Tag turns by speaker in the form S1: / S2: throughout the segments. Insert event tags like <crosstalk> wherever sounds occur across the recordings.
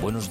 S1: Buenos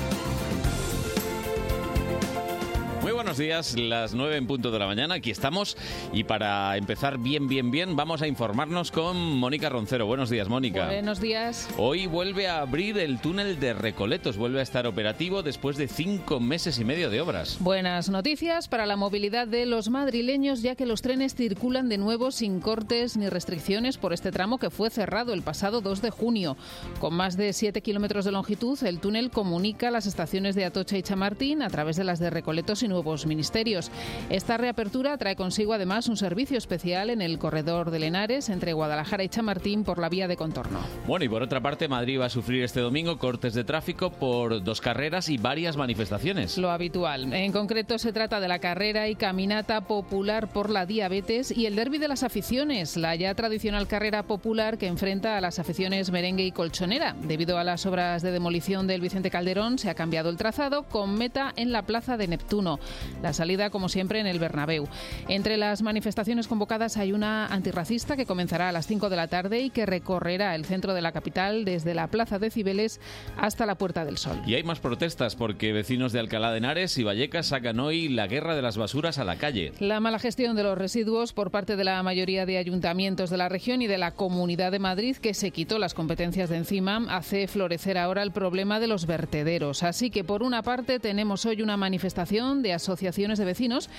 S2: Muy buenos días, las 9 en punto de la mañana, aquí estamos y para empezar bien, bien, bien, vamos a informarnos con Mónica Roncero. Buenos días, Mónica.
S3: Buenos días.
S2: Hoy vuelve a abrir el túnel de Recoletos, vuelve a estar operativo después de cinco meses y medio de obras.
S3: Buenas noticias para la movilidad de los madrileños, ya que los trenes circulan de nuevo sin cortes ni restricciones por este tramo que fue cerrado el pasado 2 de junio. Con más de 7 kilómetros de longitud, el túnel comunica las estaciones de Atocha y Chamartín a través de las de Recoletos y nuevos ministerios. Esta reapertura trae consigo además un servicio especial en el corredor de Lenares entre Guadalajara y Chamartín por la vía de contorno.
S2: Bueno, y por otra parte, Madrid va a sufrir este domingo cortes de tráfico por dos carreras y varias manifestaciones.
S3: Lo habitual. En concreto se trata de la carrera y caminata popular por la diabetes y el derby de las aficiones, la ya tradicional carrera popular que enfrenta a las aficiones merengue y colchonera. Debido a las obras de demolición del Vicente Calderón se ha cambiado el trazado con meta en la plaza de Neptuno. La salida, como siempre, en el Bernabéu. Entre las manifestaciones convocadas hay una antirracista que comenzará a las 5 de la tarde y que recorrerá el centro de la capital desde la Plaza de Cibeles hasta la Puerta del Sol.
S2: Y hay más protestas porque vecinos de Alcalá de Henares y Vallecas sacan hoy la guerra de las basuras a la calle.
S3: La mala gestión de los residuos por parte de la mayoría de ayuntamientos de la región y de la Comunidad de Madrid, que se quitó las competencias de encima, hace florecer ahora el problema de los vertederos. Así que, por una parte, tenemos hoy una manifestación de asociaciones de vecinos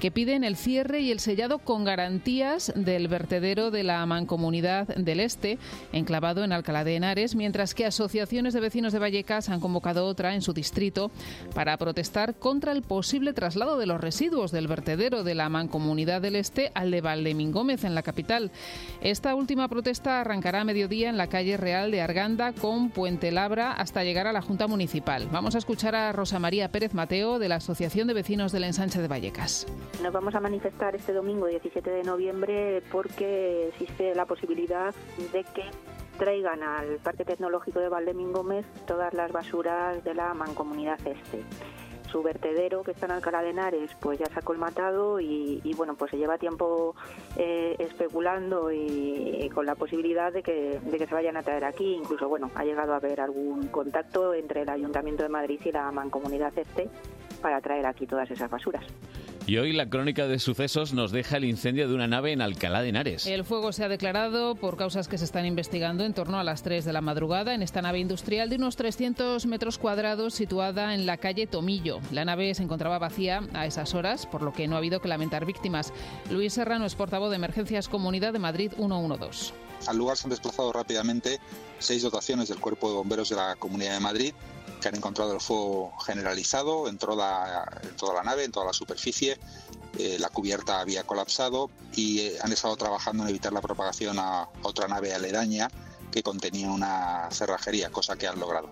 S3: que piden el cierre y el sellado con garantías del vertedero de la Mancomunidad del Este, enclavado en Alcalá de Henares, mientras que asociaciones de vecinos de Vallecas han convocado otra en su distrito para protestar contra el posible traslado de los residuos del vertedero de la Mancomunidad del Este al de Valdemingómez, en la capital. Esta última protesta arrancará a mediodía en la calle Real de Arganda con Puente Labra hasta llegar a la Junta Municipal. Vamos a escuchar a Rosa María Pérez Mateo de la Asociación de Vecinos del ensanche de Vallecas.
S4: Nos vamos a manifestar este domingo 17 de noviembre porque existe la posibilidad de que traigan al Parque Tecnológico de Valdemín Gómez todas las basuras de la mancomunidad este. Su vertedero que está en Alcalá de Henares pues ya se ha colmatado y, y bueno pues se lleva tiempo eh, especulando y, y, con la posibilidad de que, de que se vayan a traer aquí. Incluso bueno ha llegado a haber algún contacto entre el Ayuntamiento de Madrid y la mancomunidad este para traer aquí todas esas basuras.
S2: Y hoy la crónica de sucesos nos deja el incendio de una nave en Alcalá de Henares.
S3: Pues El fuego se ha declarado por causas que se están investigando en torno a las 3 de la madrugada en esta nave industrial de unos 300 metros cuadrados situada en la calle Tomillo. La nave se encontraba vacía a esas horas, por lo que no ha habido que lamentar víctimas. Luis Serrano es portavoz de Emergencias Comunidad de Madrid 112.
S5: Al lugar se han desplazado rápidamente seis dotaciones del Cuerpo de Bomberos de la Comunidad de Madrid que han encontrado el fuego generalizado en toda, en toda la nave, en toda la superficie. Eh, la cubierta había colapsado y eh, han estado trabajando en evitar la propagación a otra nave aledaña que contenía una cerrajería, cosa que han logrado.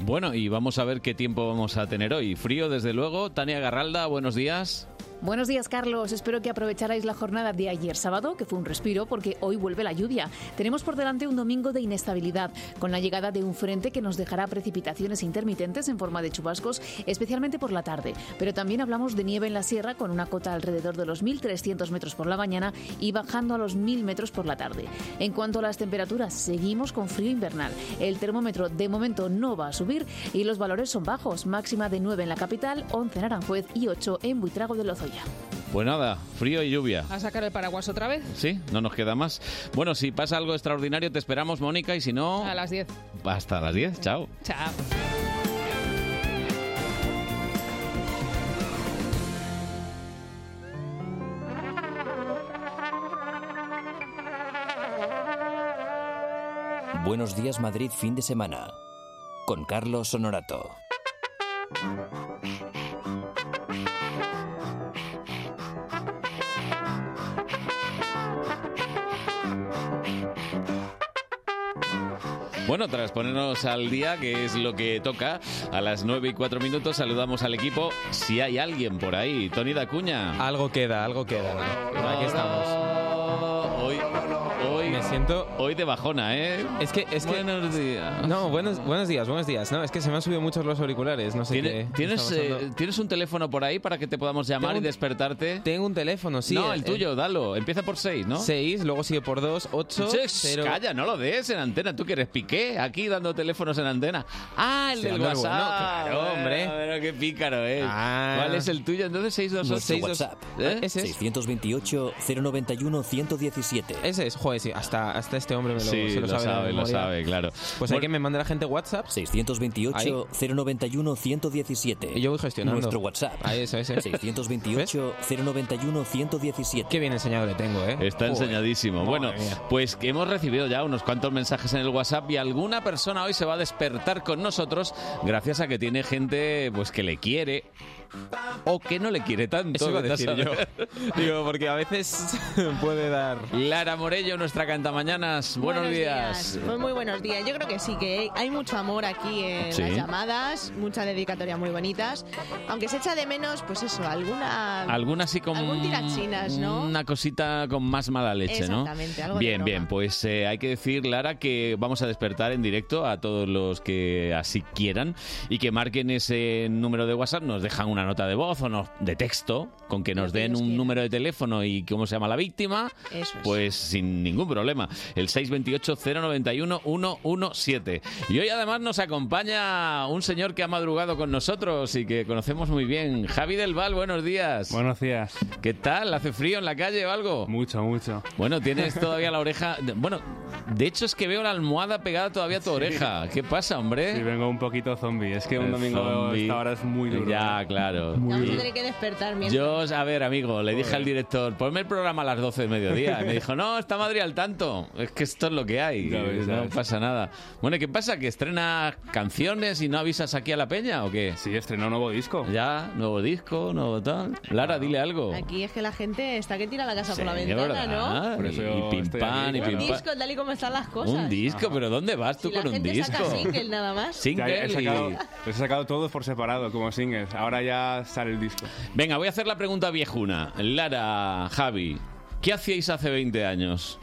S2: Bueno, y vamos a ver qué tiempo vamos a tener hoy. Frío, desde luego. Tania Garralda, buenos días.
S6: Buenos días, Carlos. Espero que aprovecharais la jornada de ayer sábado, que fue un respiro, porque hoy vuelve la lluvia. Tenemos por delante un domingo de inestabilidad, con la llegada de un frente que nos dejará precipitaciones intermitentes en forma de chubascos, especialmente por la tarde. Pero también hablamos de nieve en la sierra, con una cota alrededor de los 1.300 metros por la mañana y bajando a los 1.000 metros por la tarde. En cuanto a las temperaturas, seguimos con frío invernal. El termómetro de momento no va a subir y los valores son bajos, máxima de 9 en la capital, 11 en Aranjuez y 8 en Buitrago de Lozoya.
S2: Pues nada, frío y lluvia.
S3: ¿A sacar el paraguas otra vez?
S2: Sí, no nos queda más. Bueno, si pasa algo extraordinario, te esperamos, Mónica, y si no.
S3: A las 10.
S2: Hasta las 10, chao.
S3: Chao.
S1: Buenos días, Madrid, fin de semana. Con Carlos Sonorato.
S2: Bueno, tras ponernos al día, que es lo que toca, a las 9 y 4 minutos saludamos al equipo. Si hay alguien por ahí, Tony Dacuña.
S7: Algo queda, algo queda. Aquí estamos.
S2: Hoy, hoy,
S8: siento.
S2: Hoy de bajona, ¿eh?
S8: Es que, es que.
S2: Buenos días.
S8: No, buenos, buenos días, buenos días. No, es que se me han subido muchos los auriculares. No sé
S2: ¿Tiene-
S8: qué. qué
S2: ¿Tienes,
S8: está pasando.
S2: eh, ¿Tienes un teléfono por ahí para que te podamos llamar
S8: Tengo
S2: y
S8: un-
S2: despertarte?
S8: Tengo un teléfono, sí.
S2: no, el, tuyo, dalo. Empieza por 6, ¿no?
S8: 6, luego sigue por 2, 8,
S2: Che,
S8: 0.
S2: Calla, no lo des en antena. ¿Tú que eres piqué? Aquí dando teléfonos en antena. Ah, el
S8: Sí,
S2: del
S8: dando el
S2: WhatsApp.
S8: bueno, claro,
S2: Bueno,
S8: hombre.
S2: Bueno, qué pícaro es.
S8: Ah.
S2: ¿Cuál es el tuyo? Entonces 628.
S1: Nuestro
S8: seis, dos-
S1: WhatsApp.
S2: ¿Eh?
S8: Ese es.
S1: 628-091-117.
S8: Ese es, joder, sí, hasta, hasta este hombre me lo,
S2: Sí,
S8: se
S2: lo,
S8: lo, sabe, de
S2: sabe, lo
S8: memoria.
S2: sabe, claro.
S8: Pues hay que me manda la gente WhatsApp.
S1: 628-091-117.
S8: Y yo voy gestionando.
S1: Nuestro WhatsApp.
S8: Ahí, eso, ese.
S1: 628-091-117.
S8: Qué bien enseñado le tengo, ¿eh?
S2: Está
S8: Joder.
S2: enseñadísimo.
S8: Madre
S2: Bueno,
S8: mía.
S2: pues que hemos recibido ya unos cuantos mensajes en el WhatsApp y alguna persona hoy se va a despertar con nosotros gracias a que tiene gente pues que le quiere o que no le quiere tanto.
S8: Eso iba a
S2: vete
S8: decir
S2: <laughs>
S8: yo.
S2: saber.
S8: Digo, porque a veces <laughs> puede dar.
S2: Lara Morello, nuestra cantamañanas. Buenos,
S9: Pues muy buenos días. Yo creo que sí, que hay mucho amor aquí en
S2: Sí.
S9: las llamadas, muchas dedicatorias muy bonitas. Aunque se echa de menos, pues eso, alguna.
S2: Alguna así como
S9: Algún tirachinas, ¿no?
S2: Una cosita con más mala leche, ¿no?
S9: Exactamente, algo de
S2: Bien,
S9: broma.
S2: bien, pues eh, hay que decir, Lara, que vamos a despertar en directo a todos los que así quieran y que marquen ese número de WhatsApp, nos dejan una nota de voz o nos, de texto, con que
S9: Lo
S2: nos
S9: que
S2: den
S9: ellos
S2: un
S9: quieran.
S2: número de teléfono y cómo se llama la víctima,
S9: Eso es.
S2: pues sin ningún problema. El 628-091-117. Y hoy además nos acompaña un señor que ha madrugado con nosotros y que conocemos muy bien, Javi del Val, buenos días.
S10: Buenos días.
S2: ¿Qué tal? ¿Hace frío en la calle o algo?
S10: Mucho, mucho.
S2: Bueno, tienes todavía la oreja. Bueno, de hecho es que veo la almohada pegada todavía a tu oreja. ¿Qué pasa, hombre?
S10: Sí, vengo un poquito zombie. Es que un
S2: El
S10: domingo
S2: zombi.
S10: esta hora es muy duro. ¿eh?
S2: Ya, claro.
S9: Vamos a
S2: Y
S9: tener que despertar mientras.
S2: Yo, a ver, amigo, le dije al director, ponme el programa a las 12 del mediodía. Y me dijo, no, está Madrid al tanto. Es que esto es lo que hay.
S10: Ya ves, ya
S2: no
S10: ves.
S2: pasa nada. Bueno, ¿y ¿qué pasa? ¿Que estrenas canciones y no avisas aquí a la peña o qué?
S10: Sí, estrenó nuevo disco.
S2: Ya, nuevo disco, nuevo tal. Lara, dile algo.
S9: Aquí es que la gente está que tira la casa por la
S2: Sí,
S9: ventana, ¿no?
S2: ¿verdad?
S10: Por
S2: Y-
S10: eso
S2: y pim
S10: estoy
S2: pam,
S10: aquí,
S2: y
S10: claro.
S2: pim
S9: Un
S10: Un
S2: pam.
S9: disco, tal y como están las cosas.
S2: Un disco, pero ¿dónde vas tú
S9: Si
S2: con
S9: la
S2: un
S9: gente
S2: disco?
S9: saca single nada más.
S10: Ah. Ya
S2: Single
S10: he
S2: y-
S10: sacado, los he sacado todos por separado, como singles. Ahora ya sale el disco.
S2: Venga, voy a hacer la pregunta viejuna. Lara, Javi, ¿qué hacíais hace 20 años?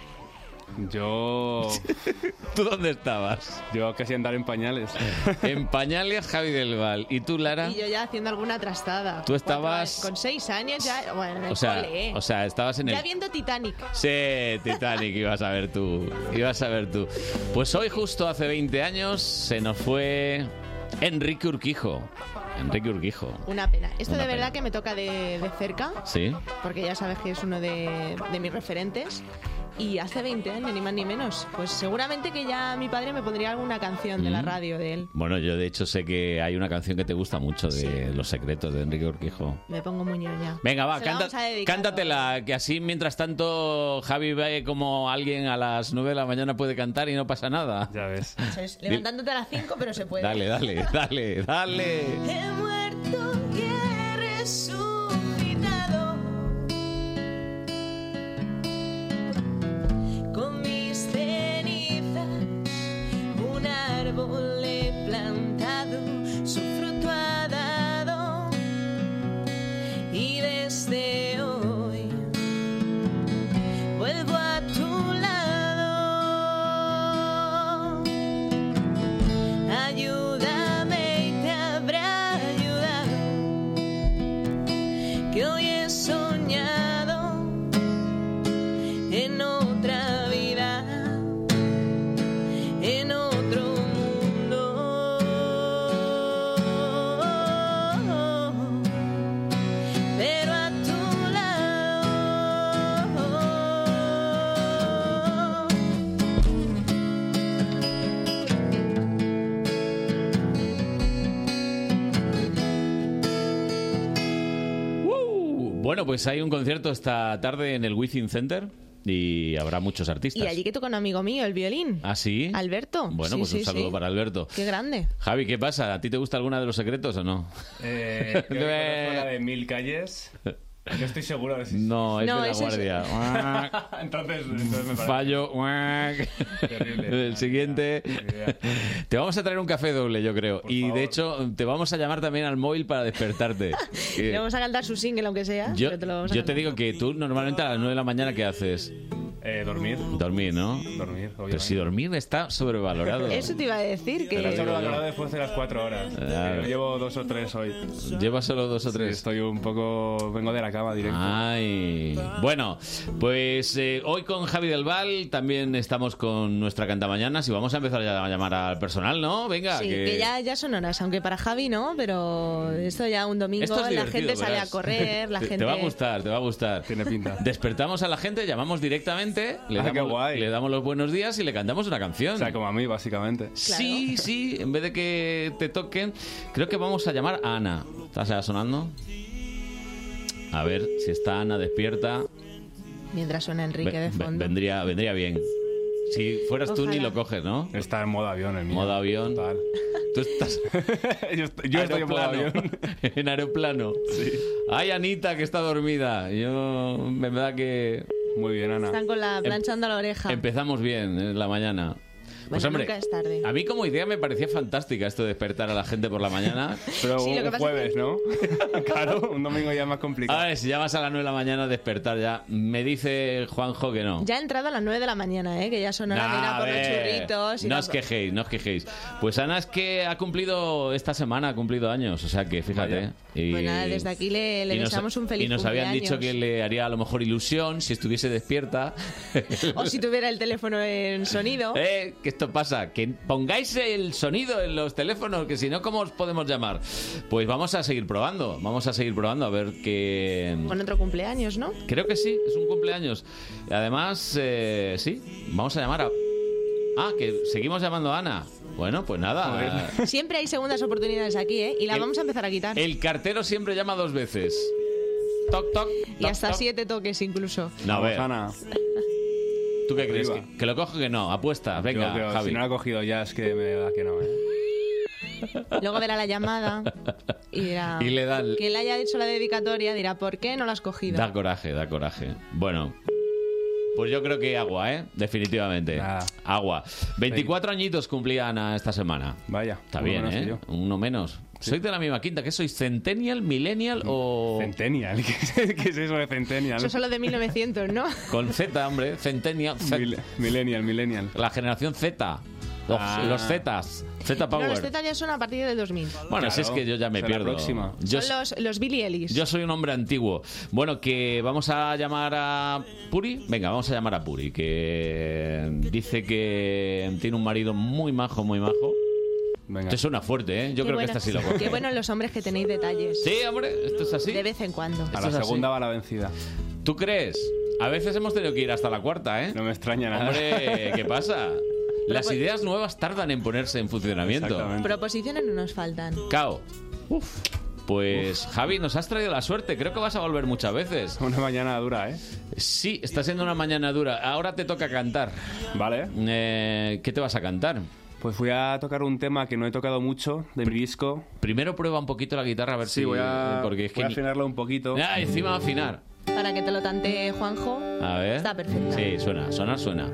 S10: Yo.
S2: <laughs> ¿Tú dónde estabas?
S10: Yo casi andar en pañales.
S2: <laughs> En pañales, Javi del Val. ¿Y tú, Lara?
S9: Y yo ya haciendo alguna trastada.
S2: Tú estabas-
S9: Con seis años ya. Bueno, en el
S2: O sea,
S9: cole, ¿eh?
S2: o sea, estabas en
S9: Ya
S2: el...
S9: viendo Titanic.
S2: Sí, Titanic, ibas a ver tú. Ibas a ver tú. Pues hoy, justo hace 20 años, se nos fue Enrique Urquijo. Enrique Urquijo.
S9: Una pena. Esto
S2: Una
S9: de
S2: pena.
S9: verdad que me toca de, de cerca,
S2: ¿Sí?
S9: porque ya sabes que es uno de, de mis referentes. Y hace 20 años, ni más ni menos. Pues seguramente que ya mi padre me pondría alguna canción de la
S2: Mm.
S9: radio de él.
S2: Bueno, yo de hecho sé que hay una canción que te gusta mucho de
S9: Sí.
S2: Los secretos de Enrique Urquijo.
S9: Me pongo muy ñoña.
S2: Venga, va,
S9: Se la
S2: canta-
S9: vamos a dedicar
S2: cántatela, que así mientras tanto Javi ve como alguien a las 9 de la mañana puede cantar y no pasa nada.
S10: Ya ves.
S9: a- Eso es, levantándote a las 5, pero se puede.
S2: Dale, dale, dale, dale.
S9: He muerto y he resucitado con mis cenizas, un árbol he plantado, su fruto ha dado y desde hoy vuelvo a tu lado. Ayúdame y te habrá ayudado. Que hoy he soñado en otra vida, en otro mundo. Pero a tu lado.
S2: ¡Uh! Bueno, pues hay un concierto esta tarde en el Within Center y habrá muchos artistas.
S9: Y allí que toca un amigo mío, el violín.
S2: ¿Ah, sí?
S9: Alberto.
S2: Bueno,
S9: Sí,
S2: pues un
S9: sí,
S2: saludo
S9: sí.
S2: para Alberto.
S9: Qué grande.
S2: Javi, ¿qué pasa? ¿A ti te gusta alguna de los secretos o no?
S10: <laughs> Eh, creo que conozco la de mil calles. No estoy seguro de si.
S2: No, es
S9: No,
S2: de la
S9: ese es- <laughs>
S2: guardia. Guac.
S10: <laughs> Entonces, entonces me parece. <laughs>
S2: Mm, Fallo. Guac.
S10: Terrible.
S2: <laughs> El siguiente.
S10: Ni idea.
S2: Te vamos a traer un café doble, yo creo.
S10: Por
S2: y
S10: favor.
S2: de hecho, te vamos a llamar también al móvil para
S9: <laughs>
S2: despertarte. Que-
S9: Le vamos a cantar su single, aunque sea.
S2: Eh, yo,
S9: pero te lo vamos a
S2: yo te
S9: cantar.
S2: digo que tú normalmente a las 9 de la mañana, ¿qué haces?
S10: Eh, dormir.
S2: Dormir, ¿no?
S10: Dormir,
S2: Pero si dormir está
S9: <laughs>
S2: sobrevalorado. <laughs>
S9: Eso te iba a decir que...
S10: Está sobrevalorado después de las cuatro horas.
S2: Ah.
S10: Yo llevo dos o tres
S2: <laughs>
S10: hoy. <laughs>
S2: Lleva solo dos o tres.
S10: estoy un poco. Vengo de la cama directo.
S2: Ay. Bueno, pues eh, hoy con Javi del Val también estamos con nuestra cantamañanas y vamos a empezar ya a llamar al personal, ¿no? Venga.
S9: Sí, que ya, ya son horas, aunque para Javi no, pero esto ya un domingo
S2: Esto es
S9: la
S2: divertido,
S9: gente sale a
S2: verás.
S9: correr, la
S2: te,
S9: gente...
S2: te va a gustar, te va a gustar. Tiene
S10: pinta.
S2: Despertamos a la gente, llamamos directamente, le,
S10: Ah, qué
S2: damos,
S10: guay.
S2: le damos los buenos días y le cantamos una canción.
S10: O sea, como a mí, básicamente.
S2: Sí, sí, en vez de que te toquen, creo que vamos a llamar a Ana. ¿Estás ya sonando? A ver si está Ana despierta.
S9: Mientras suena Enrique
S2: Ve-
S9: de
S2: ve-
S9: fondo.
S2: vendría, vendría bien. Si fueras tú ni
S9: Ojalá.
S2: lo coges, ¿no?
S10: Está en modo avión el mío.
S2: Modo avión. Tú estás.
S10: <laughs> yo estoy, yo estoy en modo avión.
S2: <laughs> en aeroplano. Ay, Anita, que está dormida. Yo. Me da que.
S10: Muy bien, Ana.
S9: Están con
S2: Em,
S9: la planchando la oreja.
S2: Empezamos bien en la mañana. pues
S9: Bueno,
S2: hombre,
S9: nunca es tarde.
S2: a mí como idea me parecía fantástica esto de despertar a la gente por la mañana.
S10: <laughs> Pero
S9: Sí, lo que
S10: un
S9: pasa
S10: jueves, ¿no? claro, un domingo ya es más complicado.
S2: A ver, si ya vas a las 9 de la mañana a despertar ya. Me dice Juanjo que no.
S9: Ya he entrado a las 9 de la mañana, ¿eh? que ya son horas de ir
S2: Nah,
S9: a por
S2: a
S9: los
S2: ver,
S9: churritos. ir
S2: no
S9: a
S2: os
S9: por-
S2: quejéis, no os quejéis. Pues Ana es que ha cumplido esta semana, ha cumplido años, o sea que fíjate. Y,
S9: Pues nada, desde aquí le, le
S2: y nos-
S9: deseamos un feliz
S2: Y nos habían dicho
S9: cumpleaños.
S2: que le haría a lo mejor ilusión si estuviese despierta.
S9: <laughs> O si tuviera el teléfono en sonido.
S2: <laughs> Eh, que esto pasa, que pongáis el sonido en los teléfonos, que si no, ¿cómo os podemos llamar? Pues vamos a seguir probando, vamos a seguir probando a ver qué...
S9: Con otro cumpleaños, ¿no?
S2: Creo que sí, es un cumpleaños. Además, eh, sí, vamos a llamar a... Ah, que seguimos llamando a Ana. Bueno, pues nada.
S9: Siempre hay segundas oportunidades aquí, ¿eh? Y la
S2: El-
S9: vamos a empezar a quitar.
S2: El cartero siempre llama dos veces. Toc, toc.
S9: y hasta siete toques incluso.
S2: No, a
S10: Vamos,
S2: ver,
S10: Ana.
S2: ¿tú qué crees?
S10: Arriba.
S2: ¿Que, que lo cojo o que no? Apuesta, venga,
S10: Yo creo,
S2: Javi.
S10: Si no lo ha cogido ya, es que me da que no, ¿eh?
S9: Luego verá la llamada y dirá...
S2: Y le da el-
S9: Quien le haya hecho la dedicatoria dirá, ¿por qué no la has cogido?
S2: Da coraje, da coraje. Bueno. Pues yo creo que agua, ¿eh? Definitivamente.
S10: Nada.
S2: Agua. 24 añitos cumplía Ana esta semana.
S10: Vaya.
S2: Está
S10: uno
S2: bien,
S10: menos que
S2: ¿eh?
S10: yo.
S2: Uno menos. ¿Sois de la misma quinta? ¿Qué sois? ¿Centennial, millennial o...?
S10: Centennial. <laughs> ¿Qué es, qué es eso de Centennial?
S9: Eso solo de 1900,
S2: <laughs>
S9: ¿no?
S2: Con Z, hombre. Centennial. Z.
S10: Mil- millennial, Millennial.
S2: La generación Z. Los,
S10: Ah.
S2: los Zetas. Z
S9: No,
S2: Power.
S9: los Z ya son a partir del 2000.
S2: Bueno, si es
S10: Claro.
S2: que yo ya
S10: O
S2: me
S10: sea, la
S2: pierdo.
S10: próxima.
S2: Yo,
S9: son los, los Billy Ellis.
S2: yo soy un hombre antiguo. Bueno, que vamos a llamar a Puri. Venga, vamos a llamar a Puri, que dice que tiene un marido muy majo, muy majo.
S10: Venga.
S2: Esto suena fuerte, ¿eh? Yo creo que esta sí lo coge.
S9: Qué bueno los hombres que tenéis detalles.
S2: Sí, hombre, esto es así.
S9: De vez en cuando.
S10: A
S2: Esto es
S10: la
S2: así.
S10: segunda va la vencida.
S2: ¿Tú crees? A veces hemos tenido que ir hasta la cuarta, ¿eh?
S10: No me extraña nada.
S2: Hombre, ¿qué
S9: <laughs>
S2: pasa? Las
S9: pues
S2: ideas nuevas tardan en ponerse en funcionamiento.
S10: Exactamente.
S9: Proposiciones no nos faltan.
S2: Cao. Pues Javi, nos has traído la suerte. Creo que vas a volver muchas
S10: <laughs>
S2: veces.
S10: Una mañana dura, ¿eh?
S2: Sí, está siendo una mañana dura. Ahora te toca cantar.
S10: Vale.
S2: Eh, ¿Qué te vas a cantar?
S10: Pues voy a tocar un tema que no he tocado mucho de mi disco.
S2: Primero prueba un poquito la guitarra a ver si.
S10: Sí, voy a,
S2: Porque es
S10: voy
S2: que.
S10: a
S2: ni-
S10: afinarlo un poquito.
S2: Ah, encima afinar.
S9: Para que te lo tante Juanjo.
S2: A ver.
S9: Está perfecta.
S2: Sí, suena, suena, suena.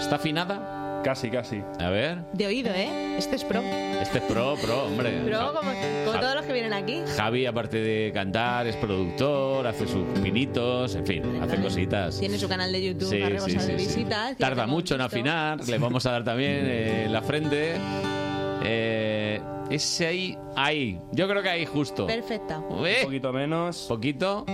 S2: ¿Está afinada?
S10: Casi, casi.
S2: A ver.
S9: De oído, ¿eh? Este es pro.
S2: Este es pro, pro, hombre.
S9: Pro como, como
S2: Ja-
S9: todos los que vienen aquí.
S2: Javi, aparte de cantar, es productor, hace sus pinitos, en fin, hace cositas.
S9: Tiene su canal de YouTube
S2: Sí,
S9: para
S2: sí,
S9: rebosar
S2: sí,
S9: de
S2: sí.
S9: visitas.
S2: Tarda
S9: Tiene
S2: mucho en
S9: contexto.
S2: afinar. Le vamos a dar
S9: <laughs>
S2: también eh, la frente. Eh, ese ahí, ahí. Yo creo que ahí justo.
S9: Perfecta.
S2: Eh,
S10: Un poquito menos.
S2: Poquito.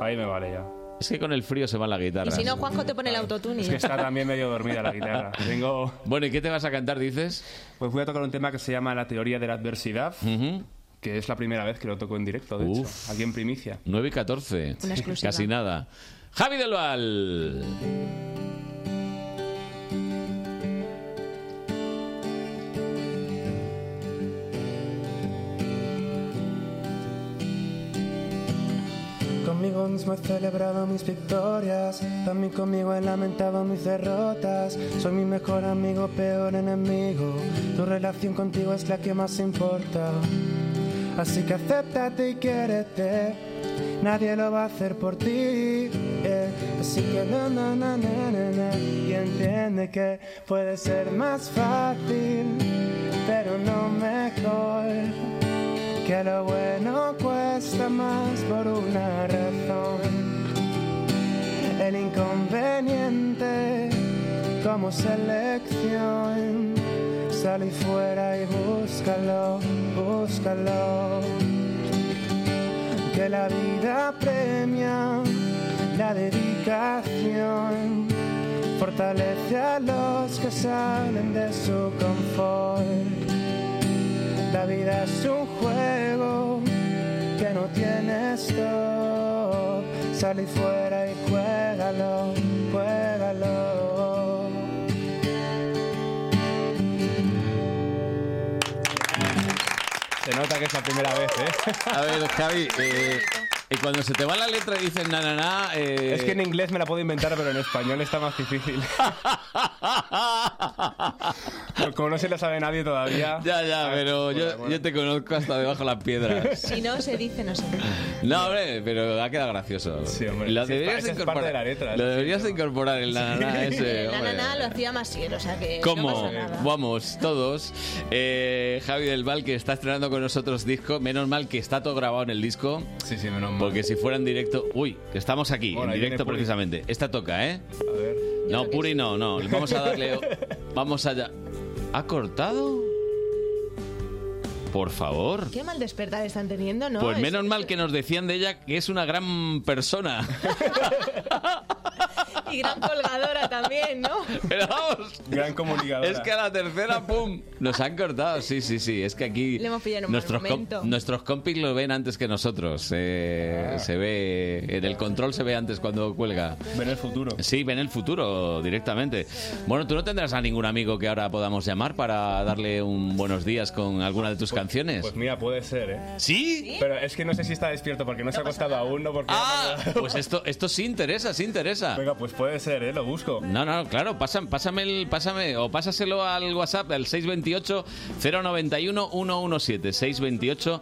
S10: Ahí me vale ya.
S2: Es que con el frío se va la guitarra.
S9: Y si no, Juanjo te pone el autotune.
S10: Es que está también medio dormida la
S2: <laughs>
S10: guitarra. Tengo.
S2: Bueno, ¿y qué te vas a cantar, dices?
S10: Pues voy a tocar un tema que se llama La teoría de la adversidad,
S2: Ujú.
S10: que es la primera vez que lo toco en directo, de hecho,
S2: Uf.
S10: aquí en primicia.
S2: 9 y 14.
S9: Una exclusiva.
S2: Casi nada. Javi del Val.
S11: Conmigo mismo he celebrado mis victorias, también conmigo he lamentado mis derrotas. Soy mi mejor amigo, peor enemigo. Tu relación contigo es la que más importa. Así que acéptate y quiérete. Nadie lo va a hacer por ti. eh. Así que na na na na na na. Y entiende que puede ser más fácil, pero no mejor que lo bueno cuesta más por una razón. el inconveniente como selección. Sal y fuera y búscalo, búscalo. Que la vida premia la dedicación. Fortalece a los que salen de su confort. La vida es un juego que no tiene stop. Sal y fuera y juégalo, juégalo.
S2: Se nota que es la primera vez, ¿eh? A ver, Javi, eh, y cuando se te va la letra y dices na, na, na, eh,
S12: Es que
S2: <laughs>
S12: en inglés me la puedo inventar, pero en español está más
S9: <laughs>
S12: difícil.
S2: Ah,
S12: Como no se la sabe nadie todavía.
S2: Ya, ya, pero yo, yo te conozco hasta debajo de las
S9: <laughs>
S2: piedras.
S9: Si no se dice, no se dice.
S2: No, hombre, pero ha quedado gracioso. Sí, hombre. Lo
S12: Sí, es
S2: deberías
S12: pa- esa es
S2: incorporar.
S12: parte de la letra,
S2: Lo
S12: sí,
S2: deberías incorporar el na, na, na
S9: <laughs>
S2: ese.
S9: La
S2: hombre.
S9: nana lo hacía más fiel, o sea que
S2: ¿Cómo?
S9: eh, no pasa nada.
S2: Vamos, todos. Eh, Javi del Val, que está estrenando con nosotros disco. Menos mal que está todo grabado en el disco. Sí, sí, menos mal. Porque si fuera en directo. Uy, que estamos aquí,
S12: Bueno,
S2: en
S12: ahí
S2: directo
S12: viene Puri.
S2: precisamente. Esta toca, ¿eh? A ver. No, Puri no, no. Vamos a darle. Vamos allá. ¿Ha cortado? Por favor.
S9: Qué mal despertar están teniendo, ¿no?
S2: pues
S9: Es-
S2: menos mal que nos decían de ella que es una gran persona. <laughs>
S9: Y gran colgadora también, ¿no?
S2: Pero vamos.
S12: Gran comunicadora.
S2: Es que a la tercera, ¡pum! Nos han cortado. Sí, sí, sí. Es que aquí.
S9: Le hemos pillado en un mal
S2: nuestros, com-
S9: momento.
S2: nuestros compis lo ven antes que nosotros. Eh,
S12: Ah.
S2: Se ve. En el control se ve antes cuando cuelga.
S12: Ven el futuro.
S2: Sí, ven el futuro directamente. Bueno, tú no tendrás a ningún amigo que ahora podamos llamar para darle un buenos días con alguna de tus canciones.
S12: Pues mira, puede ser, ¿eh?
S2: ¿Sí?
S12: Pero es que no sé si está despierto porque no se ha acostado aún, no porque...
S9: Ah.
S2: Pues esto, esto sí interesa, sí interesa.
S12: Venga, pues puede ser, ¿eh? Lo busco.
S2: No, no, claro, pasa- pásame, el, pásame o pásaselo al WhatsApp al 628-091-117.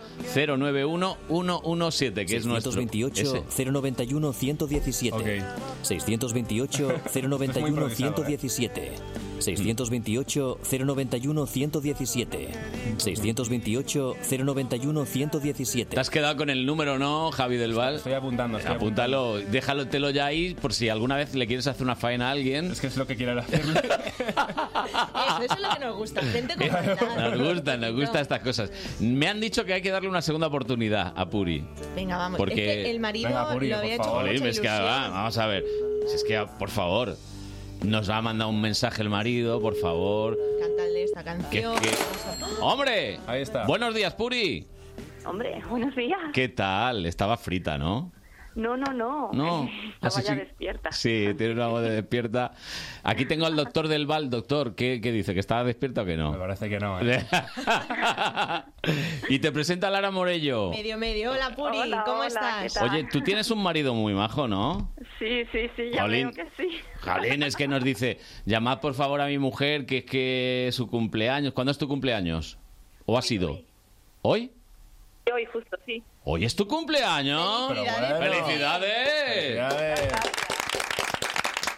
S2: 628-091-117, que es nuestro.
S1: 628
S2: ese.
S1: 091 117. 628
S2: <laughs> Es muy
S1: 091
S2: improvisado, ¿eh?
S1: 117. 628 091 117. 628 091 117.
S2: ¿Te has quedado con el número, no, Javi del Val? Estoy
S12: apuntando. estoy
S2: Apúntalo, déjalo ya ahí por si alguna vez le quieres hacer una faena a alguien. Es
S12: que es lo que quieren hacer.
S9: Eso, eso es lo que nos gusta. Gente con
S2: Nos gustan, nos gustan estas cosas. Me han dicho que hay que darle una segunda oportunidad a Puri.
S9: Venga, vamos.
S2: Porque-
S9: Es que el marido lo había hecho con
S2: Jolín,
S9: mucha
S2: es que,
S9: ilusión.
S2: va, vamos a ver. Si es que, ah, por favor, nos ha mandado un mensaje el marido, por favor.
S9: Cántale esta
S2: Que,
S9: canción.
S2: que- ¡Hombre! Ahí está. Buenos días, Puri.
S4: Hombre, <laughs> buenos días.
S2: ¿Qué tal? Estaba frita, ¿no?
S4: No, no, no.
S2: <laughs> No.
S4: <laughs> Estaba
S2: Así
S4: ya
S2: sí-
S4: despierta.
S2: Sí, tiene una voz de despierta. Aquí tengo al doctor del Val. Doctor, ¿qué, qué dice? ¿Que estaba despierta o que no? Me
S12: parece que no. ¿eh?
S2: <laughs> y te presenta Lara Morello.
S9: Medio, medio. Hola, Puri,
S4: Hola,
S9: ¿cómo
S4: hola, ¿qué
S9: estás?
S4: tal?
S2: Oye, tú tienes un marido muy majo, ¿no?
S4: Sí, sí, sí, ya
S2: Jolín.
S4: veo que sí.
S2: Jolín, es que nos dice, llamad por favor a mi mujer, que es que es su cumpleaños. ¿Cuándo es tu cumpleaños? ¿O ha sido? ¿Hoy?
S4: Y Hoy justo, sí.
S2: ¿Hoy es tu cumpleaños?
S4: Felicidades. Pero bueno.
S2: ¡Felicidades!
S4: Felicidades.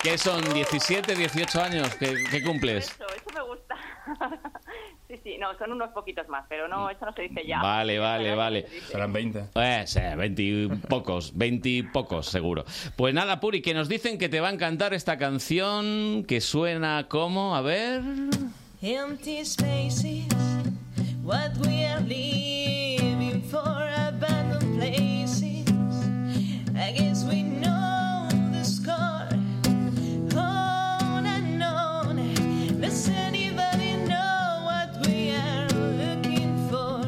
S2: ¿Qué son? ¿17, 18 años? ¿Qué, qué cumples?
S4: Eso, eso me gusta. <laughs> sí, sí, no, son unos poquitos más, pero no, eso no se dice ya.
S2: Vale, vale, vale.
S12: Serán 20.
S2: Eh, sí, 20 y pocos, 20 y pocos seguro. Pues nada, Puri, que nos dicen que te va a encantar esta canción que suena como, a ver...
S13: Empty spaces, what we are living for, abandoned places. I guess we know the score. On and on. Does anybody know what we are looking for?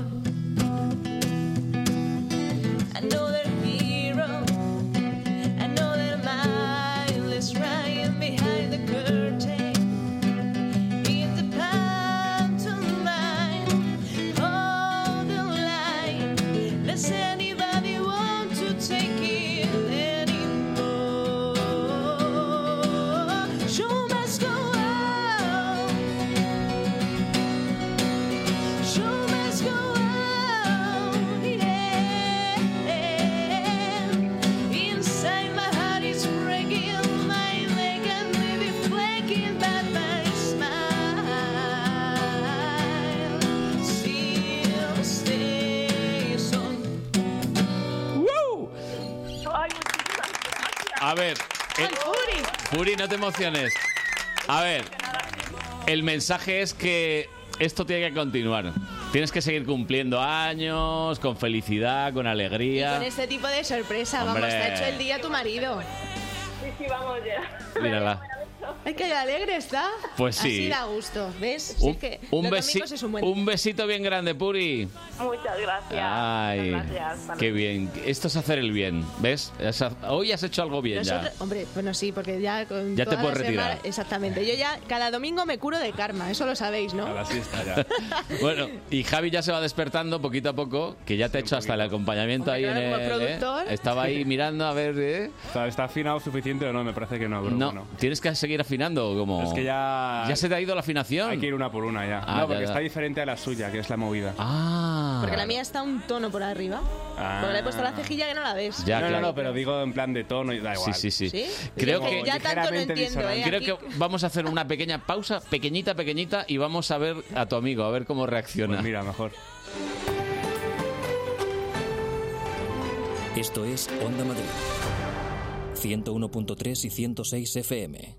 S13: Another hero, another mindless rhyme behind the curtain. In the pantomime, all the line,
S2: Uri, eh, no te emociones. A ver, el mensaje es que esto tiene que continuar. Tienes que seguir cumpliendo años, con felicidad, con
S9: Y
S2: alegría.
S9: con este tipo de sorpresa,
S2: Hombre.
S9: vamos, te ha hecho el día tu marido.
S14: Sí, sí, vamos ya.
S2: Mírala.
S9: eh, Ay, que alegre está.
S2: Pues sí.
S9: Así da gusto, ¿ves? Si
S2: Un,
S9: es que
S2: un
S9: los
S2: besi-
S9: domingos es un buen
S2: un besito bien grande, Puri.
S14: Muchas gracias.
S2: Ay,
S14: muchas gracias. Hasta
S2: qué
S14: luego.
S2: bien. Esto es hacer el bien, ¿ves? Es ha- Hoy has hecho algo bien
S9: Nosotros-
S2: ya.
S9: hombre, bueno, sí, porque ya con
S2: Ya te
S9: toda la
S2: puedes retirar.
S9: semana- exactamente. Yo ya cada domingo me curo de karma, eso lo sabéis, ¿no?
S2: bueno, y Javi ya se va despertando poquito a poco, que ya te ha hecho hasta el acompañamiento ahí
S9: claro,
S2: en
S9: como
S2: el, ¿eh?
S9: productor.
S2: Estaba ahí mirando a ver. ¿eh?
S12: ¿Está afinado suficiente o no? Me parece que no, pero
S2: No,
S12: bueno.
S2: tienes que seguir afinando como.
S12: Es que ya.
S2: Ya se te ha ido la afinación.
S12: Hay que ir una por una ya. no,
S2: Ah,
S12: porque
S2: ya, ya.
S12: está diferente a la suya, que es la movida.
S2: Ah.
S9: Porque la mía está un tono por arriba. Porque le he
S12: Ah.
S9: puesto la cejilla que no la ves.
S12: no, no, no, pero digo en plan de tono y da igual.
S2: Sí, sí, sí.
S9: ¿Sí?
S2: Creo
S9: Como
S2: que
S9: Ya tanto no entiendo, ¿eh?
S2: Creo
S9: Aquí-
S2: que vamos a hacer una pequeña pausa, pequeñita, pequeñita, y vamos a ver a tu amigo, a ver cómo reacciona.
S12: Pues mira, mejor.
S1: Esto es Onda Madrid. 101.3 y 106 FM.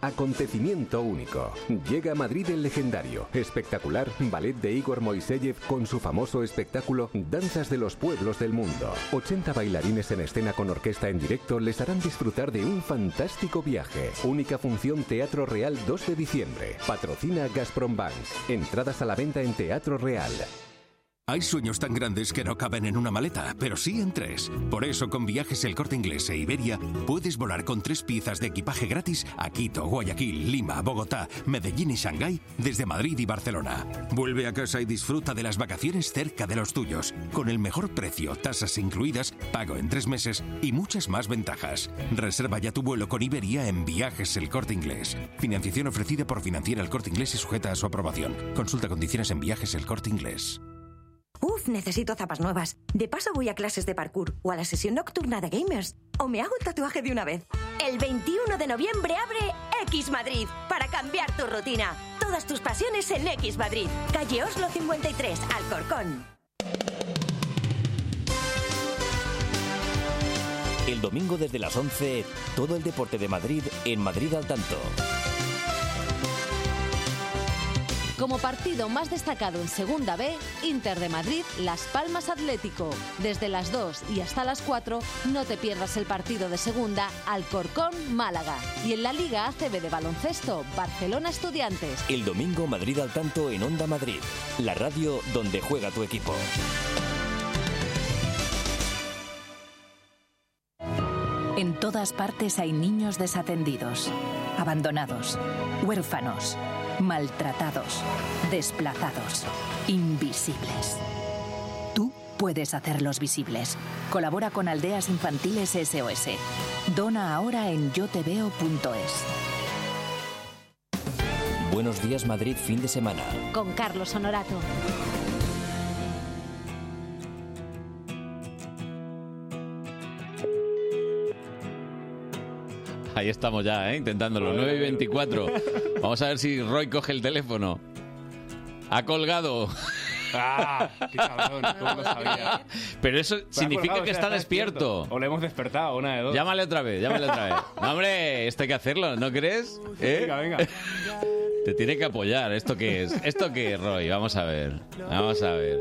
S15: Acontecimiento único. Llega a Madrid el legendario, espectacular ballet de Igor Moiseyev con su famoso espectáculo Danzas de los Pueblos del Mundo. 80 bailarines en escena con orquesta en directo les harán disfrutar de un fantástico viaje. Única función Teatro Real 2 de diciembre. Patrocina Gazprom Bank. Entradas a la venta en Teatro Real.
S16: Hay sueños tan grandes que no caben en una maleta, pero sí en tres. Por eso, con viajes El Corte Inglés e Iberia, puedes volar con tres piezas de equipaje gratis a Quito, Guayaquil, Lima, Bogotá, Medellín y Shanghái desde Madrid y Barcelona. Vuelve a casa y disfruta de las vacaciones cerca de los tuyos, con el mejor precio, tasas incluidas, pago en tres meses y muchas más ventajas. Reserva ya tu vuelo con Iberia en Viajes El Corte Inglés. Financiación ofrecida por Financiera El Corte Inglés y sujeta a su aprobación. Consulta condiciones en Viajes El Corte Inglés.
S17: Uf, necesito zapas nuevas. De paso voy a clases de parkour o a la sesión nocturna de gamers. O me hago el tatuaje de una vez. El 21 de noviembre abre X Madrid para cambiar tu rutina. Todas tus pasiones en X Madrid. Calle Oslo 53, Alcorcón.
S1: El domingo desde las 11, todo el deporte de Madrid en Madrid al tanto.
S18: Como partido más destacado en Segunda B, Inter de Madrid, Las Palmas Atlético. Desde las 2 y hasta las 4, no te pierdas el partido de Segunda Alcorcón Málaga. Y en la Liga ACB de baloncesto, Barcelona Estudiantes.
S1: El domingo Madrid al tanto en Onda Madrid, la radio donde juega tu equipo.
S19: En todas partes hay niños desatendidos, abandonados, huérfanos, maltratados, desplazados, invisibles. Tú puedes hacerlos visibles. Colabora con Aldeas Infantiles SOS. Dona ahora en yoteveo.es.
S1: Buenos días Madrid fin de semana.
S18: Con Carlos Honorato.
S2: Ahí estamos ya, ¿eh? intentándolo. 9 y 24. Vamos a ver si Roy coge el teléfono. Ha colgado.
S12: ¡Ah! ¡Qué cabrón! ¿Cómo lo sabía?
S2: Pero eso
S12: Me ha
S2: significa
S12: colgado,
S2: que
S12: o sea,
S2: está despierto.
S12: O le hemos despertado, una de dos.
S2: Llámale otra vez, llámale otra vez. No, hombre, esto hay que hacerlo, ¿no crees? ¿Eh?
S12: Venga, venga.
S2: Te tiene que apoyar. ¿Esto qué es? ¿Esto qué es, Roy? Vamos a ver. Vamos a ver.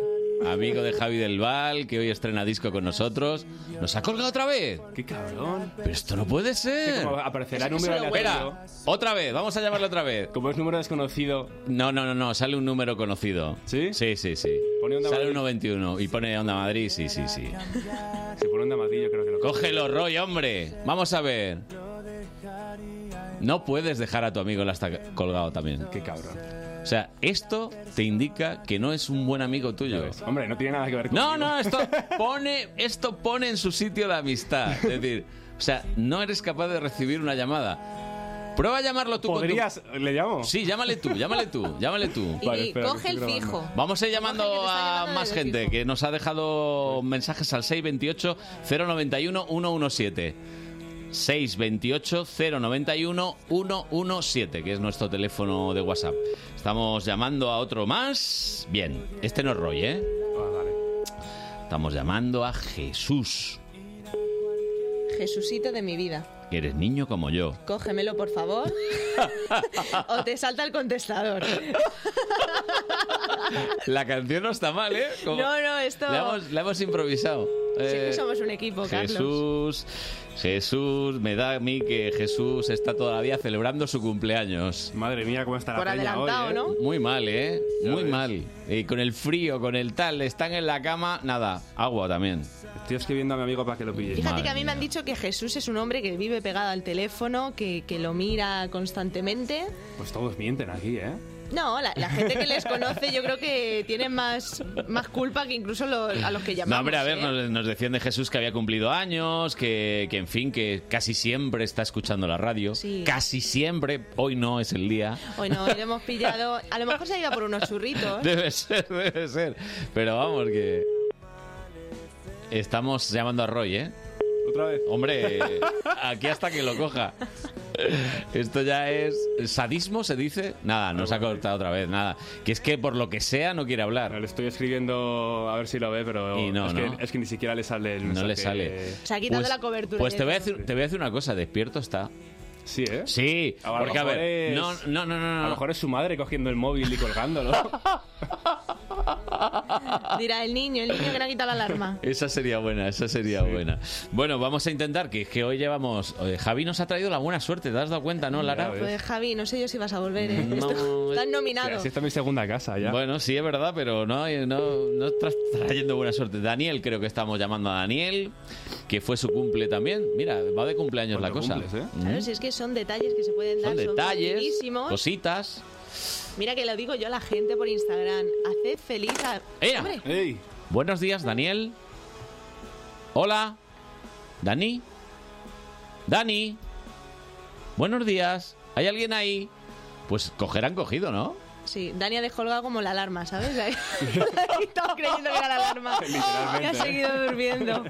S2: Amigo de Javi del Val, que hoy estrena disco con nosotros. ¿Nos ha colgado otra vez?
S12: ¡Qué cabrón!
S2: Pero esto no puede ser.
S12: Que como aparecerá
S2: Eso-
S12: número
S2: eso lo
S12: aleatorio.
S2: Espera, otra vez, vamos a llamarlo otra vez.
S12: Como es número desconocido.
S2: No, no, no, no, sale un número conocido. ¿Sí? Sí, sí, sí.
S12: Onda
S2: sale 1.21 y pone Onda Madrid, sí, sí, sí.
S12: Se pone un damadillo, creo que lo
S2: Cógelo, Roy, hombre. Vamos a ver. No puedes dejar a tu amigo el hasta colgado también.
S12: Qué cabrón.
S2: O sea, esto te indica que no es un buen amigo tuyo.
S12: Hombre, no tiene nada que ver con
S2: No, no,
S12: <laughs>
S2: esto pone, esto pone en su sitio la amistad. Es decir, o sea, no eres capaz de recibir una llamada. Prueba a llamarlo tú. con tu-
S12: ¿Podrías? ¿Le llamo?
S2: Sí, llámale tú, llámale tú, llámale tú.
S12: Y Vale, espera,
S9: coge el fijo.
S2: Vamos a ir llamando
S9: Coge el que te está
S2: a
S9: llamando
S2: más
S9: desde el
S2: gente que nos ha dejado mensajes al 628 091 117. 628 091 117, que es nuestro teléfono de WhatsApp. Estamos llamando a otro más. Bien, este no es Roy, ¿eh?
S12: Ah,
S2: Estamos llamando a Jesús,
S9: Jesucito de mi vida.
S2: que eres niño como yo.
S9: Cógemelo, por favor.
S2: <laughs>
S9: o te salta el contestador.
S2: <laughs> La canción no está mal, ¿eh? Como-
S9: No, no, esto-
S2: La hemos, la hemos improvisado.
S9: Sí que
S2: Eh,
S9: somos un equipo, Carlos.
S2: Jesús, Jesús, me da a mí que Jesús está todavía celebrando su cumpleaños.
S12: Madre mía, cómo está
S9: la Por peña adelantado, hoy, ¿eh? ¿no?
S2: Muy mal, ¿eh? Muy mal. Y con el frío, con el tal, están en la cama, nada, agua también.
S12: Estoy escribiendo a mi amigo para que lo pille.
S9: Fíjate que a mí me han dicho que Jesús es un hombre que vive pegado al teléfono, que, que lo mira constantemente.
S12: Pues todos mienten aquí, ¿eh?
S9: No, la, la gente que les conoce yo creo que tienen más, más culpa que incluso lo- a los que llamamos.
S2: No, hombre, a ver,
S9: ¿eh?
S2: nos, nos decían de Jesús que había cumplido años, que, que, en fin, que casi siempre está escuchando la radio. Casi siempre, hoy no es el día.
S9: Hoy no, hoy lo hemos pillado. A lo mejor se ha ido a por unos churritos.
S2: Debe ser, debe ser. Pero vamos, que. Estamos llamando a Roy, ¿eh?
S12: Otra vez.
S2: Hombre, aquí hasta que lo coja. Esto ya es. ¿Sadismo se dice? Nada, nos ha cortado otra vez, nada. Que es que por lo que sea no quiere hablar.
S12: Le estoy escribiendo a ver si lo ve, pero
S2: Y no,
S12: es,
S2: ¿no?
S12: Que, es que ni siquiera le sale el
S2: No le
S12: mensaje.
S2: sale.
S9: Se ha quitado la cobertura.
S2: Pues te
S9: del
S2: voy, a decir, te voy a decir una cosa, despierto está.
S12: Sí, ¿eh?
S2: Sí,
S12: A lo
S2: porque a
S12: mejor
S2: ver,
S12: es-
S2: no, no, no, no,
S12: A lo
S2: no.
S12: mejor es su madre cogiendo el móvil y colgándolo.
S9: Dirá el niño, el niño que no ha quitado la
S2: <laughs>
S9: alarma.
S2: Esa sería buena, esa sería buena. Bueno, vamos a intentar que, es que hoy llevamos... eh, Javi nos ha traído la buena suerte, ¿te has dado cuenta, no, Lara?
S9: Pues Javi, no sé yo si vas a volver.
S2: Mm,
S9: ¿eh? <laughs> Esto- Estás nominado.
S12: Esta es mi segunda casa ya.
S2: Bueno, sí, es verdad, pero no, eh, no, no estás trayendo buena suerte. Daniel, creo que estamos llamando a Daniel, que fue su cumple también. Mira, va de cumpleaños la cosa.
S12: ¿eh?
S2: Mm.
S9: Claro, si es que son detalles que se pueden dar.
S2: Son detalles, Pues
S9: mínimísimos.
S2: cositas.
S9: Mira que lo digo yo a la gente por Instagram. Haced feliz a...
S2: ¡Ea!
S9: Hombre,
S2: Buenos días, Daniel. Hola. Dani. Dani. Buenos días. ¿Hay alguien ahí? Pues cogerán cogido, ¿no?
S9: Sí, Dani ha descolgado como la alarma, ¿sabes? La- <laughs> la ha quitado creyendo que era la alarma. Y ha
S2: Literalmente.
S9: seguido durmiendo.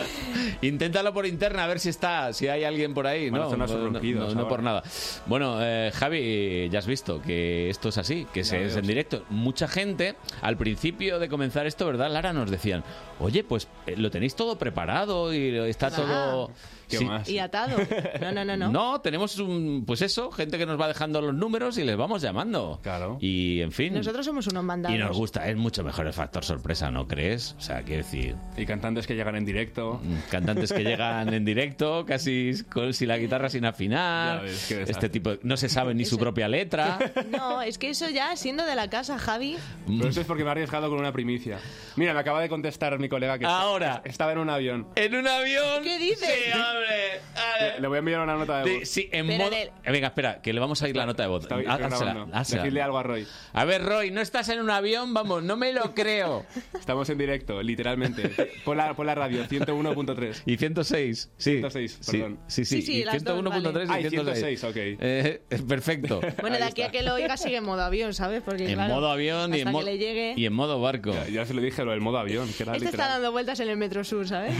S2: <laughs> Inténtalo por interna a ver si está, si hay alguien por ahí.
S12: Van a
S2: no,
S12: sonar
S2: no, no,
S12: sorprendidos
S2: no, no
S12: ahora.
S2: por nada. Bueno, eh, Javi, ya has visto que esto es así, que se- es en directo. Mucha gente, al principio de comenzar esto, ¿verdad? Lara nos decían, oye, pues eh, lo tenéis todo preparado y está
S9: Va.
S2: todo. Sí.
S9: Y atado. No, no, no, no.
S2: tenemos un, pues eso, gente que nos va dejando los números y les vamos llamando. Claro. Y en fin.
S9: Nosotros somos unos mandados.
S2: Y nos gusta, es mucho mejor el factor sorpresa, ¿no crees? O sea, quiero decir. mm,
S12: Y cantantes que llegan en directo.
S2: Cantantes que llegan en directo, casi con, si la guitarra sin afinar.
S12: Ya ves, qué desastre.
S2: este tipo. de- no se sabe ni su propia letra.
S9: No, es que eso ya, siendo de la casa, Javi,
S2: Mm.
S12: Pero eso es porque me he arriesgado con una primicia. Mira, me acaba de contestar mi colega que
S2: Ahora.
S12: estaba en un avión.
S2: ¿En un avión?
S9: ¿Qué dices?
S2: Sí,
S12: <laughs>
S2: hombre.
S12: Le, le voy a enviar una nota de voz.
S2: Sí, sí, en
S12: Pero
S2: modo-
S12: del-
S2: Eh, Venga, espera, que le vamos a ir la nota de voz.
S12: Está- está
S2: Há- házela,
S12: grabando.
S2: házela.
S12: Decidle algo a Roy.
S2: A ver, Roy, no estás en un avión, vamos, no me lo creo.
S12: Estamos en directo, literalmente. Por la, pon la radio, 101.3.
S2: Y 106, sí.
S12: 106,
S2: Sí,
S12: perdón.
S2: Sí, sí,
S9: Sí, sí,
S2: y
S9: las dos,
S2: 101.3 y
S12: vale. Ah, y
S2: 106.
S12: 106, ok.
S2: Eh,
S12: <laughs>
S2: perfecto.
S9: bueno, de aquí a que lo oiga sigue en modo avión, ¿sabes? Porque,
S2: en
S9: claro,
S2: modo avión y
S9: hasta
S2: en, mo-
S9: que le llegue.
S2: y en modo barco.
S12: Ya, ya se lo dije, lo del modo avión, que era
S9: Este está
S12: literal.
S9: dando vueltas en el Metro Sur,
S2: <laughs>
S9: ¿sabes?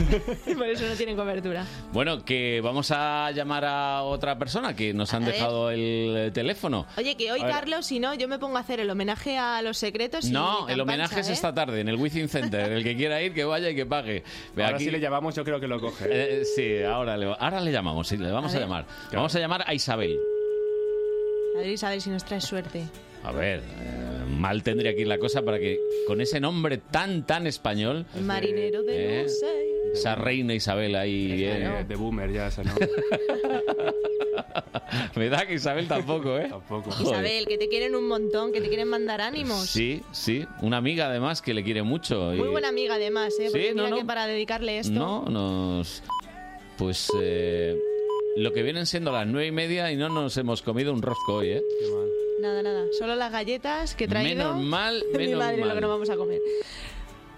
S9: Y por eso no tienen cobertura.
S2: Bueno, que vamos a llamar a otra persona que nos han
S9: ver.
S2: dejado el eh, teléfono.
S9: Oye, que hoy,
S2: A ver.
S9: Carlos, si no, yo me pongo a hacer el homenaje a los secretos. y
S2: No,
S9: Campancha,
S2: el homenaje es
S9: ¿eh?
S2: esta tarde en el Wizzing Center. El que quiera ir, que vaya y que pague. Ve,
S12: Ahora sí le llamamos, yo creo que lo coge.
S2: Eh, sí, ahora le, ahora le llamamos, sí, le vamos
S9: A
S2: a,
S9: ver.
S2: llamar. Vamos a llamar a Isabel.
S9: A ver, Isabel, si nos trae suerte.
S2: A ver, eh, mal tendría que ir la cosa para que con ese nombre tan, tan español,
S9: El marinero de
S2: Eh. <laughs>
S9: Luce.
S2: esa reina Isabel ahí... eh,
S12: de, de boomer ya, esa no.
S2: <laughs> Me da que Isabel tampoco, ¿eh? tampoco.
S9: Isabel, que te quieren un montón, que te quieren mandar ánimos.
S2: Sí, sí, una amiga además que le quiere mucho. y-
S9: Muy buena amiga, además, ¿eh?
S2: Sí,
S9: Porque
S2: no,
S9: mira
S2: no.
S9: que para dedicarle esto.
S2: No, nos... Pues... eh, Lo que vienen siendo las nueve y media y no nos hemos comido un rosco hoy, ¿eh?
S9: Nada, nada. Solo las galletas que he traído.
S2: Menos mal,
S9: <laughs> Mi
S2: menos
S9: madre lo
S2: mal.
S9: que no vamos a comer.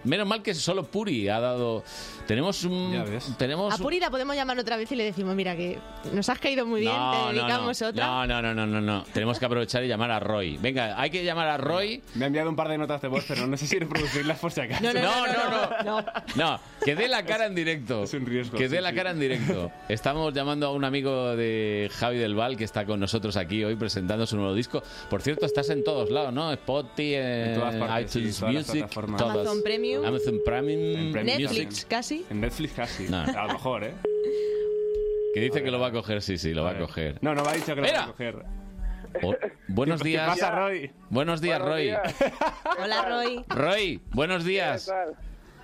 S2: Menos mal que solo Puri ha dado. Tenemos un. Tenemos
S9: A Puri la podemos llamar otra vez y le decimos, mira que nos has caído muy bien, te dedicamos
S2: no,
S9: otra.
S2: No, no, no, no, no. Tenemos que aprovechar y llamar a Roy. Venga, hay que llamar a Roy.
S12: Me ha enviado un par de notas de voz, pero no sé si reproducirlas por si acaso.
S2: No, no, no, No, que dé la cara en directo. Es un riesgo. Que dé
S12: sí,
S2: la
S12: sí.
S2: cara en directo. Estamos llamando a un amigo de Javi del Val que está con nosotros aquí hoy presentando su nuevo disco. Por cierto, estás en todos lados, ¿no? Spotify, en
S12: todas partes, sí,
S2: iTunes
S12: todas las
S2: Music,
S12: plataformas.
S2: todas.
S9: Amazon Premium.
S2: Amazon Premium,
S9: Netflix
S2: Music.
S9: casi.
S12: En Netflix casi. A lo mejor, ¿eh?
S2: Que dice que lo va a coger, sí, sí, lo va a coger.
S12: No, no me ha dicho que lo
S2: Espera.
S12: va a coger.
S2: O- buenos
S12: ¿Qué
S2: días.
S12: pasa, Roy?
S2: Buenos días,
S12: Buenos
S2: Roy.
S9: Hola, Roy.
S2: Roy, buenos días.
S20: ¿Qué tal?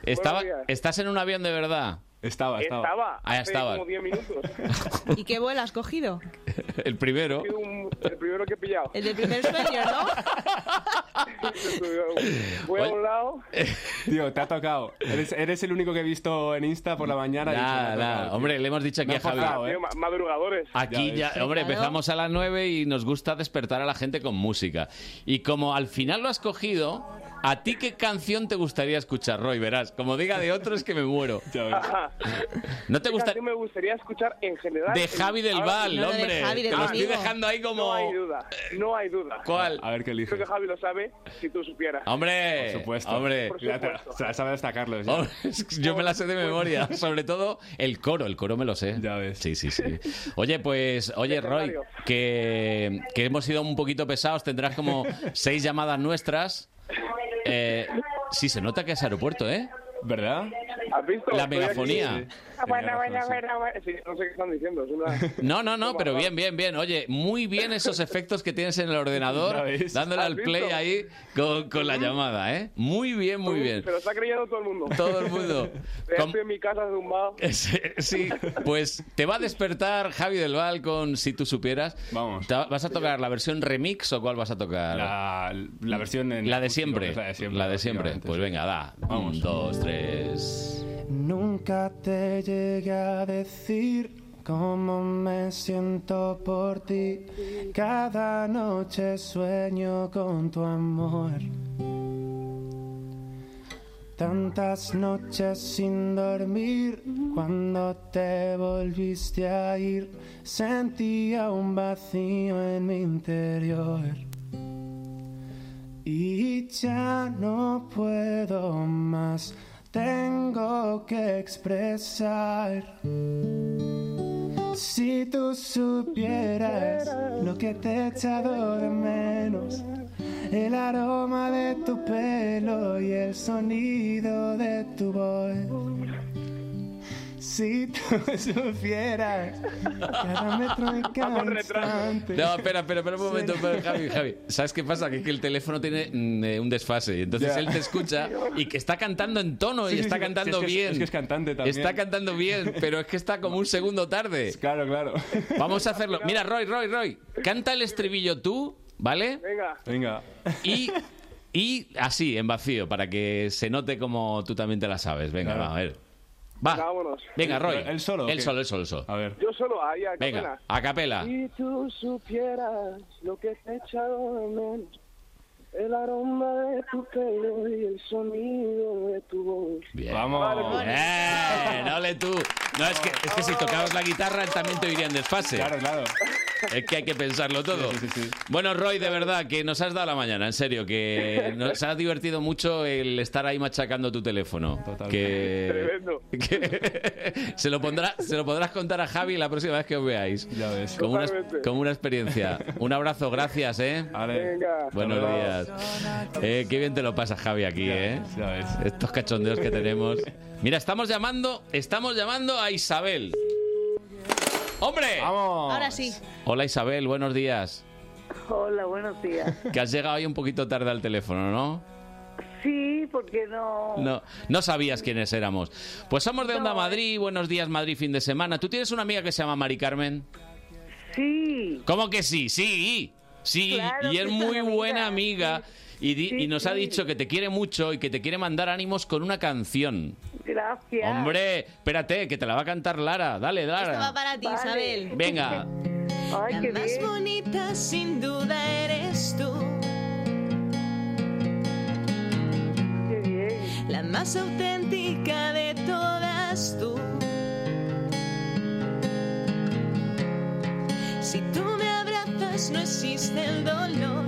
S2: Estaba,
S20: Buenos días.
S2: Estás en un avión de verdad. Estaba,
S20: Estaba.
S2: Ah,
S20: hace
S2: estaba. <laughs>
S20: como 10 minutos.
S9: <laughs> ¿Y qué vuelo has cogido?
S2: El primero.
S20: Ha sido un- el primero que he pillado.
S9: El del primer sueño,
S20: ¿no? Voy a un lado.
S12: Tío, te ha tocado. Eres, eres el único que he visto en Insta por la mañana.
S2: Nada, nada. Hombre, le hemos dicho aquí a Javi.
S12: eh.
S20: Tío, ma- madrugadores.
S2: Aquí ya, hombre, empezamos a las 9 y nos gusta despertar a la gente con música. Y como al final lo has cogido, ¿a ti qué canción te gustaría escuchar, Roy? Verás, como diga de otro es que me muero.
S20: Ajá.
S2: ¿No te
S20: ¿Qué
S2: gusta
S20: canción me gustaría escuchar en general.
S2: De Javi del
S20: Ahora
S2: Val,
S20: mismo.
S2: No, no, de hombre. Javi del Te lo estoy amigo. dejando ahí como-
S20: No hay duda. No hay duda.
S2: cuál?
S12: A ver qué
S20: Creo
S12: eliges.
S20: que Javi lo sabe si tú supieras.
S2: Hombre,
S12: Por supuesto.
S2: hombre.
S12: Por supuesto. Se la sabe destacarlo.
S2: Hombre, Oh, <laughs> es que Yo me la sé de memoria, sobre todo el coro, el coro me lo sé. Ya ves. Sí, sí, sí. Oye, pues, oye,
S20: Este
S2: Roy, que, que hemos sido un poquito pesados,
S20: <laughs>
S2: tendrás como seis llamadas nuestras. Eh, sí, se nota que es aeropuerto, ¿eh?
S12: ¿Verdad?
S20: ¿Has visto?
S2: La
S20: Estoy aquí.
S2: megafonía.
S20: Ah, Bueno, bueno, bueno, bueno. Sí, no sé qué están diciendo. es una-
S2: No, no, no, pero bien, bien, bien. Oye, muy bien esos efectos que tienes en el
S20: Ya
S2: ordenador,
S20: ves.
S2: dándole
S20: ¿Has
S2: al
S20: visto?
S2: play ahí con, con la llamada, ¿eh? Muy bien, muy <laughs> bien.
S20: Se lo está creyendo todo el mundo.
S2: Todo el mundo.
S20: Ya <laughs>
S2: Com-
S20: Estoy en mi casa zumbado.
S2: <laughs> Sí, sí, pues te va a despertar Javi del Val con Si tú supieras. Vamos. ¿Vas a tocar la versión remix o cuál vas a tocar?
S12: La, versión
S2: la de siempre.
S12: es la
S2: La
S12: de
S2: de
S12: siempre,
S2: siempre. Pues venga, da. Un, dos, tres.
S11: Nunca te llegué a decir cómo me siento por ti. Cada noche sueño con tu amor. Tantas noches sin dormir, cuando te volviste a ir, sentía un vacío en mi interior. Y ya no puedo más, tengo que expresar. Si tú supieras lo que te he echado de menos, el aroma de tu pelo y el sonido de tu voz. Si tú <laughs> supieras cada metro y cada instante.
S2: No, espera, espera, espera un momento, espera, Javi, Javi. ¿Sabes qué pasa? Que, es que el teléfono tiene mm, eh, un desfase. y Entonces
S12: Ya.
S2: él te escucha y que está cantando en tono
S12: Sí,
S2: y
S12: sí,
S2: está
S12: sí,
S2: cantando
S12: sí, es que es-
S2: bien.
S12: es que es cantante también.
S2: Está cantando bien, pero es que está como un segundo tarde.
S12: <laughs> Claro, claro.
S2: Vamos a hacerlo. Mira, Roy, Roy, Roy. Canta el estribillo tú, ¿vale?
S20: Venga.
S12: Venga.
S2: Y, y así, en vacío, para que se note como tú también te la sabes. Venga,
S12: Claro.
S2: va, a ver. Va.
S20: Vámonos.
S2: Venga, Roy.
S12: ¿El solo o
S2: El
S12: qué?
S2: solo, el solo, el solo.
S12: A ver.
S20: Yo solo ahí a
S2: Venga, a capela.
S20: Si tú supieras lo que te he echado de menos, el aroma de tu pelo y el sonido de tu voz.
S2: Bien.
S12: Vamos.
S2: Bien, ole tú. No, es que, es que si tocabas la guitarra también te irían desfase.
S12: Claro, claro.
S2: Es que hay que pensarlo todo. Bueno, Roy, de verdad, que nos has dado la mañana, en serio, que nos ha divertido mucho el estar ahí machacando tu teléfono. Que,
S20: Tremendo.
S2: que- se, lo pondrá, se lo podrás contar a Javi la próxima vez que os veáis. Como una,
S20: Totalmente.
S2: como una experiencia. Un abrazo, gracias, ¿eh?
S20: Venga.
S2: Buenos
S20: Hasta luego.
S2: días. Eh, qué bien te lo pasas, Javi, aquí, ¿eh? Estos cachondeos que tenemos. Mira, estamos llamando, estamos llamando a Isabel. ¡Hombre! ¡Vamos!
S5: Ahora sí.
S2: Hola, Isabel, buenos días.
S5: Hola, buenos días.
S2: Que has llegado hoy un poquito tarde al teléfono, ¿no?
S5: Sí, porque no.
S2: No, no sabías quiénes éramos. Pues somos de Onda Madrid, buenos días Madrid, fin de semana. ¿Tú tienes una amiga que se llama Mari Carmen?
S5: Sí.
S2: ¿Cómo que sí? Sí, sí.
S5: Claro
S2: y es
S5: que es
S2: muy
S5: una
S2: buena amiga. Y, di-
S5: Sí,
S2: y nos ha
S5: sí.
S2: dicho que te quiere mucho y que te quiere mandar ánimos con una canción.
S21: gracias.
S2: Hombre, espérate, que te la va a cantar Lara. Dale,
S13: Esto va
S2: Lara.
S13: para ti,
S21: Vale.
S13: Isabel.
S2: Venga.
S13: la
S21: qué
S13: más
S21: bien.
S13: bonita sin duda eres tú. La más auténtica de todas tú. Si tú me abrazas no existe el dolor.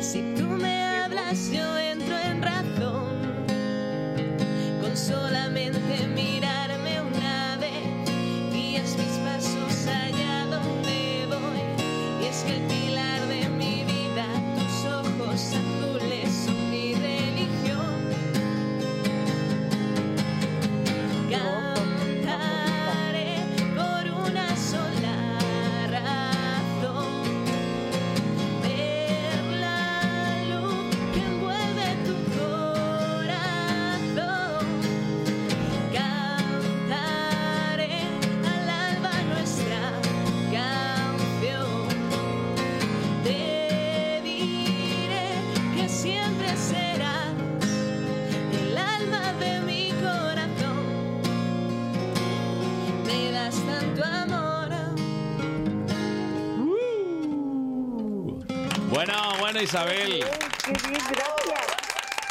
S13: Si tú me hablas yo entro en razón con solamente mirarme una vez guías mis pasos allá donde voy y es que el pilar de mi vida tus ojos azules son mi religión cantaré por una sola razón ver la luz que envuelve tu corazón Cantaré al alba nuestra canción. Te diré que siempre serás el alma de mi corazón. Me das tanto amor.
S2: Bueno, bueno, Isabel.
S21: Qué bien, gracias.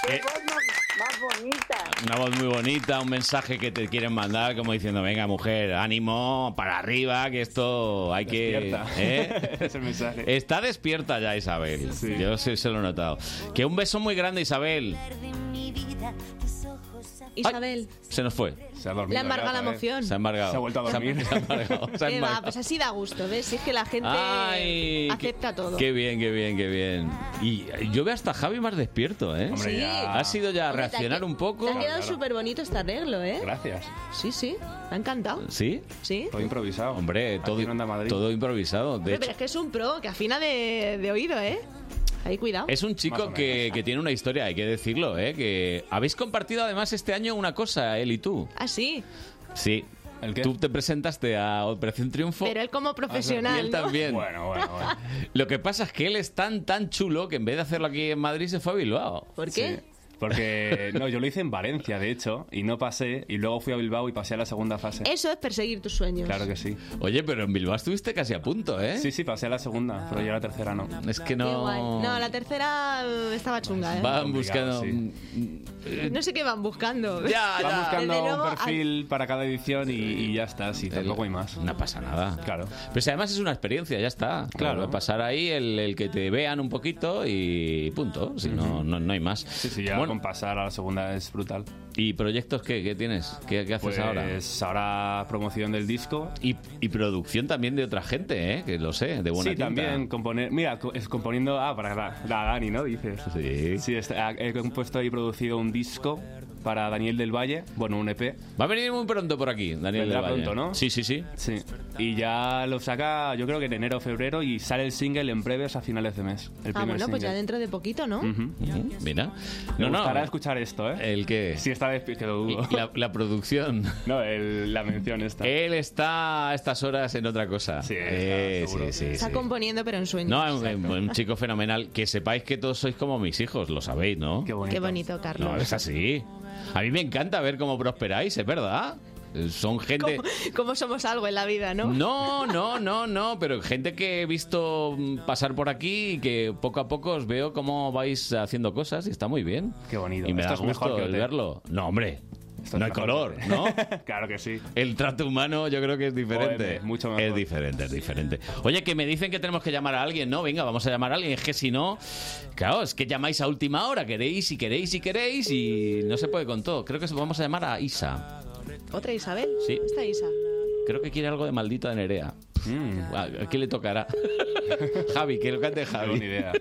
S21: Qué
S2: Eh.
S21: voz más- más bonita.
S2: Una voz muy bonita, un mensaje que te quieren mandar, como diciendo, venga, mujer, ánimo, para arriba, que esto hay que...
S12: Despierta. <laughs>
S2: ¿Eh?
S12: es el mensaje.
S2: Está despierta ya Isabel. Yo sí se lo he notado. Que un beso muy grande, Isabel.
S9: Isabel,
S2: Se nos fue.
S12: Se ha
S9: Le ha embargado ya otra la vez. emoción.
S2: Se ha embargado.
S12: Se ha vuelto a dormir.
S2: Se ha embargado. se ha
S9: eh, va, <laughs>
S2: embargado.
S9: pues así da gusto, ¿ves? Si es que la gente
S2: Ay,
S9: acepta todo.
S2: Qué bien, qué bien, qué bien. Y eh, yo veo hasta Javi más despierto, ¿eh?
S9: Hombre, Sí. ya.
S2: Ha sido ya a
S9: Hombre, te ha
S2: reaccionar
S9: que-
S2: un poco.
S9: Te ha quedado súper bonito este arreglo, ¿eh?
S2: Gracias.
S9: Sí, sí, me ha encantado.
S2: ¿Sí?
S9: Sí.
S2: Todo improvisado. Hombre, todo, todo improvisado. De
S9: Hombre,
S2: hecho,
S9: pero es que es un pro, que afina de, de oído, ¿eh? Ahí, cuidado.
S2: Es un chico que, que tiene una historia, hay que decirlo, ¿eh? Que habéis compartido además este año una cosa, él y tú.
S9: Ah, sí.
S2: Sí. Tú te presentaste a Operación Triunfo.
S9: Pero él como profesional,
S2: Ah, Y él
S9: ¿no?
S2: también.
S9: Bueno,
S2: bueno, bueno. <laughs> Lo que pasa es que él es tan, tan chulo que en vez de hacerlo aquí en Madrid se fue a Bilbao.
S9: ¿Por qué?
S12: Porque, Eh, no, yo lo hice en Valencia, de hecho, y no pasé, y luego fui a Bilbao y pasé a la segunda fase.
S2: ¿Eh?
S9: Eso es perseguir tus sueños.
S12: Claro que sí.
S2: Oye, pero en Bilbao estuviste casi a punto, ¿eh?
S12: Sí, sí, pasé a la segunda, pero yo a la tercera no.
S2: Es que
S9: Qué guay. No, la tercera eh, estaba chunga, ¿eh?
S2: Van buscando... Mm, eh,
S9: No sé qué van buscando.
S12: Ya,
S9: Desde
S12: buscando
S9: luego, ah,
S12: un
S9: al-
S12: perfil para cada edición y, y ya está, sí, tampoco hay más.
S2: No pasa nada.
S12: Claro.
S2: Pero si además es una experiencia, ya está. Claro. Pasar ahí el, el que te vean un poquito y punto. Si no, no, no hay más. Sí, sí, ya con
S12: pasar a la segunda es brutal.
S2: ¿Y proyectos qué, qué tienes? ¿Qué, qué haces
S12: Pues
S2: ahora?
S12: ahora promoción del disco.
S2: Y, y producción también de otra gente, ¿eh? Que lo sé, de buena
S12: sí,
S2: tinta.
S12: también componer. Mira, co- es componiendo. Ah, para la, la Dani, ¿no? Dices.
S2: Sí.
S12: Sí, está- ah, he compuesto y producido un disco para Daniel del Valle. Bueno, un EP.
S2: Va a venir muy pronto por aquí, Daniel
S12: Vendrá
S2: del Valle.
S12: pronto, ¿no?
S2: Sí, sí, sí.
S12: Sí. Y ya lo saca, yo creo que en enero o febrero. Y sale el single en breves a finales de mes. El
S9: Ah,
S12: primer
S9: bueno, pues ya
S12: single.
S9: dentro de poquito, ¿no?
S12: Ujú.
S2: Mira.
S12: Me
S2: No, no.
S12: gustará escuchar esto, ¿eh?
S2: ¿El qué?
S12: Sí, está vez que lo dudo.
S2: La, la producción.
S12: No, el- la mención esta.
S2: Él está a estas horas en otra cosa. Sí, eh, sí, sí,
S9: Está
S2: sí.
S9: componiendo, pero en sueños.
S2: No, un- un, un chico fenomenal. Que sepáis que todos sois como mis hijos, lo sabéis, ¿no? Qué
S9: Qué bonito, Carlos.
S2: No, es así. A mí me encanta ver cómo prosperáis, es verdad. Eh, Son gente...
S9: Como somos algo en la vida, ¿no?
S2: No, no, no, no, pero gente que he visto mm, pasar por aquí y que poco a poco os veo cómo vais haciendo cosas y está muy bien. Qué bonito. Y me
S12: Esto
S2: da
S12: es mejor
S2: gusto
S12: que
S2: el
S12: OT.
S2: verlo. No, hombre. no hay color, ¿no?
S12: <laughs> claro que sí.
S2: El trato humano yo creo que es diferente.
S12: Joder, mucho mejor.
S2: Es diferente, es diferente. Oye, que me dicen que tenemos que llamar a alguien, ¿no? Venga, vamos a llamar a alguien. Es que si no, claro, es que llamáis a última hora. Queréis y queréis y queréis y no se puede con todo. Creo que vamos a llamar a Isa.
S9: ¿Otra Isabel?
S2: Sí.
S9: Esta Isa.
S2: Creo que quiere algo de maldita de Nerea. Mm. ¿A qué le tocará? <laughs> Javi, que lo cante Javi.
S12: ni idea.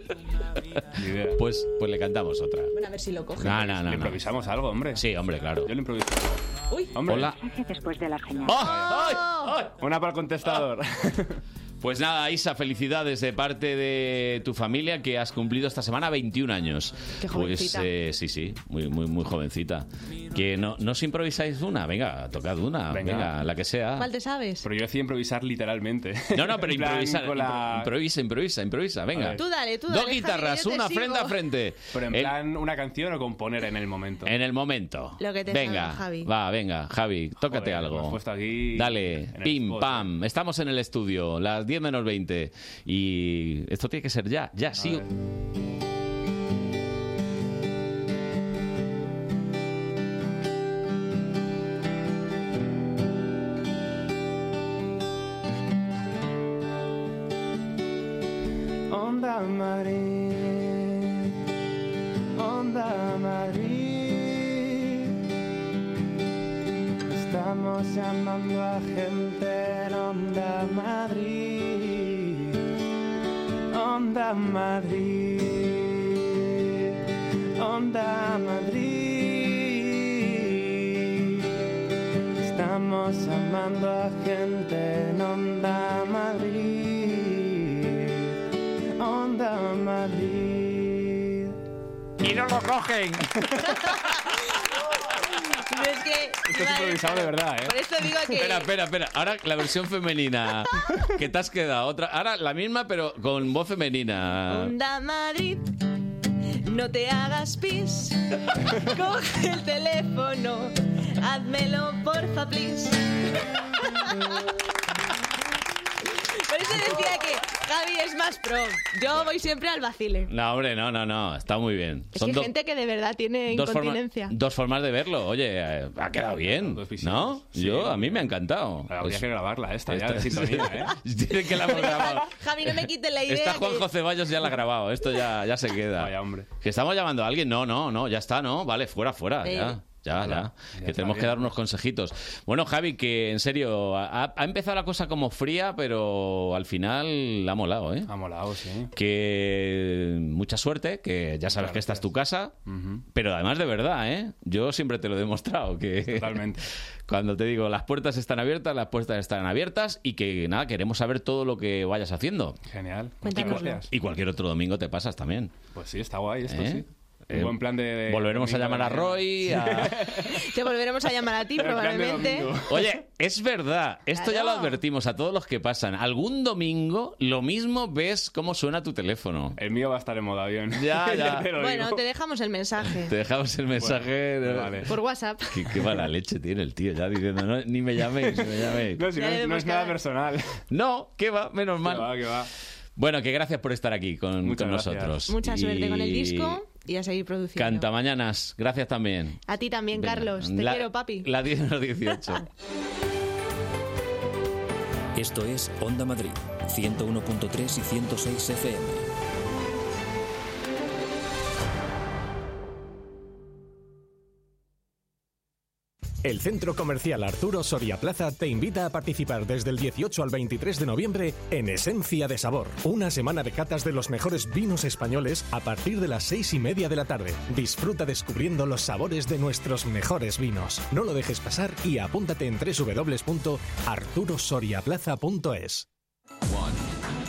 S2: Pues, pues le cantamos otra.
S9: Bueno, a ver si lo coge.
S2: No, no, no.
S12: ¿Le
S2: improvisamos algo, hombre? Sí, hombre, claro. Yo
S12: lo improviso.
S9: Uy.
S12: Hombre.
S2: Hola.
S12: Después de la
S9: ¡Oh!
S2: Ah.
S12: Una para el contestador.
S2: Pues nada, Isa, felicidades de parte de tu familia que has cumplido esta semana 21 años.
S9: Qué
S2: pues
S9: jovencita.
S2: eh, sí, sí, muy, muy, muy jovencita. Que no, no os improvisáis una, venga, tocad una, venga,
S12: Venga.
S2: la que sea.
S9: Mal te sabes.
S12: Pero yo hacía improvisar literalmente.
S2: <laughs> No, no, pero
S12: En plan,
S2: improvisar,
S12: con la-
S2: impro- improvisa, improvisa, improvisa, venga.
S9: Tú dale, tú dale.
S2: Dos guitarras, una frente a frente.
S12: Pero en
S2: El-
S12: plan, una canción o componer en el momento.
S2: En el momento.
S12: Lo que te
S2: venga,
S12: salga, Javi.
S2: va, venga, Javi, tócate
S12: Joder, me
S2: algo.
S12: has puesto aquí
S2: Dale,
S12: en el
S2: pim,
S12: spot. eh.
S2: pam. Estamos en el estudio, las 10 menos 20. Y esto tiene que ser ya, ya, sí.
S11: Onda Madrid, Onda Madrid. Estamos llamando a gente en Onda Madrid, Onda Madrid, Onda Madrid. Estamos llamando a gente en Onda Madrid. Onda Madrid.
S12: Y no lo cogen.
S9: No, es que.
S2: Esto es improvisado de verdad, ¿eh?
S9: Por eso digo que.
S2: Espera, espera, espera. Ahora la versión
S9: <laughs>
S2: femenina. que te has quedado? Otra, ahora la misma, pero con voz femenina.
S9: Onda Madrid, no te hagas pis. Coge el teléfono, házmelo porfa, please. Por eso decía que Javi es más pro. Yo voy siempre al vacile.
S2: No, hombre, no, no, no. Está muy bien.
S9: Es
S2: Son
S9: que
S2: do-
S9: gente que de verdad tiene
S2: dos, forma-
S9: incontinencia.
S2: dos formas de verlo. Oye, eh, ha quedado bien. ¿No? Yo, a mí me ha encantado.
S12: Habría que grabarla esta, ya, de
S2: <laughs>
S12: sintonía,
S2: ¿eh? Tienen que la hemos grabado.
S9: Javi, no me quite la idea.
S2: Está
S9: que-
S2: Juanjo Ceballos, ya la ha grabado. Esto ya, ya se queda. ¿Que estamos llamando a alguien? No, no, no. Ya está, ¿no? Vale, fuera, fuera.
S9: Sí.
S2: Ya. Ya, ya, que tenemos que
S12: bien.
S2: dar unos consejitos. Bueno, Javi, que en serio, ha, ha empezado la cosa como fría, pero al final ha molado, ¿eh? Ha
S12: molado, sí.
S2: Que mucha suerte, que ya sabes que esta es tu casa, pero además de verdad, ¿eh? Yo siempre te lo he demostrado que <laughs> cuando te digo las puertas están abiertas, las puertas están abiertas y que nada, queremos saber todo lo que vayas haciendo.
S12: Genial.
S2: Y, cua- y cualquier otro domingo te pasas también.
S12: Pues sí, está guay esto,
S2: ¿Eh?
S12: sí.
S2: Eh,
S12: Un buen plan de... de-
S2: Volveremos a
S12: domingo
S2: llamar a
S12: de mañana. <laughs>
S2: Roy. a-
S9: <laughs> Te volveremos a llamar a ti,
S12: Pero en plan de
S9: probablemente.
S2: Oye, es verdad, esto ya lo advertimos a todos los que pasan. Algún domingo lo mismo ves cómo suena tu teléfono.
S12: El mío va a estar en modo avión. <laughs>
S2: Ya, ya.
S12: te lo
S9: Bueno, te dejamos el mensaje.
S2: Te dejamos el mensaje. de-
S9: Por WhatsApp.
S2: Qué, qué mala leche tiene el tío, ya diciendo, no, ni me llaméis, ni me llaméis.
S12: No, si no,
S2: Ya
S12: es- no
S2: vemos
S12: es nada
S2: cada-
S12: personal.
S2: No, que va, menos mal. Bueno, que gracias por estar aquí con,
S12: Muchas
S2: con
S12: gracias.
S2: nosotros.
S9: Mucha suerte con el
S2: Y
S9: disco y a seguir produciendo.
S2: Canta mañanas, gracias también.
S9: A ti también,
S2: Venga,
S9: Carlos. Te
S2: la-
S9: quiero, papi.
S2: La 10 menos
S9: <laughs>
S2: 18.
S22: Esto es Onda Madrid, 101.3 y 106 FM.
S16: El Centro Comercial Arturo Soria Plaza te invita a participar desde el 18 al 23 de noviembre en Esencia de Sabor, una semana de catas de los mejores vinos españoles a partir de las seis y media de la tarde. Disfruta descubriendo los sabores de nuestros mejores vinos. No lo dejes pasar y apúntate en www.arturosoriaplaza.es.
S1: One,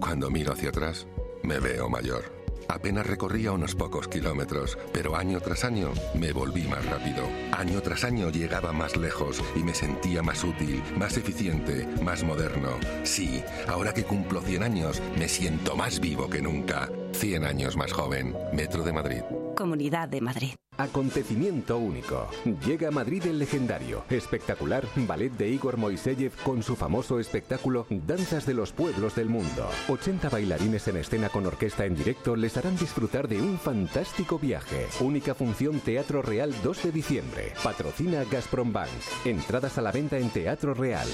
S23: Cuando miro hacia atrás, me veo mayor. Apenas recorría unos pocos kilómetros, pero año tras año me volví más rápido. Año tras año llegaba más lejos y me sentía más útil, más eficiente, más moderno. Sí, ahora que cumplo 100 años, me siento más vivo que nunca. 100 años más joven, Metro de Madrid.
S24: Comunidad de Madrid.
S15: Acontecimiento único. Llega a Madrid el legendario, espectacular ballet de Igor Moiseyev con su famoso espectáculo Danzas de los Pueblos del Mundo. 80 bailarines en escena con orquesta en directo les harán disfrutar de un fantástico viaje. Única función Teatro Real 2 de diciembre. Patrocina Gazprom Bank. Entradas a la venta en Teatro Real.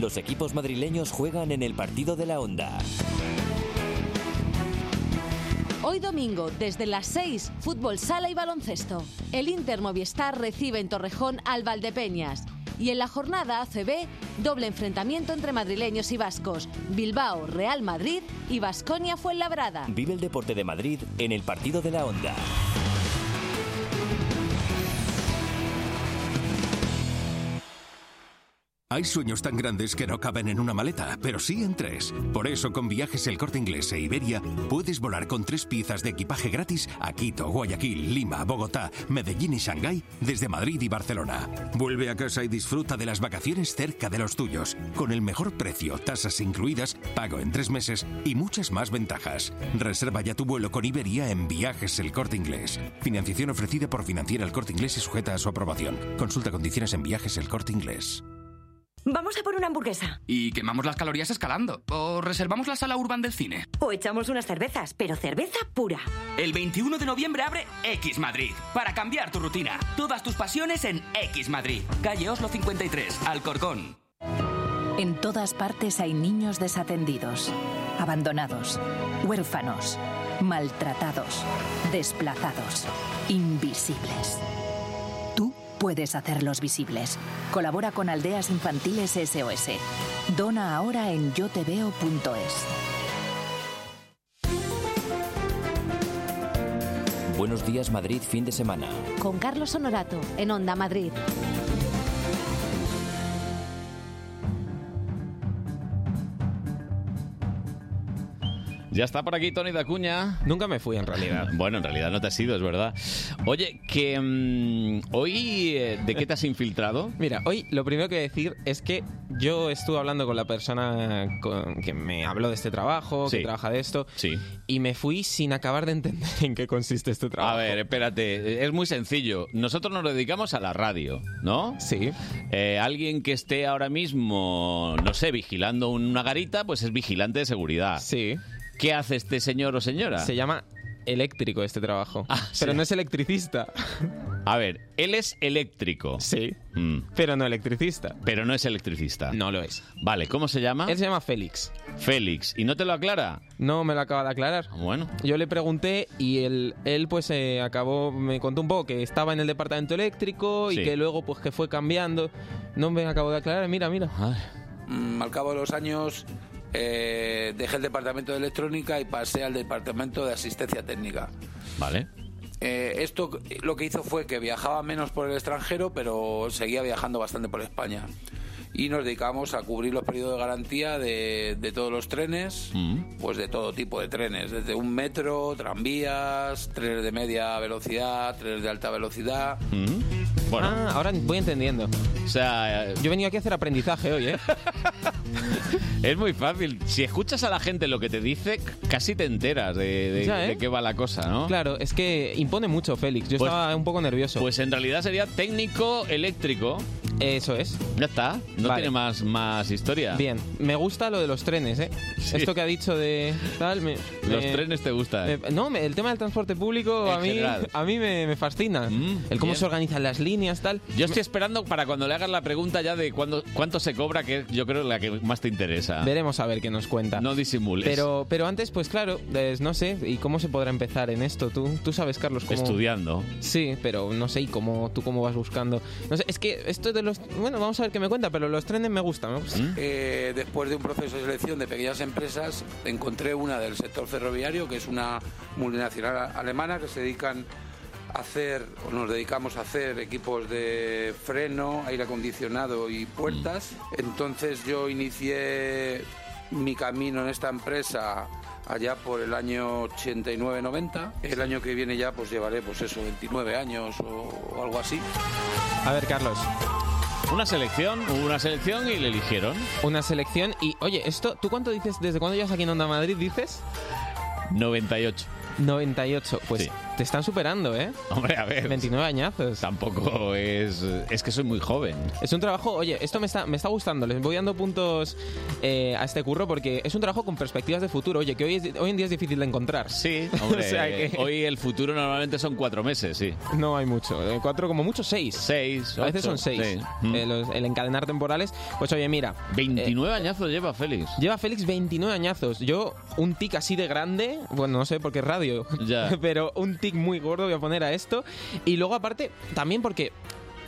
S1: Los equipos madrileños juegan en el partido de la onda.
S18: Hoy domingo, desde las 6, fútbol sala y baloncesto. El Inter Movistar recibe en Torrejón al Valdepeñas. Y en la jornada ACB, doble enfrentamiento entre madrileños y vascos. Bilbao, Real Madrid y Vasconia Fuenlabrada.
S1: Vive el deporte de Madrid en el partido de la onda.
S16: Hay sueños tan grandes que no caben en una maleta, pero sí en tres. Por eso con viajes El Corte Inglés e Iberia puedes volar con tres piezas de equipaje gratis a Quito, Guayaquil, Lima, Bogotá, Medellín y Shanghái desde Madrid y Barcelona. Vuelve a casa y disfruta de las vacaciones cerca de los tuyos, con el mejor precio, tasas incluidas, pago en tres meses y muchas más ventajas. Reserva ya tu vuelo con Iberia en viajes El Corte Inglés. Financiación ofrecida por Financiera El Corte Inglés y sujeta a su aprobación. Consulta condiciones en viajes El Corte Inglés.
S17: Vamos a por una hamburguesa.
S3: Y quemamos las calorías escalando. O reservamos la sala urban del cine.
S17: O echamos unas cervezas, pero cerveza pura.
S3: El 21 de noviembre abre X Madrid. Para cambiar tu rutina. Todas tus pasiones en X Madrid. Calle Oslo 53, Alcorcón.
S19: En todas partes hay niños desatendidos, abandonados, huérfanos, maltratados, desplazados, invisibles. Tú puedes hacerlos visibles. Colabora con Aldeas Infantiles SOS. Dona ahora en yoteveo.es.
S1: Buenos días Madrid fin de semana.
S18: Con Carlos Honorato, en Onda Madrid.
S2: Ya está por aquí Tony Dacuña. Nunca me fui en realidad. <laughs> Bueno, en realidad no te has ido, es verdad. Oye, que mm, hoy eh, de qué te has infiltrado?
S7: Mira, hoy lo primero que decir es que yo estuve hablando con la persona con- que me habló de este trabajo, que trabaja de esto, y me fui sin acabar de entender <laughs> en qué consiste este trabajo.
S2: A ver, espérate, es muy sencillo. Nosotros nos dedicamos a la radio, ¿no? Eh,
S7: Sí.
S2: alguien que esté ahora mismo, no sé, vigilando una garita, pues es vigilante de seguridad.
S7: Sí.
S2: ¿Qué hace este señor o señora? Ah,
S7: Se llama eléctrico este trabajo, pero no es electricista.
S2: A ver, él es eléctrico. Mm,
S7: Sí. Pero no electricista.
S2: Pero no es electricista.
S7: No lo es.
S2: Vale, ¿cómo se llama?
S7: Él se llama Félix.
S2: Félix. ¿Y no te lo aclara? Ah,
S7: No me lo acaba de aclarar.
S2: Bueno.
S7: Yo le pregunté y él, él pues eh, acabó, me contó un poco que estaba en el departamento eléctrico y
S8: Sí.
S7: que luego pues que fue cambiando. No me acabo de aclarar, mira, mira.
S2: Ah,
S8: Mm, al cabo de los años eh, dejé el departamento de electrónica y pasé al departamento de asistencia técnica.
S2: Vale.
S8: Eh, esto lo que hizo fue que viajaba menos por el extranjero, pero seguía viajando bastante por España. Y nos dedicamos a cubrir los periodos de garantía de, de todos los trenes, pues de todo tipo de trenes, desde un metro, tranvías, trenes de media velocidad, trenes de alta velocidad.
S2: mm. Bueno.
S7: Ah, ahora voy entendiendo.
S2: O sea, eh,
S7: yo he venido aquí a hacer aprendizaje hoy, ¿eh?
S2: <laughs> Es muy fácil. Si escuchas a la gente lo que te dice, c- casi te enteras de, de-
S7: Ya, ¿eh?
S2: de qué va la cosa, ¿no?
S7: Claro, es que impone mucho Félix. Yo
S2: Pues-
S7: estaba un poco nervioso.
S2: Pues en realidad sería técnico eléctrico.
S7: Eso es.
S2: Ya está. No
S7: Vale.
S2: tiene más, más historia.
S7: Bien, me gusta lo de los trenes, ¿eh? Esto que ha dicho de tal... me-
S2: Los
S7: me-
S2: trenes eh. te gustan.
S7: me- no, me- el tema del transporte público a
S2: En
S7: mí,
S2: general. Mm,
S7: a mí me, me fascina. el cómo
S2: bien.
S7: se organizan las líneas, tal.
S2: Yo estoy esperando para cuando le hagas la pregunta ya de cuándo, cuánto se cobra, que yo creo la que más te interesa.
S7: Veremos a ver qué nos cuenta.
S2: No disimules.
S7: Pero, pero antes, pues claro, pues, no sé, ¿y cómo se podrá empezar en esto? Tú, tú sabes, Carlos, cómo...
S2: Estudiando.
S7: Sí, pero no sé, ¿y cómo, tú cómo vas buscando? No sé, es que esto de los... Bueno, vamos a ver qué me cuenta, pero los trenes me gustan, me
S2: Mm.
S7: gustan.
S8: Eh, después de un proceso de selección de pequeñas empresas, encontré una del sector ferroviario, que es una multinacional a- alemana que se dedican a hacer, o nos dedicamos a hacer equipos de freno, aire acondicionado y puertas. Entonces yo inicié mi camino en esta empresa allá por el año 89-90. El año que viene ya pues llevaré pues eso, 29 años o- o algo así.
S7: A ver, Carlos.
S2: Una selección, hubo una selección y le eligieron.
S7: Una selección y, oye, esto, ¿tú cuánto dices? ¿Desde cuándo llevas aquí en Onda Madrid? ¿Dices?
S2: 98.
S7: 98. Pues Te están superando, ¿eh?
S2: Hombre, a ver.
S7: 29 añazos.
S2: Tampoco es. Es que soy muy joven.
S7: Es un trabajo, oye, esto me está, me está gustando, les voy dando puntos eh, a este curro porque es un trabajo con perspectivas de futuro, oye, que hoy, es- hoy en día es difícil de encontrar.
S2: Sí, Hombre,
S7: <laughs> <laughs> o sea que
S2: hoy el futuro normalmente son cuatro meses, sí.
S7: no hay mucho, eh, cuatro como mucho, seis.
S2: Seis.
S7: A veces son
S2: ocho,
S7: seis.
S2: sí. Mm.
S7: Eh, los- el encadenar temporales. Pues oye, mira. eh,
S2: 29 añazos lleva Félix.
S7: Lleva Félix 29 añazos. Yo, un tic así de grande, bueno, no sé por qué es radio, <laughs> pero un tic muy gordo voy a poner a esto. Y luego, aparte, también porque.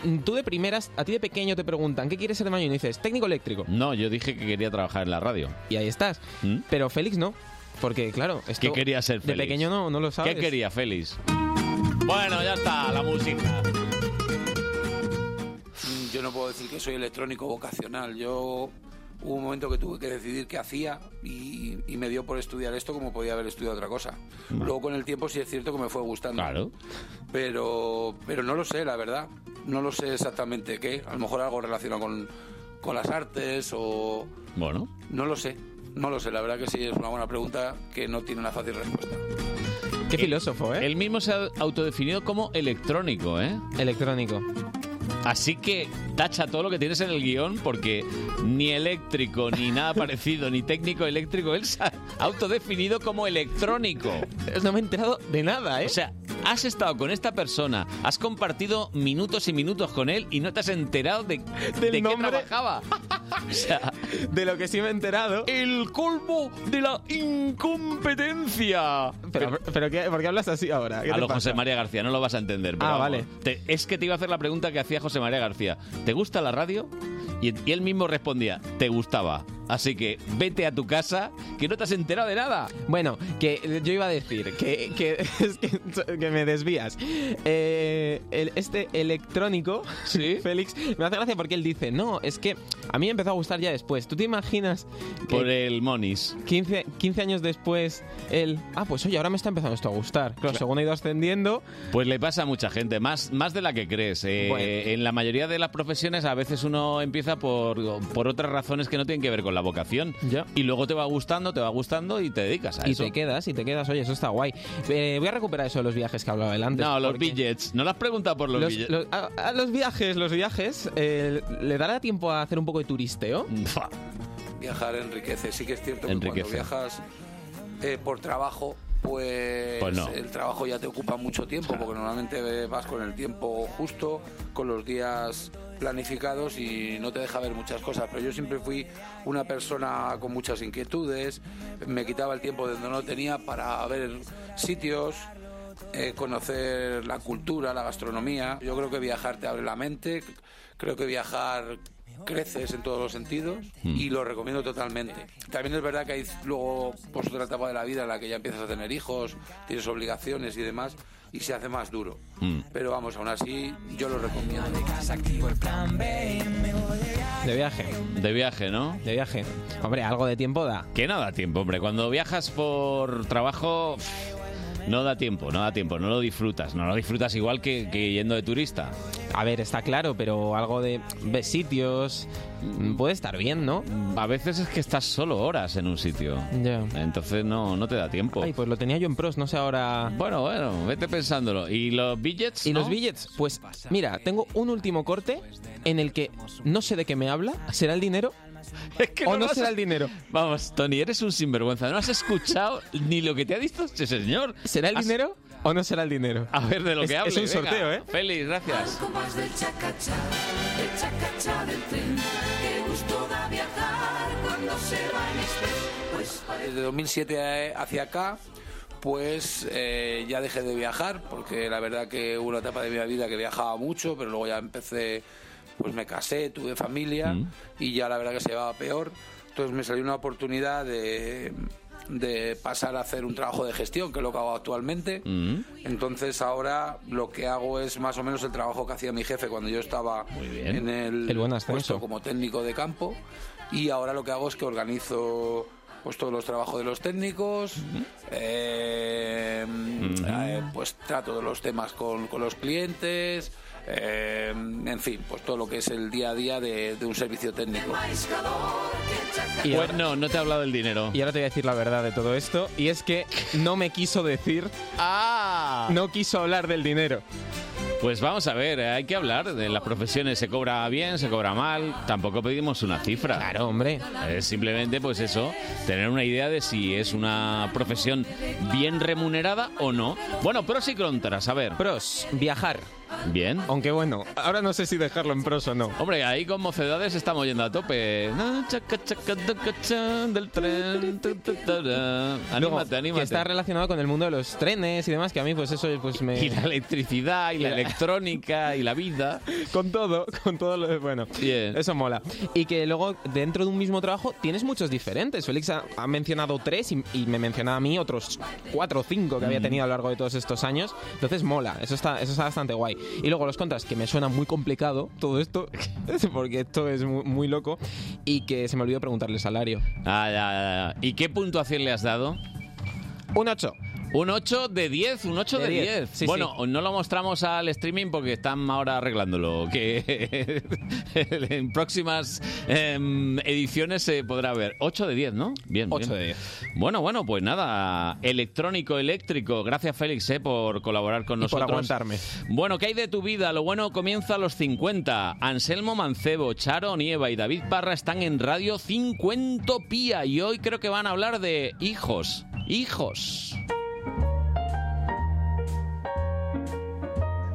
S7: mm, Tú de primeras, a ti de pequeño te preguntan, ¿qué quieres ser de mayor? Y dices, técnico eléctrico.
S2: No, yo dije que quería trabajar en la radio. ¿Mm?
S7: Y ahí estás. Pero Félix no. Porque, claro, esto,
S2: ¿Qué quería ser
S7: de
S2: Félix?
S7: pequeño no, no lo sabes.
S2: ¿Qué quería Félix? Bueno, ya está, la música.
S8: Mm, Yo no puedo decir que soy electrónico vocacional. Yo hubo un momento que tuve que decidir qué hacía y, y me dio por estudiar esto como podía haber estudiado otra cosa. Luego con el tiempo sí es cierto que me fue gustando.
S2: Mm. Claro.
S8: Pero, pero no lo sé, la verdad. No lo sé exactamente qué. A lo mejor algo relacionado con, con las artes o...
S2: Bueno.
S8: No lo sé. No lo sé, la verdad que sí es una buena pregunta que no tiene una fácil respuesta.
S7: Qué filósofo, ¿eh?
S2: Él mismo se ha autodefinido como electrónico, ¿eh?
S7: Electrónico.
S2: Así que tacha todo lo que tienes en el guión porque ni eléctrico, ni nada <laughs> parecido, ni técnico eléctrico, él se ha autodefinido como electrónico.
S7: No me he enterado de nada, ¿eh?
S2: O sea, has estado con esta persona, has compartido minutos y minutos con él y no te has enterado de, de qué trabajaba. <laughs> O sea,
S7: de lo que sí me he enterado.
S2: El colmo de la incompetencia.
S7: Pero, pero ¿qué- ¿por qué hablas así ahora? ¿Qué
S2: A
S7: te
S2: lo
S7: pasa?
S2: José María García, no lo vas a entender. pero
S7: Ah,
S2: vamos.
S7: vale.
S2: Te- es que te iba a hacer la pregunta que hacía José María García. ¿Te gusta la radio? Y, y él mismo respondía, te gustaba. Así que vete a tu casa, que no te has enterado de nada.
S7: Bueno, que yo iba a decir que, que, <laughs> es que, que me desvías. Eh, el- este electrónico, <laughs> Félix, me hace gracia porque él dice, no, es que a mí me empezó a gustar ya después. ¿Tú te imaginas?
S2: Por el Monis.
S7: 15, 15 años después, él, ah, pues oye, ahora me está empezando esto a gustar. Claro, según ha ido ascendiendo,
S2: Pues le pasa a mucha gente, más, más de la que crees. Eh,
S7: Bueno.
S2: En la mayoría de las profesiones a veces uno empieza por, por otras razones que no tienen que ver con la vocación. Y luego te va gustando, te va gustando y te dedicas a
S7: y
S2: eso.
S7: te quedas, y te quedas, oye, eso está guay. Eh, voy a recuperar eso de los viajes que hablaba él antes.
S2: No, los
S7: porque-
S2: billets. No lo has preguntado por los, billets.
S7: los- a, a los viajes, los viajes, eh, ¿le dará tiempo a hacer un poco de turisteo?
S8: Viajar enriquece. Sí que es cierto que
S7: Enriquece.
S8: cuando viajas eh, por trabajo, pues,
S7: Pues no.
S8: el trabajo ya te ocupa mucho tiempo, porque normalmente eh, vas con el tiempo justo, con los días planificados y no te deja ver muchas cosas. Pero yo siempre fui una persona con muchas inquietudes, me quitaba el tiempo de donde no tenía para ver sitios. eh, conocer la cultura, la gastronomía. Yo creo que viajar te abre la mente, creo que viajar creces en todos los sentidos y lo recomiendo totalmente. También es verdad que hay luego pues, otra etapa de la vida en la que ya empiezas a tener hijos, tienes obligaciones y demás y se hace más duro. Pero vamos, aún así yo lo recomiendo.
S7: De viaje.
S2: De viaje, ¿no?
S7: De viaje. Hombre, algo de tiempo da.
S2: Que no da tiempo, hombre. Cuando viajas por trabajo, pff, no da tiempo, no da tiempo. No lo disfrutas. No lo disfrutas igual que, que yendo de turista.
S7: A ver, está claro, pero algo de ves sitios mm, puede estar bien, ¿no?
S2: Mm, A veces es que estás solo horas en un sitio.
S7: Ya.
S2: Entonces no, no te da tiempo.
S7: Ay, pues lo tenía yo en pros, no sé ahora.
S2: Bueno, bueno, vete pensándolo. ¿Y los billets?
S7: Y
S2: no?
S7: los billets, pues mira, tengo un último corte en el que no sé de qué me habla, ¿será el
S2: <laughs>
S7: dinero? o no,
S2: lo has-
S7: será el dinero.
S2: Vamos, Tony, eres un sinvergüenza. No has escuchado ni lo que te ha dicho este señor.
S7: ¿Será el
S2: Has-
S7: dinero o no será el dinero?
S2: A ver de lo
S7: Es-
S2: que hable.
S7: Es un
S2: venga.
S7: sorteo, ¿eh?
S2: Félix, gracias.
S10: compás del chacachá, el chacachá del tren. Qué gusto da viajar cuando se va en este. Pues
S8: Desde 2007 hacia acá, pues eh, ya dejé de viajar, porque la verdad que hubo una etapa de mi vida que viajaba mucho, pero luego ya empecé, pues me casé, tuve familia y ya la verdad que se llevaba peor. Entonces me salió una oportunidad de, de pasar a hacer un trabajo de gestión, que es lo que hago actualmente. Entonces ahora lo que hago es más o menos el trabajo que hacía mi jefe cuando yo estaba en el,
S7: El buen ascenso.
S8: puesto como técnico de campo y ahora lo que hago es que organizo pues todos los trabajos de los técnicos, eh, eh, pues trato de los temas con, con los clientes, eh, en fin, pues todo lo que es el día a día de, de un servicio técnico.
S7: Y ahora-
S2: Bueno, no te he hablado del dinero.
S7: Y ahora te voy a decir la verdad de todo esto, y es que no me quiso decir
S2: Ah.
S25: Ah,
S7: No quiso hablar del dinero.
S2: Pues vamos a ver, hay que hablar de las profesiones. Se cobra bien, se cobra mal. Tampoco pedimos una cifra. Claro,
S7: hombre.
S2: simplemente, pues eso, tener una idea de si es una profesión bien remunerada o no. Bueno, pros y contras, a ver.
S7: Pros, viajar.
S2: Bien.
S7: Aunque bueno, ahora no sé si dejarlo en pros o no.
S2: Hombre, ahí con mocedades estamos yendo a tope. Na, chaca, chaca, taca, chan, Del tren. tu, tu, tará.
S7: Luego,
S2: Anímate,
S7: Que está
S2: anímate.
S7: relacionado con el mundo de los trenes y demás, que a mí pues eso pues me...
S2: <laughs> Y la
S7: <laughs>
S2: electricidad, y la electrónica, y la vida.
S7: Con todo, con todo lo de... Bueno, eso mola. Y que luego dentro de un mismo trabajo tienes muchos diferentes. Félix ha, ha mencionado tres y, y me mencionaba a mí otros cuatro o cinco que había
S2: Mm.
S7: tenido a lo largo de todos estos años. Entonces mola, eso está, eso está bastante guay. Y luego los contras, que me suena muy complicado todo esto, <laughs> porque esto es muy, muy loco, y que se me olvidó preguntarle el salario.
S2: Ah, ya, ya, ya. ¿Y qué puntuación le has dado?
S7: Un 8.
S2: Un 8 de 10, un 8 de
S7: De 10,
S2: 10.
S7: sí,
S2: bueno, no lo mostramos al streaming porque están ahora arreglándolo. Que <laughs> en próximas em, ediciones se podrá ver. 8 de 10, ¿no? Bien.
S7: 8
S2: bien.
S7: de
S2: Bueno, bueno, pues nada. Electrónico, eléctrico. Gracias, Félix, eh, por colaborar con
S7: Y por
S2: nosotros.
S7: aguantarme.
S2: Bueno, ¿qué hay de tu vida? Lo bueno comienza a los 50. Anselmo Mancebo, Charo Nieva y David Parra están en Radio 50 Pía y hoy creo que van a hablar de hijos. Hijos.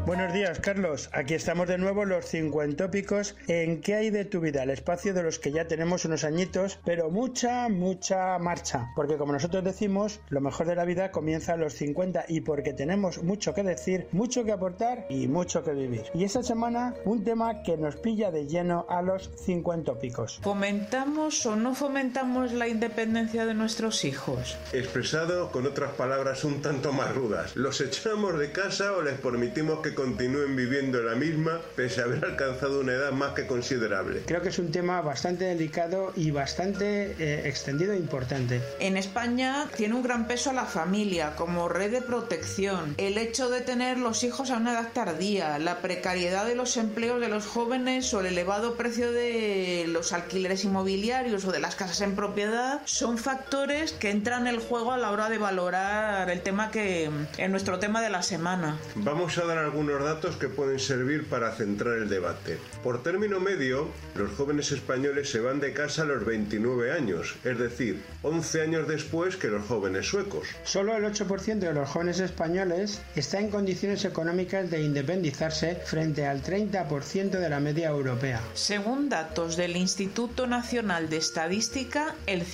S26: Buenos días, Carlos. Aquí estamos de nuevo los cincuentópicos en ¿Qué hay de tu vida? El espacio de los que ya tenemos unos añitos, pero mucha, mucha marcha. Porque como nosotros decimos, lo mejor de la vida comienza a los 50 y porque tenemos mucho que decir, mucho que aportar y mucho que vivir. Y esta semana, un tema que nos pilla de lleno a los cincuentópicos.
S27: ¿Fomentamos o no fomentamos la independencia de nuestros hijos?
S20: Expresado con otras palabras un tanto más rudas, ¿los echamos de casa o les permitimos que continúen viviendo la misma pese a haber alcanzado una edad más que considerable?
S26: Creo que es un tema bastante delicado y bastante eh, extendido e importante.
S27: En España tiene un gran peso la familia como red de protección, el hecho de tener los hijos a una edad tardía, la precariedad de los empleos de los jóvenes o el elevado precio de los alquileres inmobiliarios o de las casas en propiedad son factores que entran en el juego a la hora de valorar el tema que en nuestro tema de la semana.
S20: Vamos a dar algunos datos que pueden servir para centrar el debate. Por término medio, los jóvenes españoles se van de casa a los 29 años, es decir, 11 años después que los jóvenes suecos.
S26: Solo el 8% de los jóvenes españoles está en condiciones económicas de independizarse frente al 30% de la media europea.
S27: Según datos del Instituto Nacional de Estadística, el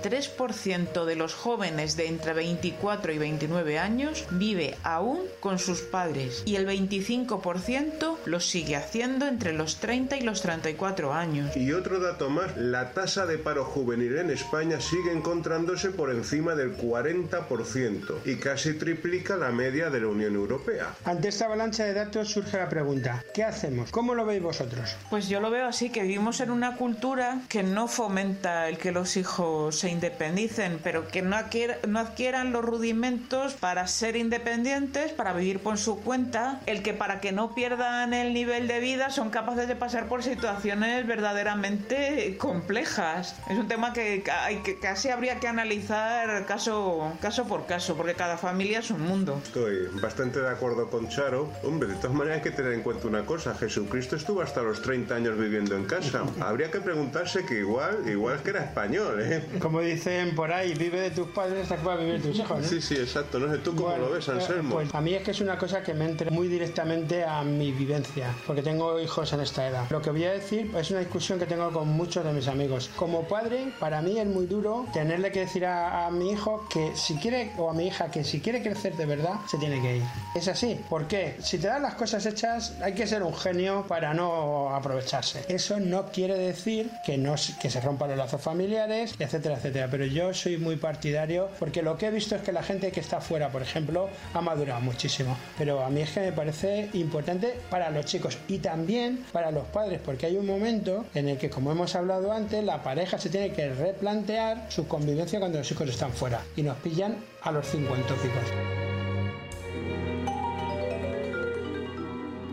S27: 53% de los jóvenes de entre 24 y 29 años vive aún con sus padres y el 25% lo sigue haciendo entre los 30 y los 34 años.
S20: Y otro dato más, la tasa de paro juvenil en España sigue encontrándose por encima del 40% y casi triplica la media de la Unión Europea.
S26: Ante esta avalancha de datos surge la pregunta, ¿qué hacemos? ¿Cómo lo veis vosotros?
S27: Pues yo lo veo así, que vivimos en una cultura que no fomenta el que los hijos se independicen, pero que no, adquier- no adquieran los rudimentos para ser independientes, para vivir por su cuenta, el que para que no pierdan el nivel de vida son capaces de pasar por situaciones verdaderamente complejas. Es un tema que, ca- hay que casi habría que analizar caso, caso por caso, porque cada familia es un mundo.
S20: Estoy bastante de acuerdo con Charo. Hombre, de todas maneras hay que tener en cuenta una cosa. Jesucristo estuvo hasta los 30 años viviendo en casa. Habría que preguntarse que igual, igual que era español, ¿eh?
S26: Como dicen por ahí, vive de tus padres hasta que va a vivir tus hijos. ¿no?
S20: Sí, sí, exacto. No sé, ¿tú cómo
S26: Bueno,
S20: lo ves,
S26: eh,
S20: Anselmo?
S26: Pues a mí es que es una cosa que me entra muy directamente a mi vivencia, porque tengo hijos en esta edad. Lo que voy a decir es una discusión que tengo con muchos de mis amigos. Como padre, para mí es muy duro tenerle que decir a, a mi hijo que si quiere, o a mi hija, que si quiere crecer de verdad, se tiene que ir. Es así. ¿Por qué? Si te dan las cosas hechas, hay que ser un genio para no aprovecharse. Eso no quiere decir que, no, se- que se rompan los lazos familiares, etcétera, etcétera. Pero yo soy muy partidario porque lo que he visto es que la gente que está fuera, por ejemplo, ha madurado muchísimo. Pero a mí es que me parece importante para los chicos y también para los padres, porque hay un momento en el que, como hemos hablado antes, la pareja se tiene que replantear su convivencia cuando los hijos están fuera y nos pillan a los cincuentópicos.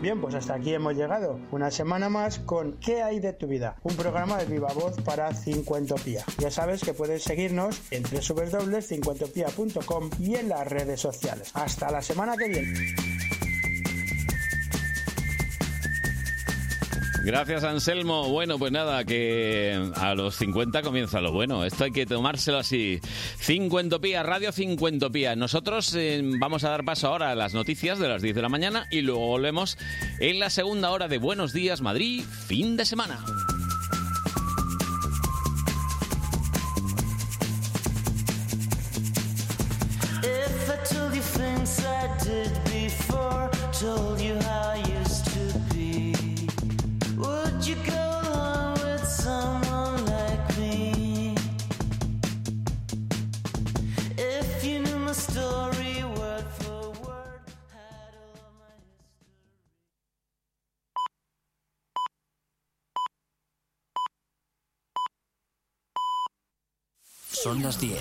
S26: Bien, pues hasta aquí hemos llegado. Una semana más con ¿Qué hay de tu vida? Un programa de viva voz para Cincuentopía. Ya sabes que puedes seguirnos en www.cincuentopía.com y en las redes sociales. Hasta la semana que viene.
S2: Gracias, Anselmo. Bueno, pues nada, que a los 50 comienza lo bueno. Esto hay que tomárselo así. Cincuentopía, Radio Cincuentopía. Nosotros eh, vamos a dar paso ahora a las noticias de las 10 de la mañana y luego volvemos en la segunda hora de Buenos Días, Madrid, fin de semana.
S28: If I told you things I did before, told you how I used to be, would you go along with someone like me? If you knew my story word for word.
S1: Son las 10.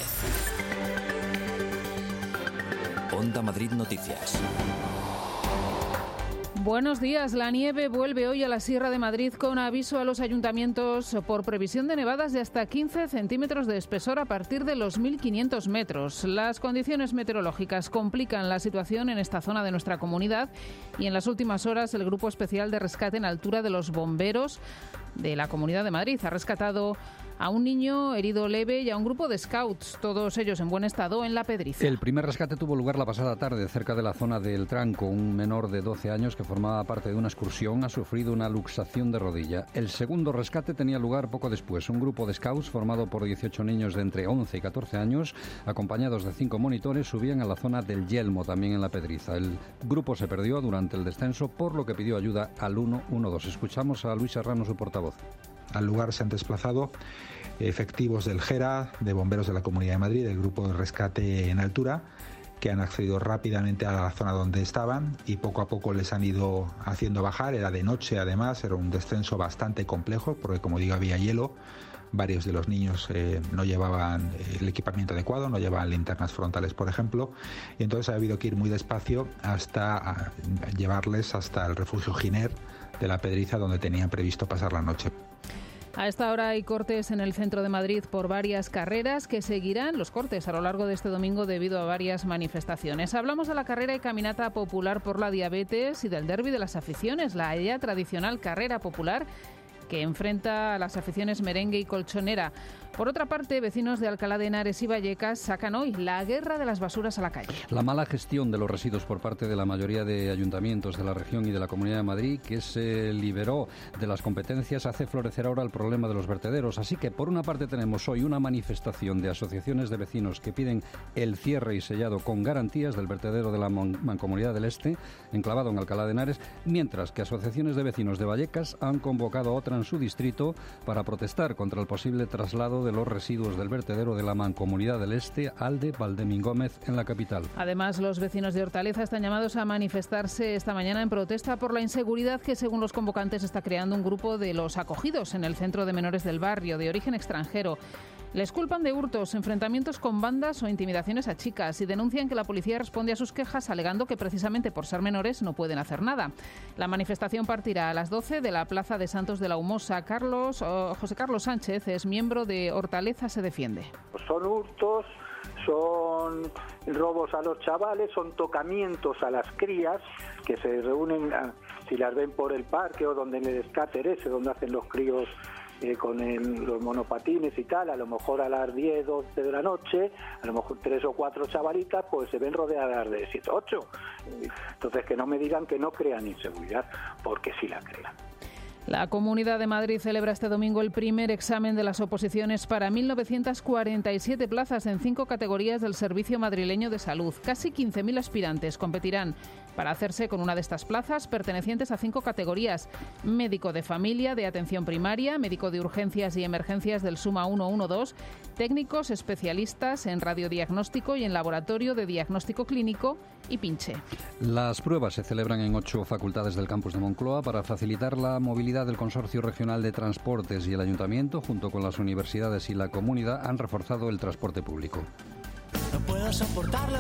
S1: Onda Madrid Noticias.
S3: Buenos días. La nieve vuelve hoy a la Sierra de Madrid con aviso a los ayuntamientos por previsión de nevadas de hasta 15 centímetros de espesor a partir de los 1.500 metros. Las condiciones meteorológicas complican la situación en esta zona de nuestra comunidad y en las últimas horas el Grupo Especial de Rescate en Altura de los Bomberos de la Comunidad de Madrid ha rescatado a un niño herido leve y a un grupo de scouts, todos ellos en buen estado en La Pedriza.
S29: El primer rescate tuvo lugar la pasada tarde cerca de la zona del Tranco. Un menor de 12 años que formaba parte de una excursión ha sufrido una luxación de rodilla. El segundo rescate tenía lugar poco después. Un grupo de scouts formado por 18 niños de entre 11 y 14 años, acompañados de cinco monitores, subían a la zona del Yelmo, también en La Pedriza. El grupo se perdió durante el descenso, por lo que pidió ayuda al 112. Escuchamos a Luis Serrano, su portavoz.
S5: Al lugar se han desplazado efectivos del GERA, de bomberos de la Comunidad de Madrid, del Grupo de Rescate en Altura, que han accedido rápidamente a la zona donde estaban y poco a poco les han ido haciendo bajar. Era de noche además, era un descenso bastante complejo porque como digo había hielo. Varios de los niños eh, no llevaban eh, el equipamiento adecuado, no llevaban linternas frontales, por ejemplo, y entonces ha habido que ir muy despacio hasta ah, llevarles hasta el refugio Giner de la Pedriza, donde tenían previsto pasar la noche.
S3: A esta hora hay cortes en el centro de Madrid por varias carreras que seguirán los cortes a lo largo de este domingo debido a varias manifestaciones. Hablamos de la carrera y caminata popular por la diabetes y del derby de las aficiones, la ya tradicional carrera popular que enfrenta a las aficiones merengue y colchonera. Por otra parte, vecinos de Alcalá de Henares y Vallecas sacan hoy la guerra de las basuras a la calle.
S29: La mala gestión de los residuos por parte de la mayoría de ayuntamientos de la región y de la Comunidad de Madrid, que se liberó de las competencias, hace florecer ahora el problema de los vertederos. Así que, por una parte, tenemos hoy una manifestación de asociaciones de vecinos que piden el cierre y sellado con garantías del vertedero de la Mon- Mancomunidad del Este, enclavado en Alcalá de Henares, mientras que asociaciones de vecinos de Vallecas han convocado otra en su distrito para protestar contra el posible traslado de los residuos del vertedero de la Mancomunidad del Este al de Valdemín Gómez en la capital.
S3: Además, los vecinos de Hortaleza están llamados a manifestarse esta mañana en protesta por la inseguridad que, según los convocantes, está creando un grupo de los acogidos en el centro de menores del barrio, de origen extranjero. Les culpan de hurtos, enfrentamientos con bandas o intimidaciones a chicas y denuncian que la policía responde a sus quejas alegando que precisamente por ser menores no pueden hacer nada. La manifestación partirá a las 12 de la Plaza de Santos de la Humosa. Carlos, o José Carlos Sánchez es miembro de Hortaleza Se Defiende.
S30: pues, Son hurtos, son robos a los chavales, son tocamientos a las crías que se reúnen, ah, si las ven por el parque o donde en el escáter ese, donde hacen los críos eh, con el- los monopatines y tal, a lo mejor a las 10, 12 de la noche, a lo mejor tres o cuatro chavalitas, pues se ven rodeadas de 7, 8. Entonces que no me digan que no crean inseguridad, porque sí la crean.
S3: La Comunidad de Madrid celebra este domingo el primer examen de las oposiciones para 1.947 plazas en cinco categorías del Servicio Madrileño de Salud. Casi 15.000 aspirantes competirán para hacerse con una de estas plazas pertenecientes a cinco categorías. Médico de familia, de atención primaria, médico de urgencias y emergencias del Suma 112, técnicos especialistas en radiodiagnóstico y en laboratorio de diagnóstico clínico y pinche.
S29: Las pruebas se celebran en ocho facultades del campus de Moncloa para facilitar la movilidad del Consorcio Regional de Transportes y el Ayuntamiento, junto con las universidades y la comunidad, han reforzado el transporte público.
S28: No puedo soportarlo.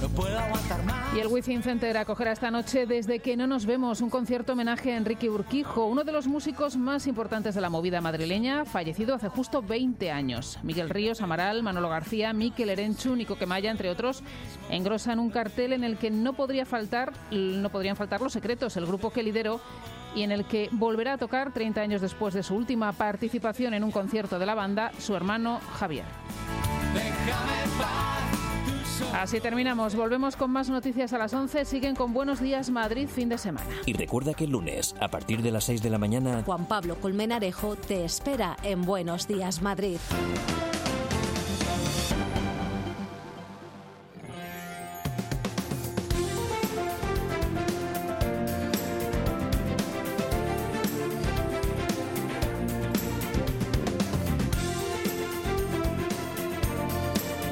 S10: No puedo aguantar más.
S11: Y el Within Center acogerá esta noche Desde que no nos vemos, un concierto homenaje a Enrique Urquijo, uno de los músicos más importantes de la movida madrileña, fallecido hace justo 20 años. Miguel Ríos, Amaral, Manolo García, Miquel Erenchu, Nico Quemaya, entre otros, engrosan un cartel en el que no, podría faltar, no podrían faltar Los Secretos, el grupo que lideró y en el que volverá a tocar 30 años después de su última participación en un concierto de la banda, su hermano Javier. Así terminamos. Volvemos con más noticias a las 11. Siguen con Buenos Días Madrid fin de semana.
S1: Y recuerda que el lunes, a partir de las 6 de la mañana,
S18: Juan Pablo Colmenarejo te espera en Buenos Días Madrid.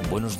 S1: Buenos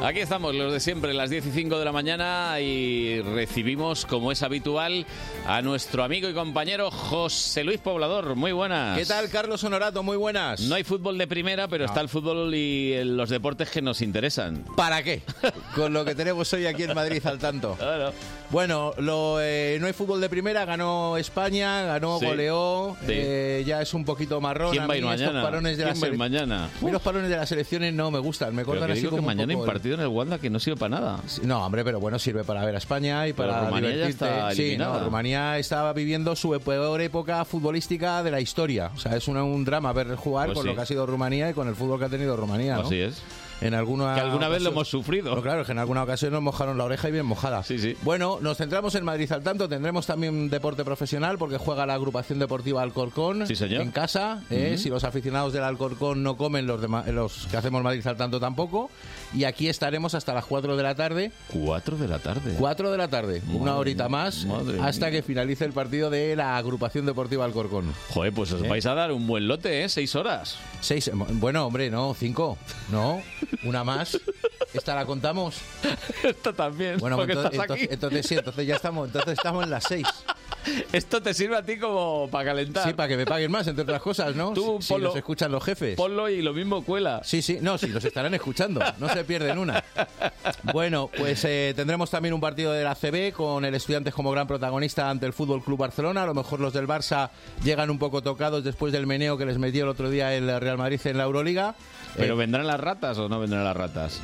S2: Aquí estamos, los de siempre, las 15 de la mañana y recibimos, como es habitual, a nuestro amigo y compañero José Luis Poblador. Muy buenas.
S25: ¿Qué tal, Carlos Honorato? Muy buenas.
S2: No hay fútbol de primera, pero
S25: No.
S2: está el fútbol y eh, los deportes que nos interesan.
S25: ¿Para qué? Con lo que tenemos hoy aquí en Madrid al
S2: <laughs>
S25: tanto. Bueno, lo, eh, no hay fútbol de primera, ganó España, ganó,
S2: Sí.
S25: goleó,
S2: Sí.
S25: eh, ya es un poquito marrón.
S2: ¿Quién va a ir
S25: mí estos
S2: mañana?
S25: Parones de la
S2: ¿Quién va a ir
S25: sele-
S2: mañana?
S25: a mí los parones de las selecciones no me gustan, me
S2: Pero
S25: cortan
S2: que
S25: así
S2: digo que
S25: como un
S2: mañana hay
S25: poco el-
S2: partido en el Wanda que no sirve para nada.
S25: No, hombre, pero bueno, sirve para ver a España y
S2: Pero
S25: para
S2: Rumanía ya
S25: divertirte.
S2: está
S25: sí,
S2: eliminada.
S25: no, Rumanía estaba viviendo su peor época futbolística de la historia. O sea, es una- un drama ver jugar
S2: Pues
S25: con
S2: sí.
S25: lo que ha sido Rumanía y con el fútbol que ha tenido Rumanía. ¿no?
S2: Así es.
S25: En alguna
S2: Que alguna vez lo
S25: ocasión-
S2: hemos sufrido.
S25: No, claro, que en alguna ocasión nos mojaron la oreja y bien mojada. Bueno, nos centramos en Madrid al tanto. Tendremos también deporte profesional porque juega la agrupación deportiva Alcorcón en casa. ¿eh?
S2: Ujú.
S25: Si los aficionados del Alcorcón no comen, los, dema- los que hacemos Madrid al tanto tampoco. Y aquí estaremos hasta las 4 de la tarde.
S2: Cuatro de la tarde.
S25: 4 de la tarde, una horita más, hasta que finalice el partido de la agrupación deportiva Alcorcón.
S2: Joder, pues os
S25: ¿Eh?
S2: vais a dar un buen lote, ¿eh? Seis
S25: <laughs>
S2: horas.
S25: Seis, eh, bueno, hombre, no, cinco. No, una más. Esta la contamos.
S2: <laughs> Esta también.
S25: Bueno,
S2: porque
S25: entonces,
S2: estás aquí.
S25: entonces- entonces sí, entonces ya estamos, entonces estamos en las seis.
S2: Esto te sirve a ti como para calentar.
S25: Sí, para que me paguen más, entre otras cosas, ¿no?
S2: Tú
S25: si, si
S2: ponlo-
S25: nos escuchan los jefes.
S2: Ponlo y lo mismo cuela.
S25: Sí, sí, no, sí, los estarán escuchando, no se pierden una. Bueno, pues eh, tendremos también un partido de la CB con el Estudiantes como gran protagonista ante el Fútbol Club Barcelona. A lo mejor los del Barça llegan un poco tocados después del meneo que les metió el otro día el Real Madrid en la Euroliga.
S2: ¿Pero
S25: Eh,
S2: vendrán las ratas o no vendrán las ratas?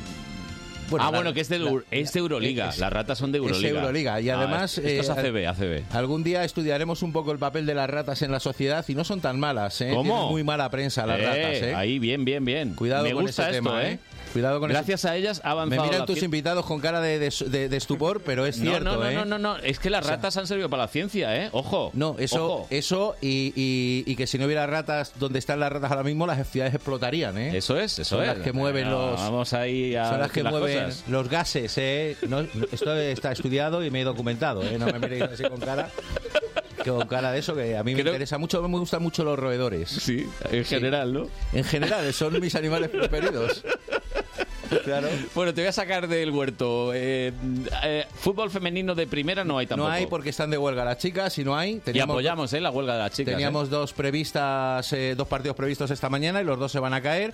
S25: Bueno,
S2: ah,
S25: la-
S2: bueno, que es de,
S25: la-
S2: es de Euroliga.
S25: es-
S2: las ratas son de
S25: es
S2: Euroliga.
S25: Euroliga, y
S2: Ah,
S25: además,
S2: esto es
S25: eh,
S2: ACB, ACB.
S25: Algún día estudiaremos un poco el papel de las ratas en la sociedad y no son tan malas, ¿eh?
S2: ¿Cómo?
S25: Tienen muy mala prensa las
S2: Eh,
S25: ratas, ¿eh?
S2: Ahí, bien, bien, bien.
S25: Cuidado
S2: Me
S25: con
S2: gusta
S25: ese
S2: esto,
S25: tema,
S2: ¿eh?
S25: Cuidado con
S2: Gracias
S25: ese-
S2: a ellas ha avanzado
S25: Me miran
S2: la
S25: tus
S2: cien-
S25: invitados con cara de, des- de- de estupor, pero es
S2: No,
S25: cierto,
S2: no, no,
S25: ¿eh?
S2: no, no, no, es que las
S25: O sea-
S2: ratas han servido para la ciencia, ¿eh? Ojo.
S25: No, eso,
S2: ojo.
S25: eso y, y- y que si no hubiera ratas donde están las ratas ahora mismo, las ciudades explotarían, ¿eh?
S2: Eso es, eso
S25: Son
S2: es.
S25: las que mueven
S2: No,
S25: los-
S2: Vamos ahí a
S25: Son las que
S2: decir
S25: mueven
S2: cosas.
S25: los gases, ¿eh? No, no, esto está estudiado y me he documentado, ¿eh? No me miréis así con cara, con cara de eso, que a mí me interesa mucho, me gustan mucho los roedores.
S2: Sí, en general, ¿no?
S25: En general, son mis animales preferidos. Claro.
S2: Bueno, te voy a sacar del huerto. Eh, eh, fútbol femenino de primera no hay tampoco.
S25: No hay porque están de huelga las chicas y no hay.
S2: Y apoyamos, ¿eh? La huelga de las chicas. ¿eh?
S25: Teníamos dos previstas, eh, dos partidos previstos esta mañana y los dos se van a caer.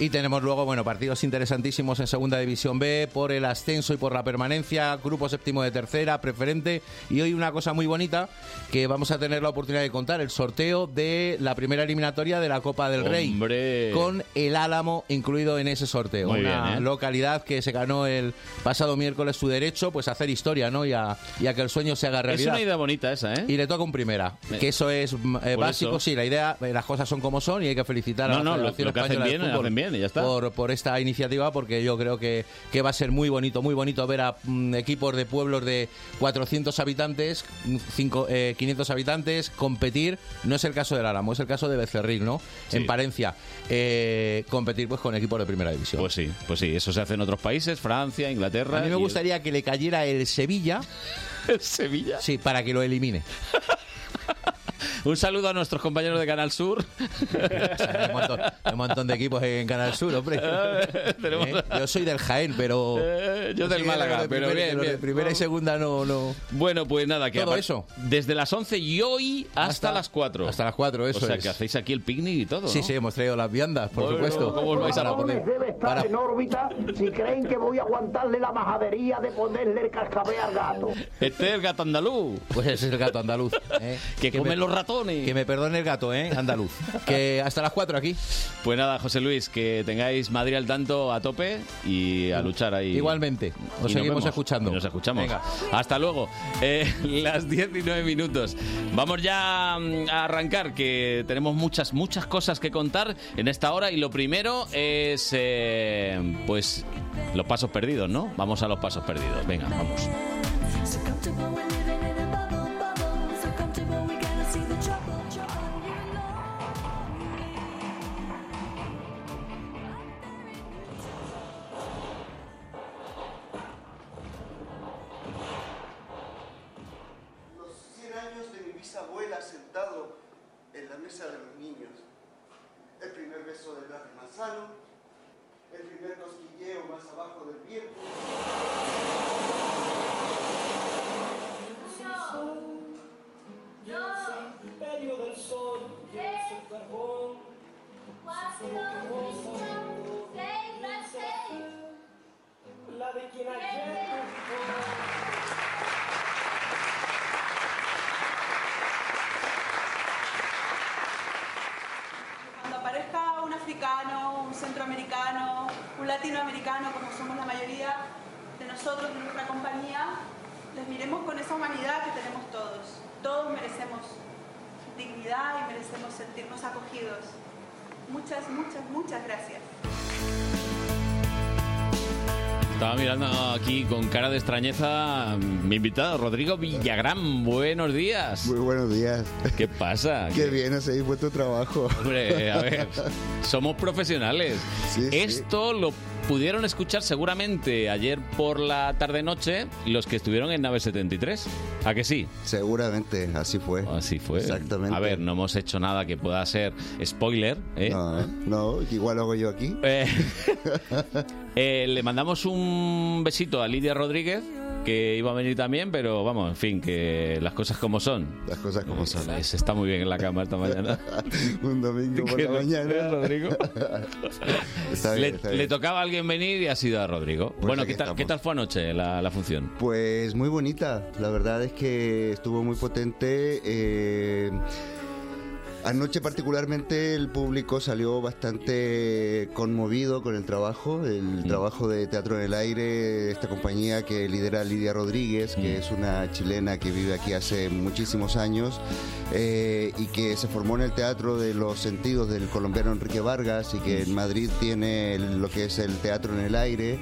S25: Y tenemos luego, bueno, partidos interesantísimos en Segunda División B por el ascenso y por la permanencia, grupo séptimo de tercera, preferente. Y hoy una cosa muy bonita que vamos a tener la oportunidad de contar, el sorteo de la primera eliminatoria de la Copa del Rey.
S2: Hombre.
S25: Con el Álamo incluido en ese sorteo.
S2: Muy
S25: una
S2: bien, ¿eh?
S25: localidad que se ganó el pasado miércoles su derecho, pues a hacer historia, ¿no? Y a, y a que el sueño se haga
S2: Es
S25: realidad.
S2: una idea bonita esa, ¿eh?
S25: Y le toca un primera. Que eso es mm, eh,
S2: Por
S25: básico,
S2: eso.
S25: sí, la idea, eh, las cosas son como son y hay que felicitar a
S2: No,
S25: la
S2: no, lo-
S25: Federación
S2: lo que hacen
S25: Española de
S2: bien, lo
S25: Fútbol
S2: hacen bien y ya está.
S25: Por, por esta iniciativa, porque yo creo que, que va a ser muy bonito, muy bonito ver a mm, equipos de pueblos de 400 habitantes, mm, cinco- eh, 500 habitantes, competir. No es el caso del Álamo, es el caso de Becerril, ¿no? En Parencia. eh, competir pues con equipos de primera división.
S2: Pues sí, pues sí, eso se hace en otros países, Francia, Inglaterra.
S25: A mí me
S2: y-
S25: gustaría que le
S2: <laughs>
S25: cayera el Sevilla.
S2: ¿El Sevilla?
S25: Sí, para que lo elimine.
S2: <laughs> Un saludo a nuestros compañeros de Canal Sur.
S25: <laughs> Hay un montón, hay un montón de equipos en Canal Sur, hombre.
S2: <laughs> Eh, tenemos-
S25: Eh, Yo soy del Jaén, pero.
S2: Eh, yo del
S25: soy de
S2: Málaga,
S25: los de
S2: pero
S25: primera-
S2: bien,
S25: de los de
S2: bien.
S25: primera y segunda no. no.
S2: Bueno, pues nada, que
S25: Todo
S2: apar-
S25: eso.
S2: Desde las 11 y hoy hasta, las 4.
S25: Hasta las 4, eso
S2: O sea,
S25: es.
S2: que hacéis aquí el picnic y todo.
S25: Sí,
S2: ¿no?
S25: sí, hemos traído las viandas, por
S2: Bueno,
S25: supuesto.
S2: ¿cómo os vais a
S25: Para
S2: poner?
S25: poner-
S21: Debe estar
S25: para-
S21: en órbita si creen que voy a aguantarle la majadería de ponerle el cascabel al gato.
S2: Este es el gato andaluz.
S25: Pues ese es el gato
S2: <laughs>
S25: andaluz. ¿eh?
S2: Que comen los ratones.
S25: Que me perdone el gato, ¿eh? Andaluz. Que hasta las 4 aquí.
S2: Pues nada, José Luis, que tengáis Madrid al tanto a tope y a luchar ahí.
S25: Igualmente. Os
S2: Y nos
S25: seguimos
S2: vemos.
S25: escuchando.
S2: Y nos escuchamos. Hasta luego. Eh, <laughs> las 19 minutos. Vamos ya mm, a arrancar, que tenemos muchas, muchas cosas que contar en esta hora. Y lo primero es, eh, pues, los pasos perdidos, ¿no? Vamos a los pasos perdidos. Venga, vamos.
S9: So comfortable we're living in a bubble, bubble. So comfortable we gotta see the trouble, trouble. You know.
S12: los 100 años de mi bisabuela sentado en la mesa de los niños. El primer beso del gato más sano, el primer cosquilleo más abajo del vientre.
S21: Imperio del sol, su carbón, su la de quien ayer
S23: Cuando aparezca un africano, un centroamericano, un latinoamericano, como somos la mayoría de nosotros, de nuestra compañía, les miremos con esa humanidad que tenemos todos. Todos merecemos dignidad y merecemos sentirnos acogidos. Muchas, muchas, muchas gracias.
S2: Estaba mirando aquí con cara de extrañeza mi invitado, Rodrigo Villagrán. Buenos días.
S31: Muy buenos días.
S2: ¿Qué pasa?
S31: Qué bien hacéis vuestro trabajo.
S2: Hombre, Eh, a ver, somos profesionales. Esto lo pudieron escuchar seguramente ayer por la tarde-noche los que estuvieron en Nave 73. ¿A que sí?
S31: Seguramente, así fue.
S2: Así fue.
S31: Exactamente.
S2: A ver, no hemos hecho nada que pueda ser spoiler. ¿eh?
S31: No, <laughs> no, igual hago yo aquí. <laughs>
S2: Eh, <laughs> eh, le mandamos un besito a Lidia Rodríguez, que iba a venir también, pero vamos, en fin, que las cosas como son.
S31: Las cosas como
S2: son. está muy bien en la cama esta
S31: <laughs>
S2: mañana.
S31: Un domingo por
S2: ¿Qué
S31: la
S2: no
S31: mañana.
S2: Rodrigo?
S31: <laughs> está bien,
S2: le,
S31: está
S2: le
S31: bien.
S2: tocaba a alguien venir y ha sido a Rodrigo. bueno, ¿qué tal, ¿qué tal fue anoche la, la función?
S31: Pues muy bonita, la verdad es que estuvo muy potente. eh, Anoche particularmente el público salió bastante conmovido con el trabajo, el trabajo de Teatro en el Aire, esta compañía que lidera Lidia Rodríguez, que es una chilena que vive aquí hace muchísimos años eh, y que se formó en el Teatro de los Sentidos del colombiano Enrique Vargas y que en Madrid tiene el- lo que es el Teatro en el Aire.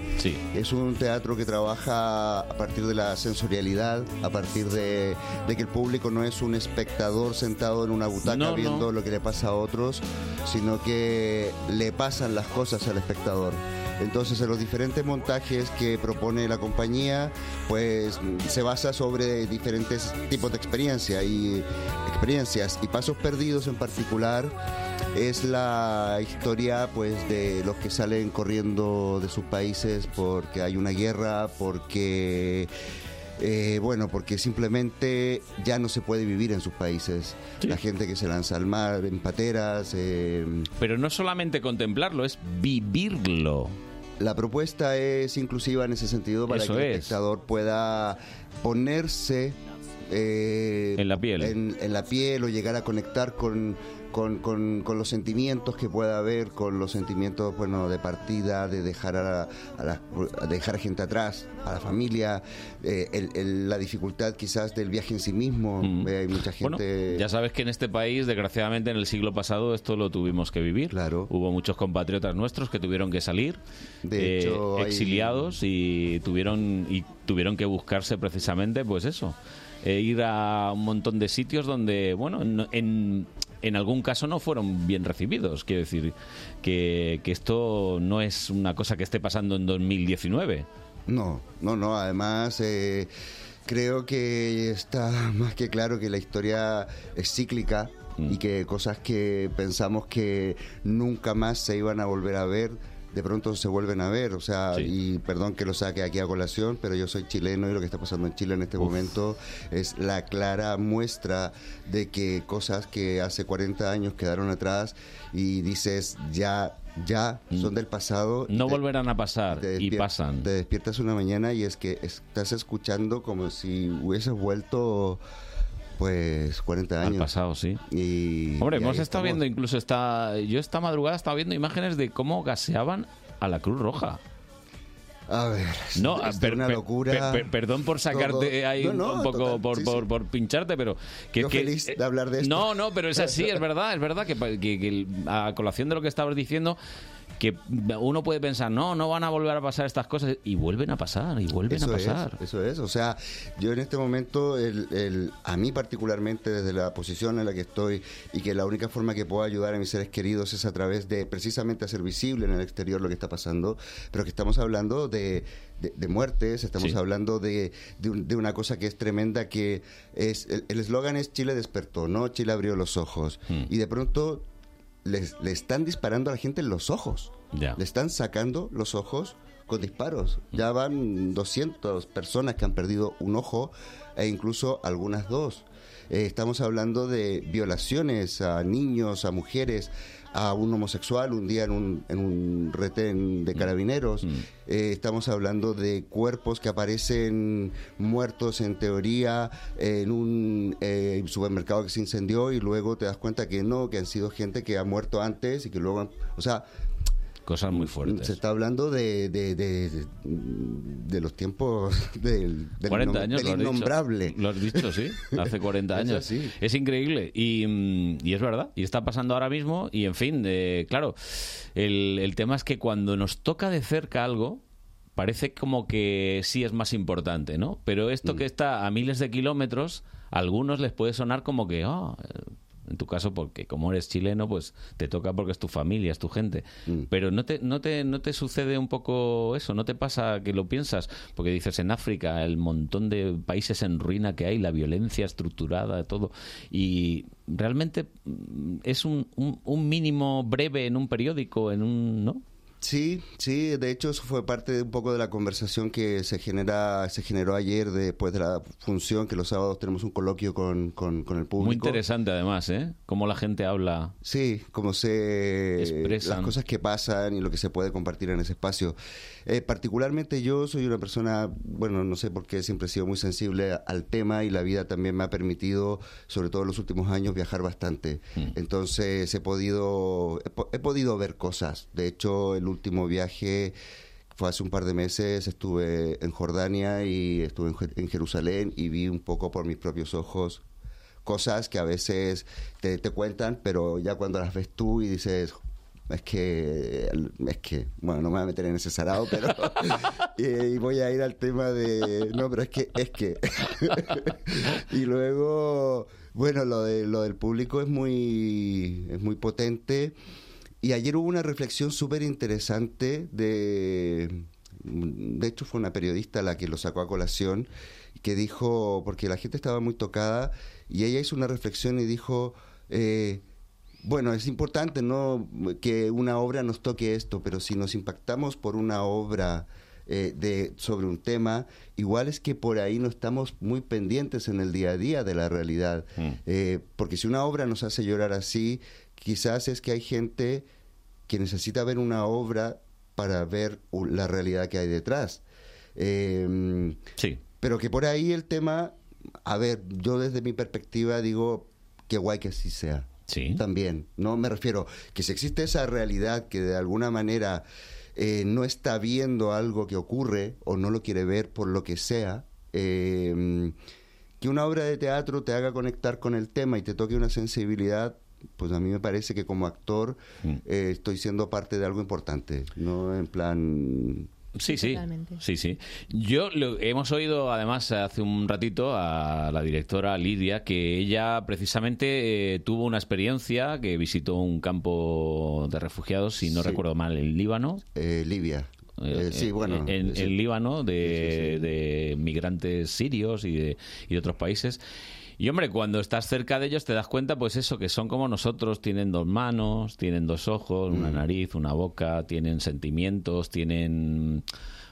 S31: Es un teatro que trabaja a partir de la sensorialidad, a partir de, de que el público no es un espectador sentado en una butaca
S2: No, no.
S31: viendo todo lo que le pasa a otros, sino que le pasan las cosas al espectador. Entonces, en los diferentes montajes que propone la compañía, pues mm, se basa sobre diferentes tipos de experiencia y experiencias y pasos perdidos en particular es la historia pues de los que salen corriendo de sus países porque hay una guerra, porque eh, bueno, porque simplemente ya no se puede vivir en sus países. La gente que se lanza al mar, en pateras. eh,
S2: Pero no solamente contemplarlo, es vivirlo.
S31: la propuesta es inclusiva en ese sentido para
S2: Eso
S31: que el
S2: es.
S31: espectador pueda ponerse eh,
S2: En la piel.
S31: en, en la piel o llegar a conectar con, con- con- con los sentimientos que pueda haber, con los sentimientos bueno de partida, de dejar a, a la- a dejar gente atrás, a la familia, eh, el- el- la dificultad quizás del viaje en sí mismo. Eh, hay mucha gente.
S2: Mm. Bueno, ya sabes que en este país, desgraciadamente, en el siglo pasado esto lo tuvimos que vivir. Claro. Hubo muchos compatriotas nuestros que tuvieron que salir,
S31: De
S2: eh,
S31: hecho, hay-
S2: exiliados y tuvieron y tuvieron que buscarse precisamente, pues eso, eh, ir a un montón de sitios donde, bueno, no- en en algún caso no fueron bien recibidos. Quiero decir que, que esto no es una cosa que esté pasando en 2019.
S31: No, no, no. Además, eh, creo que está más que claro que la historia es cíclica y que cosas que pensamos que nunca más se iban a volver a ver. De pronto se vuelven a ver, o sea, y perdón que lo saque aquí a colación, pero yo soy chileno y lo que está pasando en Chile en este momento es la clara muestra de que cosas que hace 40 años quedaron atrás y dices ya, ya, son del pasado.
S2: Mm. No volverán a pasar y
S31: despier-
S2: pasan.
S31: Te despiertas una mañana y es que estás escuchando como si hubieses vuelto, pues, 40 años. Al pasado,
S2: sí.
S31: Y,
S2: Hombre,
S31: y
S2: hemos estado
S31: ahí estamos.
S2: viendo incluso esta. Yo esta madrugada estaba viendo imágenes de cómo gaseaban a la Cruz Roja.
S31: A ver.
S2: No,
S31: es
S2: per-
S31: una
S2: per-
S31: locura.
S2: per- per- perdón por sacarte
S31: Todo.
S2: ahí
S31: No,
S2: un-
S31: no,
S2: un poco,
S31: total,
S2: por,
S31: sí,
S2: por,
S31: sí.
S2: por pincharte, pero. Que,
S31: Yo
S2: que- eh,
S31: feliz de hablar de esto.
S2: No, no, pero es así,
S31: <laughs>
S2: es verdad, es verdad que, pa- que- que el- a colación de lo que estabas diciendo que uno puede pensar, no, no van a volver a pasar estas cosas y vuelven a pasar y vuelven a
S31: es,
S2: pasar.
S31: eso es. O sea, yo en este momento, el- el- a mí particularmente, desde la posición en la que estoy y que la única forma que puedo ayudar a mis seres queridos es a través de precisamente hacer visible en el exterior lo que está pasando, pero que estamos hablando de, de- de muertes, estamos hablando de, de un- de una cosa que es tremenda, que es, el el eslogan es Chile despertó, ¿no? Chile abrió los ojos.
S2: Hmm.
S31: Y de pronto les- le están disparando a la gente en los ojos. Le están sacando los ojos con disparos. Ya van 200 personas que han perdido un ojo e incluso algunas dos. Eh, estamos hablando de violaciones a niños, a mujeres, a un homosexual un día en un, en un retén
S2: Mm.
S31: de carabineros. Eh, estamos hablando de cuerpos que aparecen muertos en teoría en un eh, supermercado que se incendió y luego te das cuenta que no, que han sido gente que ha muerto antes y que luego... han- o sea,
S2: Cosas muy fuertes.
S31: se está hablando de, de, de- de- de los tiempos <laughs> del, del
S2: 40
S31: innom-
S2: años,
S31: del
S2: lo has dicho.
S31: innombrable.
S2: Lo has dicho,
S31: <laughs>
S2: sí, hace 40
S31: Es
S2: años.
S31: así.
S2: Es increíble y, mm, y es verdad, y está pasando ahora mismo y en fin, eh, claro, el, el tema es que cuando nos toca de cerca algo, parece como que sí es más importante, ¿no? Pero
S31: Mm.
S2: esto que está a miles de kilómetros, a algunos les puede sonar como que, ah, eh, en tu caso, porque como eres chileno, pues te toca porque es tu familia, es tu gente. Pero no te, no te, no te sucede un poco eso, no te pasa que lo piensas, porque dices en África el montón de países en ruina que hay, la violencia estructurada, todo. Y realmente mm, es un, un- un mínimo breve en un periódico, en un no.
S31: Sí, sí, de hecho eso fue parte de un poco de la conversación que se genera, se generó ayer después de la función, que los sábados tenemos un coloquio con, con- con el público.
S2: Muy interesante además, ¿eh? Cómo la gente habla.
S31: Sí, como se
S2: Expresan.
S31: las cosas que pasan y lo que se puede compartir en ese espacio. Eh, particularmente yo soy una persona, bueno, no sé por qué siempre he sido muy sensible a- al tema y la vida también me ha permitido, sobre todo en los últimos años, viajar bastante.
S2: Mm.
S31: Entonces he podido he, po- he podido ver cosas. De hecho, el último viaje fue hace un par de meses, estuve en Jordania y estuve en Je- en Jerusalén y vi un poco por mis propios ojos cosas que a veces te, te cuentan, pero ya cuando las ves tú y dices, es que, es que, bueno, no me voy a meter en ese sarado, pero <laughs> y, y voy a ir al tema de, no, pero es que, es que. <laughs> y luego, bueno, lo, de, lo del público es muy, es muy potente. Y ayer hubo una reflexión súper interesante de... De hecho fue una periodista la que lo sacó a colación, que dijo, porque la gente estaba muy tocada, y ella hizo una reflexión y dijo, eh, bueno, es importante no que una obra nos toque esto, pero si nos impactamos por una obra eh, de, sobre un tema, igual es que por ahí no estamos muy pendientes en el día a día de la realidad. Eh, porque si una obra nos hace llorar así, quizás es que hay gente que necesita ver una obra para ver u- la realidad que hay detrás. Eh, Pero que por ahí el tema, a ver, yo desde mi perspectiva digo, qué guay que así sea.
S2: Sí.
S31: También, ¿no? Me refiero, que si existe esa realidad que de alguna manera eh, no está viendo algo que ocurre o no lo quiere ver por lo que sea, eh, que una obra de teatro te haga conectar con el tema y te toque una sensibilidad, pues a mí me parece que como actor
S2: Mm.
S31: eh, estoy siendo parte de algo importante, no en plan...
S2: Sí, sí.
S31: Totalmente.
S2: Sí, sí. Yo lo- hemos oído además hace un ratito a la directora Lidia que ella precisamente eh, tuvo una experiencia que visitó un campo de refugiados, si no recuerdo mal, el Líbano.
S31: Libia.
S2: eh,
S31: sí, bueno,
S2: en,
S31: sí.
S2: en Líbano de, de migrantes sirios y de, y de otros países. Y hombre, cuando estás cerca de ellos te das cuenta, pues eso, que son como nosotros, tienen dos manos, tienen dos ojos,
S31: Mm.
S2: una nariz, una boca, tienen sentimientos, tienen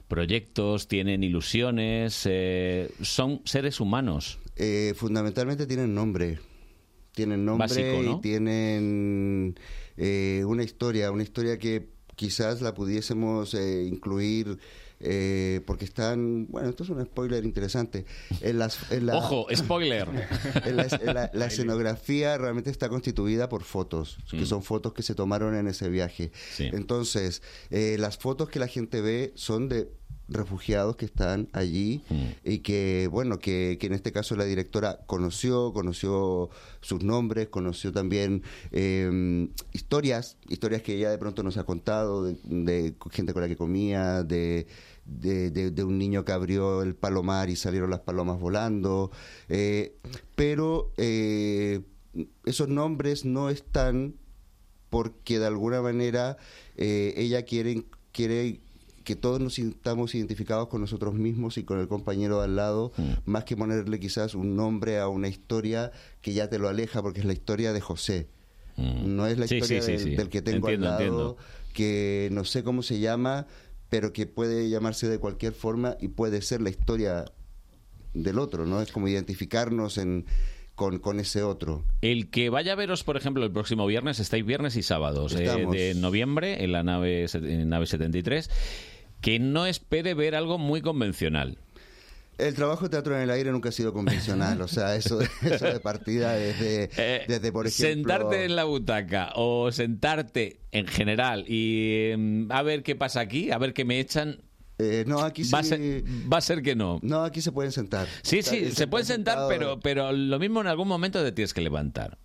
S2: proyectos, tienen ilusiones, eh, son seres humanos.
S31: Eh, fundamentalmente tienen nombre. Tienen nombre
S2: Básico, ¿no?
S31: y tienen eh, una historia, una historia que quizás la pudiésemos eh, incluir eh, porque están, bueno, esto es un spoiler interesante. En las, en la-
S2: Ojo, spoiler.
S31: <laughs> en la, en la- la escenografía realmente está constituida por fotos, que son fotos que se tomaron en ese viaje. Entonces, eh, las fotos que la gente ve son de refugiados que están allí y que, bueno, que, que en este caso la directora conoció, conoció sus nombres, conoció también eh, historias, historias que ella de pronto nos ha contado, de, de gente con la que comía, de, de, de- de un niño que abrió el palomar y salieron las palomas volando, eh, pero eh, esos nombres no están porque de alguna manera eh, ella quiere, quiere que todos nos sintamos identificados con nosotros mismos y con el compañero de al lado,
S2: Mm.
S31: más que ponerle quizás un nombre a una historia que ya te lo aleja, porque es la historia de José. No es la
S2: Mm. Sí,
S31: historia
S2: sí, sí,
S31: del,
S2: sí.
S31: del que tengo
S2: Entiendo,
S31: al lado,
S2: entiendo.
S31: que no sé cómo se llama, pero que puede llamarse de cualquier forma y puede ser la historia del otro, ¿no? Es como identificarnos en, con, con ese otro.
S2: El que vaya a veros, por ejemplo, el próximo viernes, estáis viernes y sábados eh,
S31: Estamos.
S2: de noviembre en la nave, set- en nave 73, que no espere ver algo muy convencional.
S31: El trabajo de teatro en el aire nunca ha sido convencional, o sea, eso, eso de <laughs> partida desde,
S2: Eh,
S31: desde por ejemplo...
S2: Sentarte en la butaca o sentarte en general y mm, a ver qué pasa aquí, a ver qué me echan.
S31: Eh, no, aquí
S2: va, a ser, va a ser que no.
S31: No, aquí se pueden sentar.
S2: Sí,
S31: Está-
S2: sí,
S31: está
S2: se pueden sentar,
S31: sentado.
S2: pero, pero lo mismo en algún momento te tienes que levantar.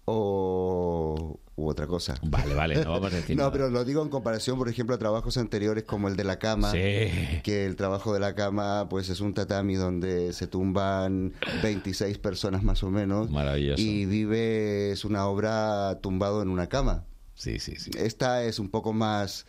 S31: O u otra cosa.
S2: Vale, vale, no vamos a decir
S31: <laughs> No,
S2: nada.
S31: pero lo digo en comparación, por ejemplo, a trabajos anteriores como el de la cama,
S2: Sí.
S31: que el trabajo de la cama pues es un tatami donde se tumban 26 personas más o menos.
S2: Maravilloso.
S31: Y vives una obra tumbado en una cama.
S2: Sí, sí, sí.
S31: Esta es un poco más...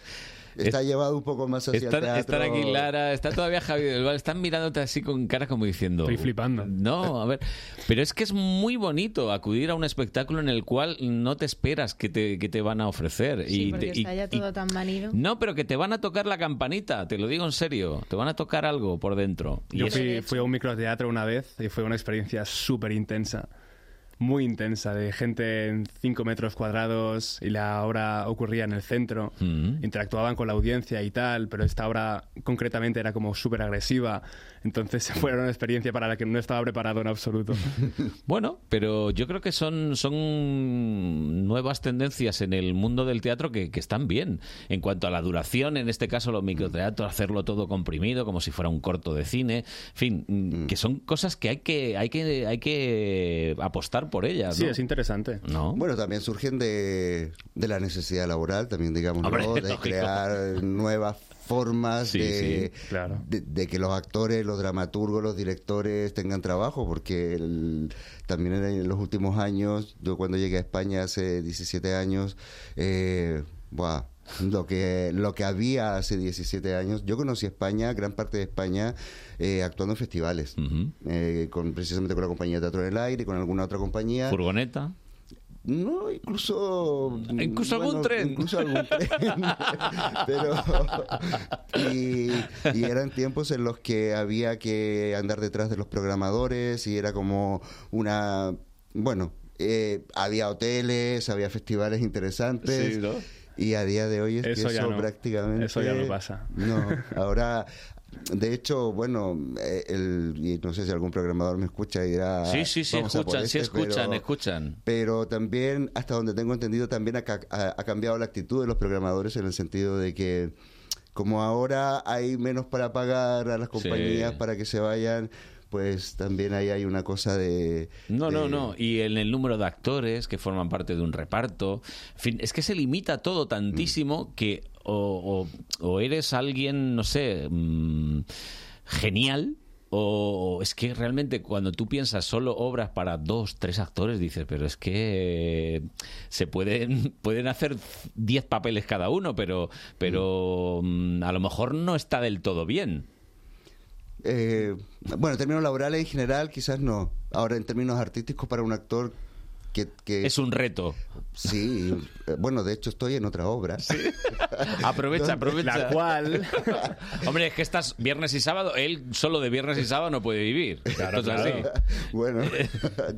S31: Está
S2: Es-
S31: llevado un poco más hacia el
S2: Están,
S31: teatro.
S2: están aquí Lara, está todavía Javi del Val, están mirándote así con cara como diciendo...
S3: Estoy flipando.
S2: No, a ver, pero es que es muy bonito acudir a un espectáculo en el cual no te esperas que te, que te van a ofrecer.
S32: Sí,
S2: y
S32: porque
S2: te- y-
S32: está ya todo tan manido.
S2: No, pero que te van a tocar la campanita, te lo digo en serio, te van a tocar algo por dentro. Y
S3: Yo
S2: es-
S3: fui, fui a un microteatro una vez y fue una experiencia súper intensa, muy intensa, de gente en 5 metros cuadrados y la obra ocurría en el centro,
S2: Mm.
S3: interactuaban con la audiencia y tal, pero esta obra concretamente era como súper agresiva,
S12: <laughs>
S3: entonces fue una experiencia para la que no estaba preparado en absoluto.
S2: Bueno, pero yo creo que son, son nuevas tendencias en el mundo del teatro que, que están bien. En cuanto a la duración, en este caso los microteatros, hacerlo todo comprimido, como si fuera un corto de cine, en fin, mm, que son cosas que hay que, hay que, hay que apostar por <laughs> ellas. ¿no?
S3: interesante.
S31: Bueno, también surgen de, de la necesidad laboral, también digamos,
S2: Hombre, <laughs>
S31: ¿no? de
S2: lógico.
S31: crear nuevas formas
S2: Sí,
S31: de,
S2: sí, claro.
S31: de, de que los actores, los dramaturgos, los directores tengan trabajo, porque el- también en, en los últimos años, yo cuando llegué a España hace 17 años, eh, buah, lo que lo que había hace 17 años, yo conocí España, gran parte de España, eh, actuando en festivales, eh, con precisamente con la compañía Teatro del Aire, con alguna otra compañía.
S2: Furgoneta.
S31: No, incluso.
S2: Incluso algún tren.
S31: Incluso algún tren. <laughs> Pero. Y, y eran tiempos en los que había que andar detrás de los programadores y era como una. Bueno, eh, había hoteles, había festivales interesantes.
S3: Sí, ¿no?
S31: Y a día de hoy es
S3: Eso
S31: que
S3: ya
S31: eso
S3: no.
S31: prácticamente.
S3: Eso ya no pasa. <laughs>
S31: No, ahora. De hecho, bueno, eh, el- y no sé si algún programador me escucha y dirá.
S2: Sí, sí, sí,
S31: "Vamos a por
S2: escuchan, sí
S31: este", pero-
S2: escuchan, escuchan.
S31: pero también, hasta donde tengo entendido, también ha, ca- ha- ha cambiado la actitud de los programadores en el sentido de que como ahora hay menos para pagar a las compañías para que se vayan, pues también ahí hay una cosa de...
S2: No, no,
S31: de-
S2: no. Y en el número de actores que forman parte de un reparto. En fin, es que se limita todo tantísimo que o, o- o eres alguien, no sé, mm, genial. O, o es que realmente cuando tú piensas solo obras para dos, tres actores, dices, pero es que eh, se pueden, <laughs> pueden hacer diez papeles cada uno, pero, pero mm, a lo mejor no está del todo
S31: <laughs>
S2: bien.
S31: Eh, bueno, en términos laborales en general, quizás no. Ahora, en términos artísticos, para un actor que. que-
S2: Es un reto.
S31: Sí, eh, bueno, de hecho estoy en otra obra.
S2: Aprovecha,
S31: <laughs> ¿Dónde?
S2: aprovecha.
S31: La
S2: <laughs>
S31: cual-
S2: Hombre, es que estás viernes y sábado, él solo de viernes y sábado no puede vivir. Esto es así.
S31: Bueno,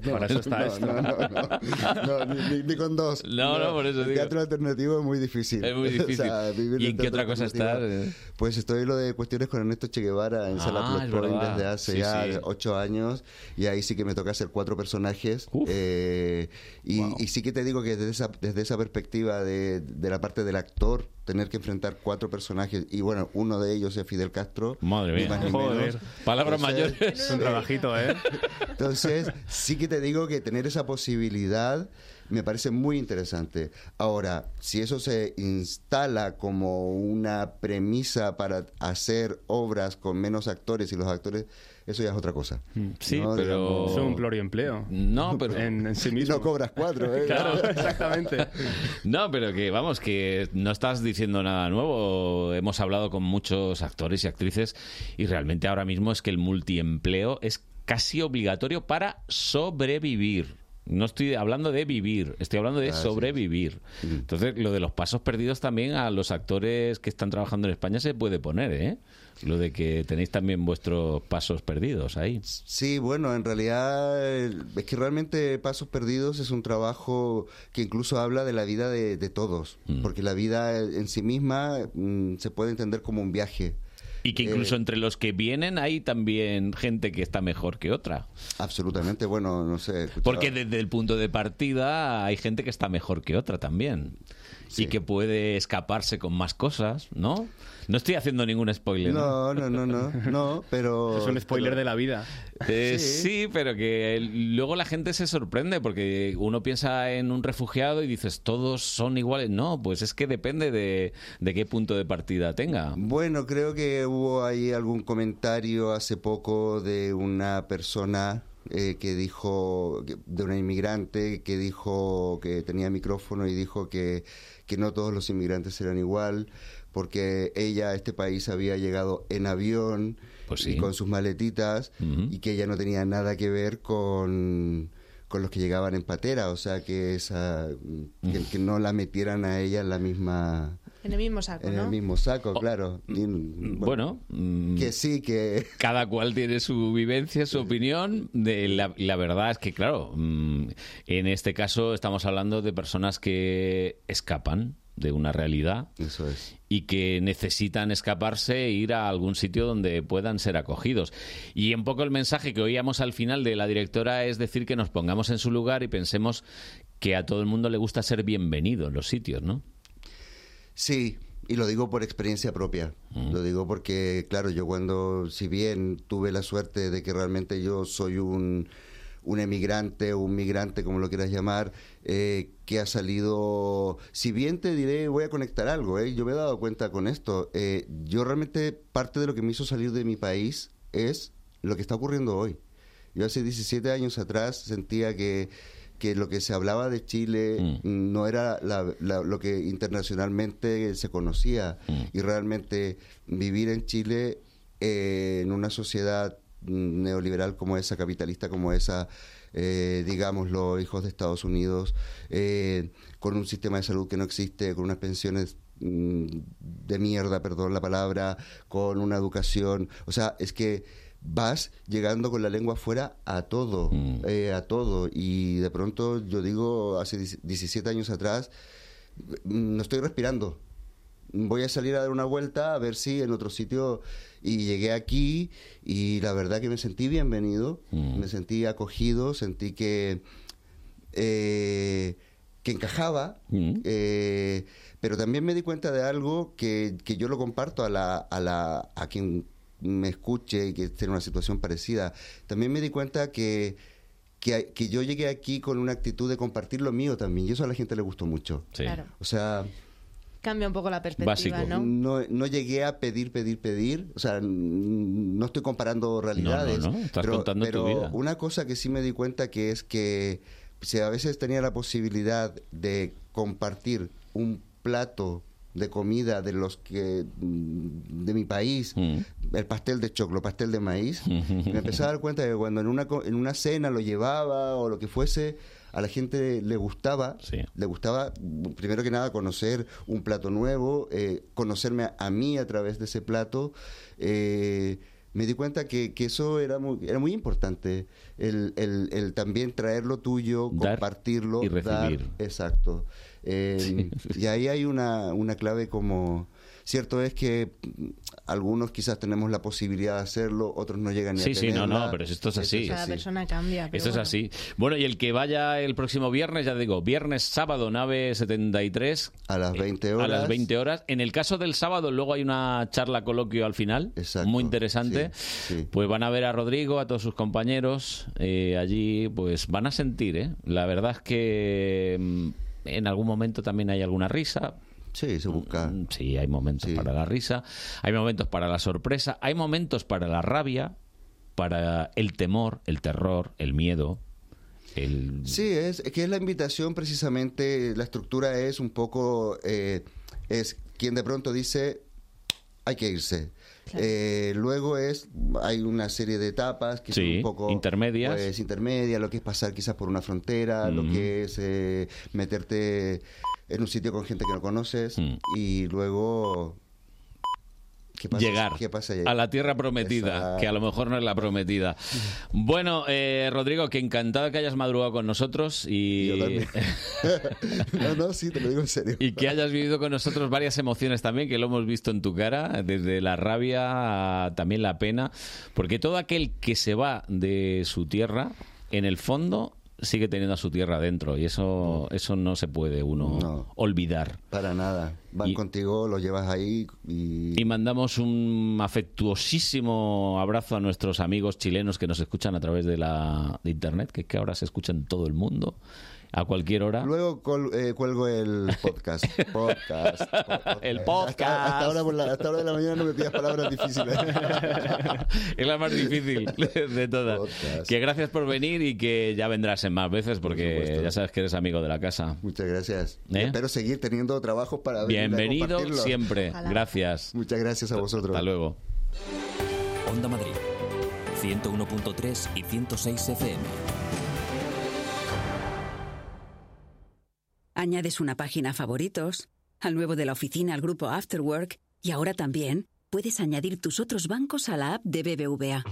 S31: no,
S2: Para eso está
S31: <laughs> no,
S2: esto.
S31: No, no, no. No, ni, ni- ni con dos.
S2: No, no, por eso
S31: El
S2: digo.
S31: teatro alternativo es muy difícil.
S2: Es muy
S31: <laughs> O sea,
S2: difícil.
S31: vivir
S2: ¿Y
S31: del
S2: en qué
S31: teatro
S2: otra cosa
S31: alternativo-
S2: estás?
S31: Pues estoy en lo de cuestiones con Ernesto Che Guevara en
S2: Ah,
S31: Sala Plus
S2: es
S31: Point
S2: verdad.
S31: desde hace
S2: Sí,
S31: ya
S2: sí.
S31: ocho años y ahí sí que me toca hacer cuatro personajes. Eh, y, y sí que te digo que desde esa, desde esa perspectiva de, de la parte del actor, tener que enfrentar cuatro personajes y bueno, uno de ellos es Fidel Castro.
S2: Madre
S31: ni
S2: mía.
S31: más ni
S2: Joder.
S31: menos.
S2: Palabras
S31: Entonces,
S2: mayores. Es un trabajito, ¿eh?
S31: entonces, sí que te digo que tener esa posibilidad me parece muy interesante. Ahora, si eso se instala como una premisa para hacer obras con menos actores y los actores, eso ya es otra cosa.
S2: Sí,
S31: ¿no?
S2: pero...
S31: Digamos-
S3: Es un pluriempleo.
S2: No, pero...
S31: En, <laughs> sí mismo. no cobras cuatro, ¿eh?
S12: <laughs>
S2: Claro, exactamente. No, pero que vamos, que no estás diciendo nada nuevo. Hemos hablado con muchos actores y actrices y realmente ahora mismo es que el multiempleo es casi obligatorio para sobrevivir. No estoy hablando de vivir, estoy hablando de
S31: Así es. Mm.
S2: sobrevivir. Entonces, lo de los pasos perdidos también a los actores que están trabajando en España se puede poner, ¿eh? Lo de que tenéis también vuestros pasos perdidos ahí.
S31: Sí, bueno, en realidad eh, es que realmente Pasos Perdidos es un trabajo que incluso habla de la vida de, de todos, porque la vida en sí misma mm, se puede entender como un viaje.
S2: Y que incluso
S31: Eh,
S2: entre los que vienen hay también gente que está mejor que otra.
S31: Absolutamente, bueno, no sé. escuchaba-
S2: Porque desde el punto de partida hay gente que está mejor que otra también. Y que puede escaparse con más cosas, ¿no? No estoy haciendo ningún spoiler. ¿no?
S31: No, no, no, no,
S2: <laughs>
S31: no, pero...
S2: Es un spoiler
S31: pero-
S2: de la vida. Eh,
S31: Sí.
S2: sí. pero que el- luego la gente se sorprende porque uno piensa en un refugiado y dices, todos son iguales. No, pues es que depende de, de qué punto de partida tenga.
S31: Bueno, creo que hubo ahí algún comentario hace poco de una persona eh, que dijo, de una inmigrante que dijo que tenía micrófono y dijo que, que no todos los inmigrantes eran igual, porque ella a este país había llegado en avión y con sus maletitas y que ella no tenía nada que ver con con los que llegaban en patera, o sea que esa que, que no la metieran a ella en la misma
S32: En el mismo saco,
S31: en
S32: ¿no?
S31: el mismo saco, claro. Y, bueno, que sí, que...
S2: Cada cual tiene su vivencia, su opinión. De la, la verdad es que, claro, mm, en este caso estamos hablando de personas que escapan de una realidad y que necesitan escaparse e ir a algún sitio donde puedan ser acogidos. Y un poco el mensaje que oíamos al final de la directora es decir que nos pongamos en su lugar y pensemos que a todo el mundo le gusta ser bienvenido en los sitios, ¿no?
S31: Sí, y lo digo por experiencia propia. Lo digo porque, claro, yo cuando, si bien tuve la suerte de que realmente yo soy un, un emigrante o un migrante, como lo quieras llamar, eh, que ha salido, si bien te diré, voy a conectar algo, eh, yo me he dado cuenta con esto, eh, yo realmente parte de lo que me hizo salir de mi país es lo que está ocurriendo hoy. Yo hace 17 años atrás sentía que, que lo que se hablaba de Chile no era la- la- lo que internacionalmente se conocía. Y realmente vivir en Chile eh, en una sociedad mm, neoliberal como esa, capitalista como esa, eh, digamos, los hijos de Estados Unidos, eh, con un sistema de salud que no existe, con unas pensiones mm, de mierda, perdón la palabra, con una educación. O sea, es que vas llegando con la lengua afuera a todo, eh, a todo. Y de pronto, yo digo, hace 17 años atrás, mm, no estoy respirando voy a salir a dar una vuelta a ver si en otro sitio y llegué aquí y la verdad que me sentí bienvenido, me sentí acogido, sentí que eh, que encajaba, eh, pero también me di cuenta de algo que, que yo lo comparto a la, a la a quien me escuche y que esté en una situación parecida. También me di cuenta que que, que yo llegué aquí con una actitud de compartir lo mío también, y eso a la gente le gustó mucho.
S32: Claro.
S31: O sea,
S9: cambia un poco la perspectiva, ¿no?
S31: ¿no? no llegué a pedir, pedir, pedir. O sea, n- no estoy comparando realidades.
S2: no, estás
S31: pero,
S2: contando tu
S31: pero
S2: vida.
S31: una cosa que sí me di cuenta que es que si a veces tenía la posibilidad de compartir un plato de comida de los que mm, de mi país, el pastel de choclo, pastel
S2: <laughs>
S31: de maíz, me empecé a dar cuenta de que cuando en una, co- en una cena lo llevaba o lo que fuese, a la gente le gustaba, le gustaba mm, primero que nada conocer un plato nuevo, eh, conocerme a, a mí a través de ese plato. eh, me di cuenta que, que eso era muy, era muy importante, el, el- el también traer lo tuyo, compartirlo
S2: y recibir.
S31: exacto. Eh, <laughs> Y ahí hay una, una clave como... Cierto es que mm, algunos quizás tenemos la posibilidad de hacerlo, otros no llegan ni a
S2: Sí, sí, no,
S31: tenerla.
S2: no, pero esto es así.
S9: Cada persona cambia. pero
S2: Esto es
S9: bueno.
S2: así. Bueno, y el que vaya el próximo viernes, ya digo, viernes, sábado, nave 73.
S31: A las 20
S2: eh, A las
S31: horas.
S2: 20 horas. En el caso del sábado, luego hay una charla coloquio al final. Muy interesante. Pues van a ver a Rodrigo, a todos sus compañeros. eh, allí, pues van a sentir, ¿eh? La verdad es que mm, en algún momento también hay alguna risa. Mm,
S31: Sí, se busca.
S2: Sí, hay momentos para la risa, hay momentos para la sorpresa, hay momentos para la rabia, para el temor, el terror, el miedo, el
S31: Sí, es, es que es la invitación precisamente, la estructura es un poco, eh, es quien de pronto dice, hay que irse. Eh, luego es, hay una serie de etapas que son
S2: Sí,
S31: un poco...
S2: intermedias.
S31: Pues intermedia, lo que es pasar quizás por una frontera, lo que es eh, meterte en un sitio con gente que no conoces
S2: Mm.
S31: y luego... ¿qué pasa-
S2: llegar
S31: qué pasa
S2: a la tierra prometida,
S31: Exacto.
S2: que a lo mejor no es la prometida. Bueno, eh, Rodrigo, que encantado que hayas madrugado con nosotros y, <laughs>
S31: <laughs> No, no, sí, te lo digo en serio.
S2: y que hayas vivido con nosotros varias emociones también, que lo hemos visto en tu cara, desde la rabia a también la pena, porque todo aquel que se va de su tierra, en el fondo sigue teniendo a su tierra dentro y eso eso no se puede uno olvidar.
S31: Mm. Para nada. Van contigo, lo llevas ahí y...
S2: Y mandamos un afectuosísimo abrazo a nuestros amigos chilenos que nos escuchan a través de la de internet, que es que ahora se escucha en todo el mundo, a cualquier hora.
S31: Luego col- eh, cuelgo el podcast. Podcast.
S2: el
S31: Hasta,
S2: podcast.
S31: hasta ahora por la- hasta ahora de la mañana no me pidas palabras difíciles.
S2: ¿Eh? Es la más
S31: <laughs>
S2: difícil de todas. Que gracias por venir y que ya vendrás en más veces porque ya sabes que eres amigo de la casa. ¿Eh?
S31: Muchas gracias. Espero seguir teniendo trabajos para venir a
S2: Bienvenido
S31: compartirlo.
S2: siempre. Gracias.
S31: Muchas gracias a vosotros.
S2: Hasta luego.
S1: Onda Madrid, 101.3 y 106 FM.
S33: Añades una página a favoritos, al nuevo de la oficina, al grupo Afterwork y ahora también puedes añadir tus otros bancos a la app de BBVA.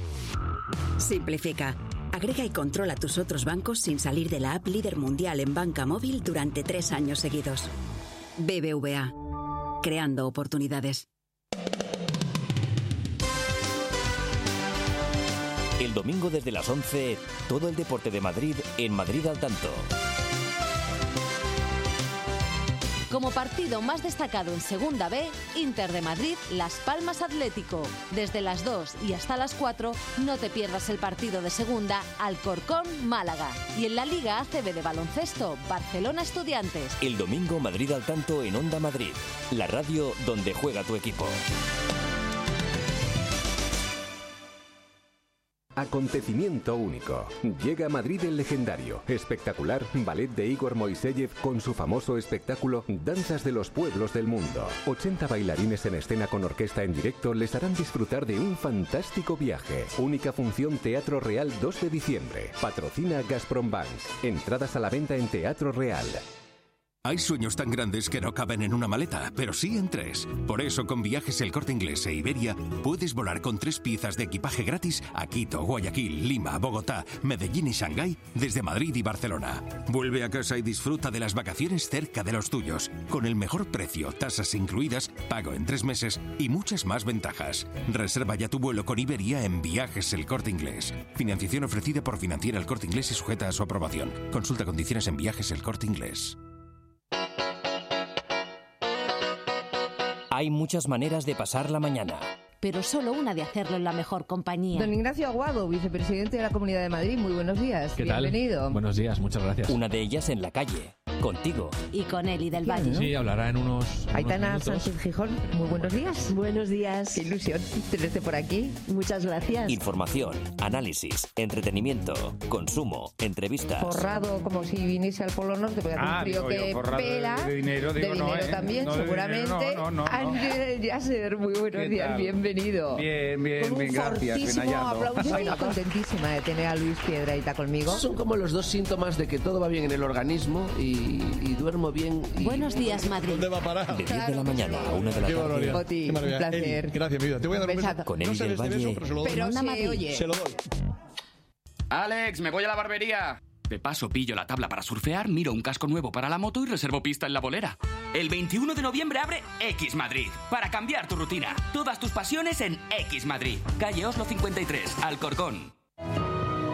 S33: Simplifica. Agrega y controla tus otros bancos sin salir de la app líder mundial en banca móvil durante tres años seguidos. BBVA. Creando oportunidades.
S1: El domingo desde las 11, todo el deporte de Madrid en Madrid al tanto.
S18: Como partido más destacado en Segunda B, Inter de Madrid, Las Palmas Atlético. Desde las 2 y hasta las 4, no te pierdas el partido de Segunda, Alcorcón, Málaga. Y en la Liga ACB de Baloncesto, Barcelona Estudiantes.
S1: El domingo Madrid al tanto en Onda Madrid, la radio donde juega tu equipo.
S15: Acontecimiento único. Llega a Madrid el legendario, espectacular ballet de Igor Moiseyev con su famoso espectáculo Danzas de los Pueblos del Mundo. 80 bailarines en escena con orquesta en directo les harán disfrutar de un fantástico viaje. Única función Teatro Real 2 de diciembre. Patrocina Gazprom Bank. Entradas a la venta en Teatro Real.
S16: Hay sueños tan grandes que no caben en una maleta, pero sí en tres. Por eso, con viajes El Corte Inglés e Iberia, puedes volar con tres piezas de equipaje gratis a Quito, Guayaquil, Lima, Bogotá, Medellín y Shanghái desde Madrid y Barcelona. Vuelve a casa y disfruta de las vacaciones cerca de los tuyos, con el mejor precio, tasas incluidas, pago en tres meses y muchas más ventajas. Reserva ya tu vuelo con Iberia en Viajes El Corte Inglés. Financiación ofrecida por Financiera El Corte Inglés y sujeta a su aprobación. Consulta condiciones en Viajes El Corte Inglés.
S1: Hay muchas maneras de pasar la mañana.
S18: Pero solo una de hacerlo en la mejor compañía.
S4: Don Ignacio Aguado, vicepresidente de la Comunidad de Madrid, muy buenos días. Bienvenido.
S1: Buenos días, muchas gracias. Una de ellas en la calle.
S34: Contigo.
S19: y con Eli del Valle.
S35: Sí, hablará en unos. en
S4: Aitana
S35: unos minutos.
S4: Sánchez Gijón, muy buenos días. Buenos días. Qué ilusión tenerte por aquí. Muchas gracias.
S34: Información, análisis, entretenimiento, consumo, entrevistas.
S4: Forrado como si viniese al Polo Norte, porque hace
S34: Ah,
S4: un frío
S34: digo yo,
S4: que
S34: forrado de-
S4: pela.
S34: de dinero, digo, no,
S4: dinero
S34: ¿eh?
S4: también,
S34: No, de
S4: seguramente.
S34: dinero, no, no, no.
S4: Ángel Yasser, muy buenos
S25: ¿Qué
S4: días,
S25: tal?
S4: bienvenido.
S25: Bien, bien,
S4: Con un
S25: bien, gracias, bien
S4: fortísimo
S25: hallado.
S4: aplauso. Yo estoy contentísima de tener a Luis Piedraita conmigo.
S25: Son como los dos síntomas de que todo va bien en el organismo y, y duermo bien.
S19: Buenos días, Madrid.
S25: ¿Dónde va a parar?
S34: De 10 de la mañana a 1 de la
S25: Qué
S34: tarde.
S25: barbaridad, Oti, qué maravilla. un placer. Eli, gracias, mi vida. Te voy a dar un beso.
S34: Con
S25: No
S34: Eli
S25: sé
S34: del
S25: de este beso,
S34: Valle.
S25: pero se lo doy.
S4: Pero se oye.
S25: Se lo doy.
S1: Alex, me voy a la barbería. De paso, pillo la tabla para surfear, miro un casco nuevo para la moto y reservo pista en la bolera. El 21 de noviembre abre X Madrid para cambiar tu rutina. Todas tus pasiones en X Madrid. Calle Oslo 53, Alcorcón.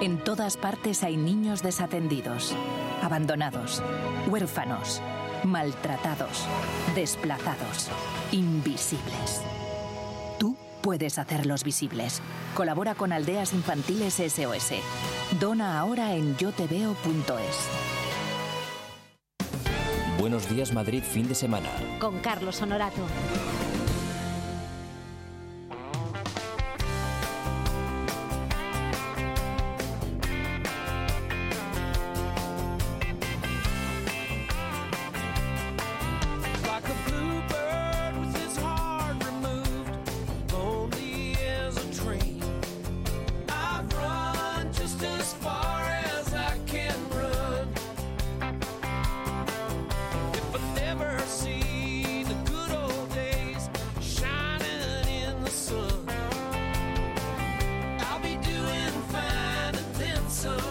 S21: En todas partes hay niños desatendidos, abandonados, huérfanos, maltratados, desplazados, invisibles. Tú puedes hacerlos visibles. Colabora con Aldeas Infantiles SOS. Dona ahora en yoteveo.es.
S34: Buenos días Madrid fin de semana.
S19: Con Carlos Honorato.
S21: Like a bluebird with his heart removed, lonely as a tree. I've run just as far as I can run. If I never see the good old days shining in the sun, I'll be doing fine and then some.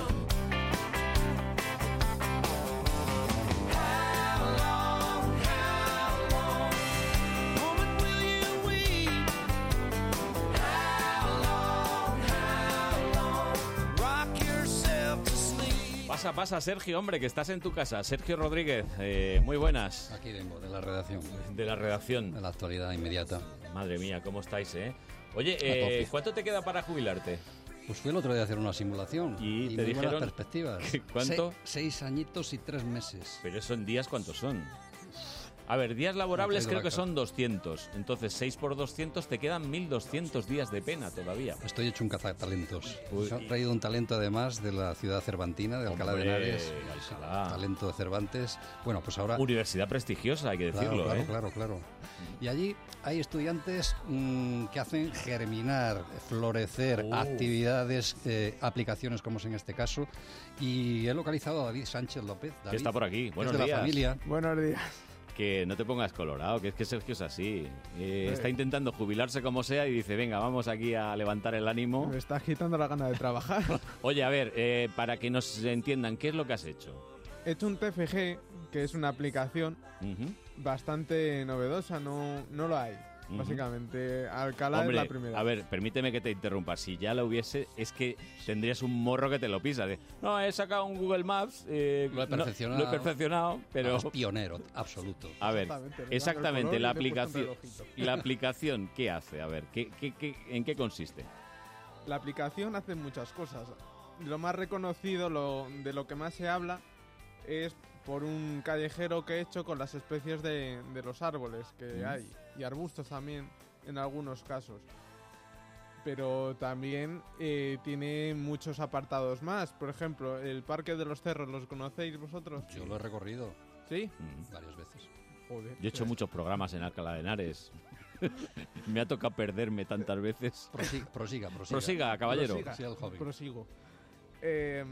S2: Pasa, pasa, Sergio, hombre, que estás en tu casa. Sergio Rodríguez, eh, muy buenas.
S29: Aquí vengo, de la redacción.
S2: De la redacción. De
S29: la actualidad inmediata.
S2: Madre mía, ¿cómo estáis, eh? Oye,
S29: A
S2: eh,
S29: tope.
S2: ¿cuánto te queda para jubilarte?
S29: Pues fui el otro día a hacer una simulación. Y, muy
S2: te
S29: buenas
S2: dijeron-
S29: perspectivas.
S2: ¿Qué- cuánto?
S29: Se- seis añitos y tres meses.
S2: Pero son días, ¿cuántos son? A ver, días laborables
S29: No traigo
S2: creo que
S29: la
S2: son 200. Entonces, 6 por 200 te quedan 1200 días de pena todavía.
S29: Estoy hecho un cazatalentos. Nos han traído un talento además de la ciudad cervantina, de Alcalá de
S2: Hombre,
S29: Henares. Talento de Cervantes. Bueno, pues ahora.
S2: Universidad prestigiosa, hay que
S29: Claro,
S2: decirlo,
S29: claro,
S2: ¿eh?
S29: claro, claro. Y allí hay estudiantes mm, que hacen germinar, florecer
S2: Oh.
S29: actividades, eh, aplicaciones como es en este caso. Y he localizado a David Sánchez López. David,
S2: está por aquí.
S29: que es
S2: Buenos
S29: de
S2: días.
S29: la familia.
S2: Buenos días. Que no te pongas colorado, que es que Sergio es así. Eh,
S36: Eh.
S2: Está intentando jubilarse como sea y dice, venga, vamos aquí a levantar el ánimo.
S36: Me estás quitando la gana de
S2: <laughs>
S36: trabajar.
S2: Oye, a ver, eh, para que nos entiendan, ¿qué es lo que has hecho?
S36: He hecho un TFG, que es una aplicación
S2: Ujú.
S36: bastante novedosa, no, no lo hay.
S2: Ujú.
S36: Básicamente, Alcalá
S2: Hombre,
S36: es la primera.
S2: a ver, permíteme que te interrumpa. Si ya la hubiese, es que tendrías un morro que te lo pisa. de, no, he sacado un Google Maps. eh,
S29: Lo he
S2: no,
S29: perfeccionado.
S2: lo he perfeccionado, pero...
S29: Es pionero, absoluto.
S2: A ver,
S29: Exactamente,
S2: exactamente,
S29: le
S2: la
S29: han dado el color y le he
S2: aplicación,
S29: puesto un relojito.
S2: la aplicación, ¿qué hace? A ver, ¿qué, qué- qué- en qué consiste?
S36: La aplicación hace muchas cosas. Lo más reconocido, lo, de lo que más se habla, es por un callejero que he hecho con las especies de, de los árboles que
S12: Mm.
S36: hay y arbustos también en algunos casos. Pero también eh, tiene muchos apartados más. Por ejemplo, el Parque de los Cerros, ¿los conocéis vosotros?
S29: Yo lo he recorrido.
S36: ¿Sí?
S29: Varias veces.
S36: Joder.
S2: Mm. Yo he
S29: Pues-
S2: hecho muchos programas en Alcalá de Henares. <laughs> Me ha tocado perderme tantas veces.
S29: Prosiga, prosiga.
S2: Prosiga, caballero.
S36: Prosiga, Prosigo. Eh,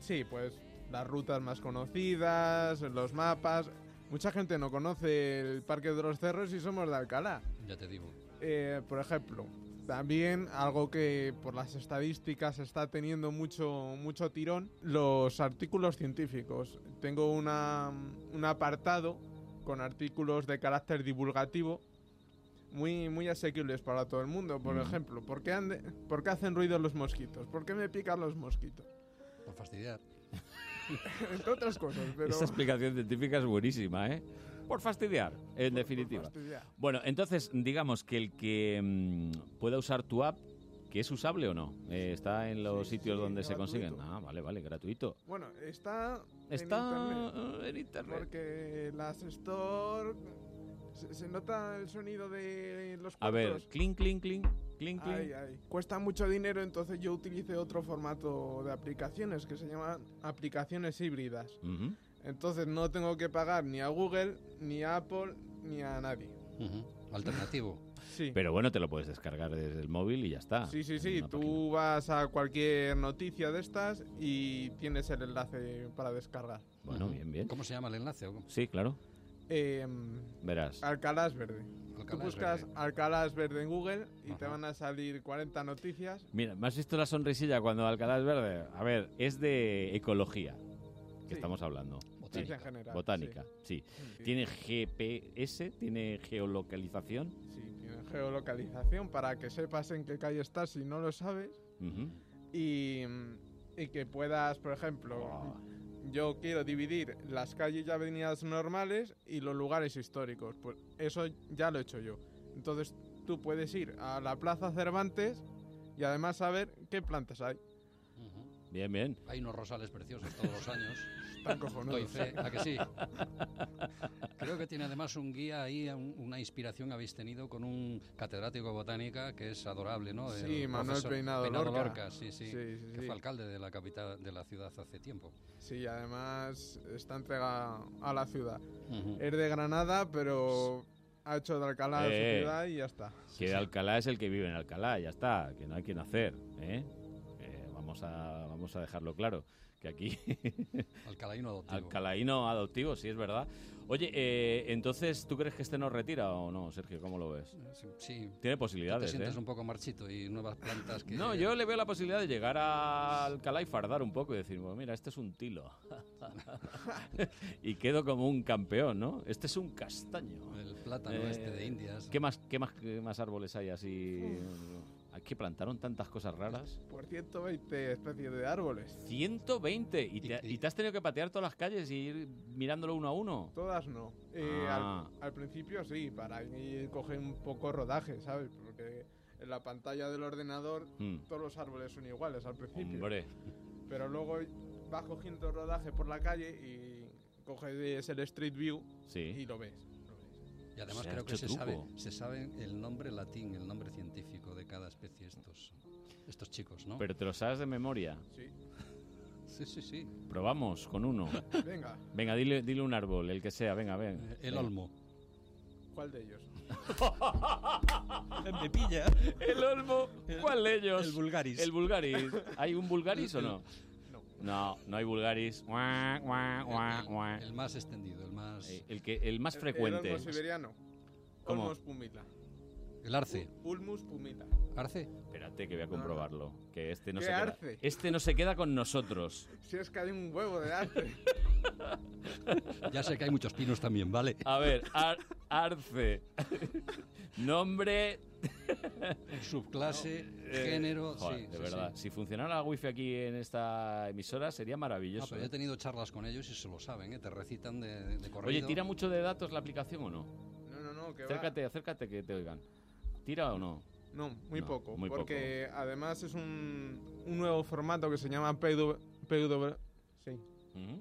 S36: sí, pues las rutas más conocidas, los mapas. Mucha gente no conoce el Parque de los Cerros y somos de Alcalá.
S29: Ya te digo.
S36: Eh, por ejemplo, también algo que por las estadísticas está teniendo mucho, mucho tirón, los artículos científicos. Tengo una, un apartado con artículos de carácter divulgativo muy, muy asequibles para todo el mundo. Por
S29: Mm.
S36: ejemplo, ¿por qué, han de- ¿por qué hacen ruido los mosquitos? ¿Por qué me pican los mosquitos?
S29: Por fastidiar.
S36: <laughs> Entre otras cosas, pero...
S2: Esta explicación científica es buenísima, ¿eh? Por fastidiar, en definitiva.
S36: fastidiar.
S2: Bueno, entonces, digamos que el que mm, pueda usar tu app ¿Que es usable o no? Eh, ¿Está en los sitios donde se consiguen? Ah, vale, vale, gratuito.
S36: Bueno, está.
S2: Está en
S36: internet. Porque las Store. Se, se nota el sonido de los
S2: A ver,
S36: cuartos.
S2: clink, clink, clink, clink, clink.
S36: Ay, ay. Cuesta mucho dinero, entonces yo utilicé otro formato de aplicaciones que se llaman aplicaciones híbridas.
S2: Ujú.
S36: Entonces no tengo que pagar ni a Google, ni a Apple, ni a nadie.
S29: Alternativo.
S36: <laughs> Sí.
S2: Pero bueno, te lo puedes descargar desde el móvil y ya está.
S36: Sí, sí, sí. Tú vas a cualquier noticia de estas y tienes el enlace para descargar.
S2: Bueno, bien, bien.
S29: ¿Cómo se llama el enlace? o cómo?
S2: Sí, claro.
S36: Eh,
S2: Verás.
S36: Alcalás Verde. Tú
S29: Alcalá es
S36: buscas
S29: verde.
S36: Alcalás Verde en Google y te van a salir 40 noticias.
S2: Mira, ¿me has visto la sonrisilla cuando Alcalá es verde? A ver, es de ecología
S36: Sí.
S2: que estamos hablando.
S36: Botánica. En general,
S2: Botánica, sí. ¿Tiene GPS? ¿Tiene geolocalización?
S36: Sí, tiene geolocalización para que sepas en qué calle estás si no lo sabes.
S2: Ujú.
S36: Y, y que puedas, por ejemplo, yo quiero dividir las calles y avenidas normales y los lugares históricos. Pues eso ya lo he hecho yo. Entonces tú puedes ir a la Plaza Cervantes y además saber qué plantas hay.
S2: Bien, bien.
S29: Hay unos rosales preciosos todos los años.
S36: <laughs> Están cojonudos.
S29: Doy fe, ¿a
S36: <laughs>
S29: que sí? Creo que tiene además un guía ahí, un- una inspiración habéis tenido con un catedrático de botánica que es adorable, ¿no?
S36: Sí, Manuel Peinado Lorca.
S29: Lorca. sí, sí,
S36: Sí, sí,
S29: que
S36: sí.
S29: fue alcalde de la capital de la ciudad hace tiempo.
S36: Sí, además está entregada a la ciudad.
S29: Ujú.
S36: Es de Granada, pero ha hecho de Alcalá
S2: Eh,
S36: su ciudad y ya está.
S2: Que Alcalá es el que vive en Alcalá, ya está, que no hay quien hacer. ¿eh? Eh, vamos, a, vamos a dejarlo claro,
S29: <laughs>
S2: que aquí...
S29: Alcalaíno adoptivo.
S2: Alcalaíno adoptivo, sí, es verdad. Oye, eh, entonces, ¿tú crees que este nos retira o no, Sergio? ¿Cómo lo ves?
S29: Eh, Sí.
S2: Tiene
S29: Tú te
S2: posibilidades,
S29: sientes
S2: ¿eh?
S29: un poco marchito y nuevas plantas que...
S2: No, yo le veo la posibilidad de llegar a Alcalá y fardar un poco y decir, bueno, mira, este es un tilo. y quedo como un campeón, ¿no? Este es un castaño. Eh,
S29: El plátano este de Indias.
S2: ¿Qué más, qué más, qué más árboles hay así? Aquí plantaron tantas cosas raras.
S36: Por 120 especies de árboles.
S2: 120 y te, y te has tenido que patear todas las calles y ir mirándolo uno a uno.
S36: Todas no. Eh, al-
S2: Ah.
S36: al, principio sí, para ir coger un poco rodaje, ¿sabes? Porque en la pantalla del ordenador
S2: Mm.
S36: todos los árboles son iguales al principio.
S2: Hombre,
S36: Pero luego vas cogiendo rodaje por la calle y coges el Street View
S2: Sí.
S36: y lo ves.
S29: Y además
S36: Se ha
S29: creo que
S36: hecho
S29: se
S36: truco.
S29: sabe, se sabe el nombre latín, el nombre científico de cada especie estos, estos chicos, ¿no?
S2: pero te lo sabes de memoria.
S36: Sí.
S29: Sí, sí, sí.
S2: Probamos con uno.
S36: Venga.
S2: Venga, dile, dile un árbol, el que sea, venga, ven.
S29: El
S2: Venga.
S29: olmo.
S36: ¿Cuál de ellos?
S7: Me pilla.
S2: El olmo. ¿Cuál de ellos?
S7: El vulgaris.
S2: El vulgaris. ¿Hay un vulgaris o no? No, no hay vulgaris. Guau, guau, guau, guau.
S29: El más extendido, el más...
S2: Eh, El, que, el más frecuente.
S36: El olmo E- siberiano.
S2: ¿Cómo?
S36: Olmos pumila.
S29: El arce.
S36: Ulmus pumila.
S29: ¿Arce?
S2: Espérate que voy a comprobarlo. Que este no
S36: ¿Qué
S2: se queda.
S36: arce?
S2: Este no se queda con nosotros.
S36: Si es que hay un huevo de arte.
S29: <laughs> Ya sé que hay muchos pinos también, <laughs> ¿vale?
S2: A ver, ar- arce. <laughs> Nombre.
S29: Subclase,
S2: Eh,
S29: género,
S2: joder,
S29: sí,
S2: De
S29: sí,
S2: verdad.
S29: sí.
S2: Si funcionara la wifi aquí en esta emisora sería
S29: No,
S2: maravilloso.
S29: Ah, pero
S2: ¿eh?
S29: yo he tenido charlas con ellos y se lo saben, ¿eh? te recitan de, de
S2: Oye,
S29: corrido.
S2: ¿tira mucho de datos la aplicación o no?
S36: No, no, no, que va.
S2: Acércate, acércate que te oigan. ¿Tira o no?
S36: No, muy
S2: No,
S36: poco.
S2: muy
S36: porque además es un, un nuevo formato que se llama PW. PW sí.
S2: ¿Mm?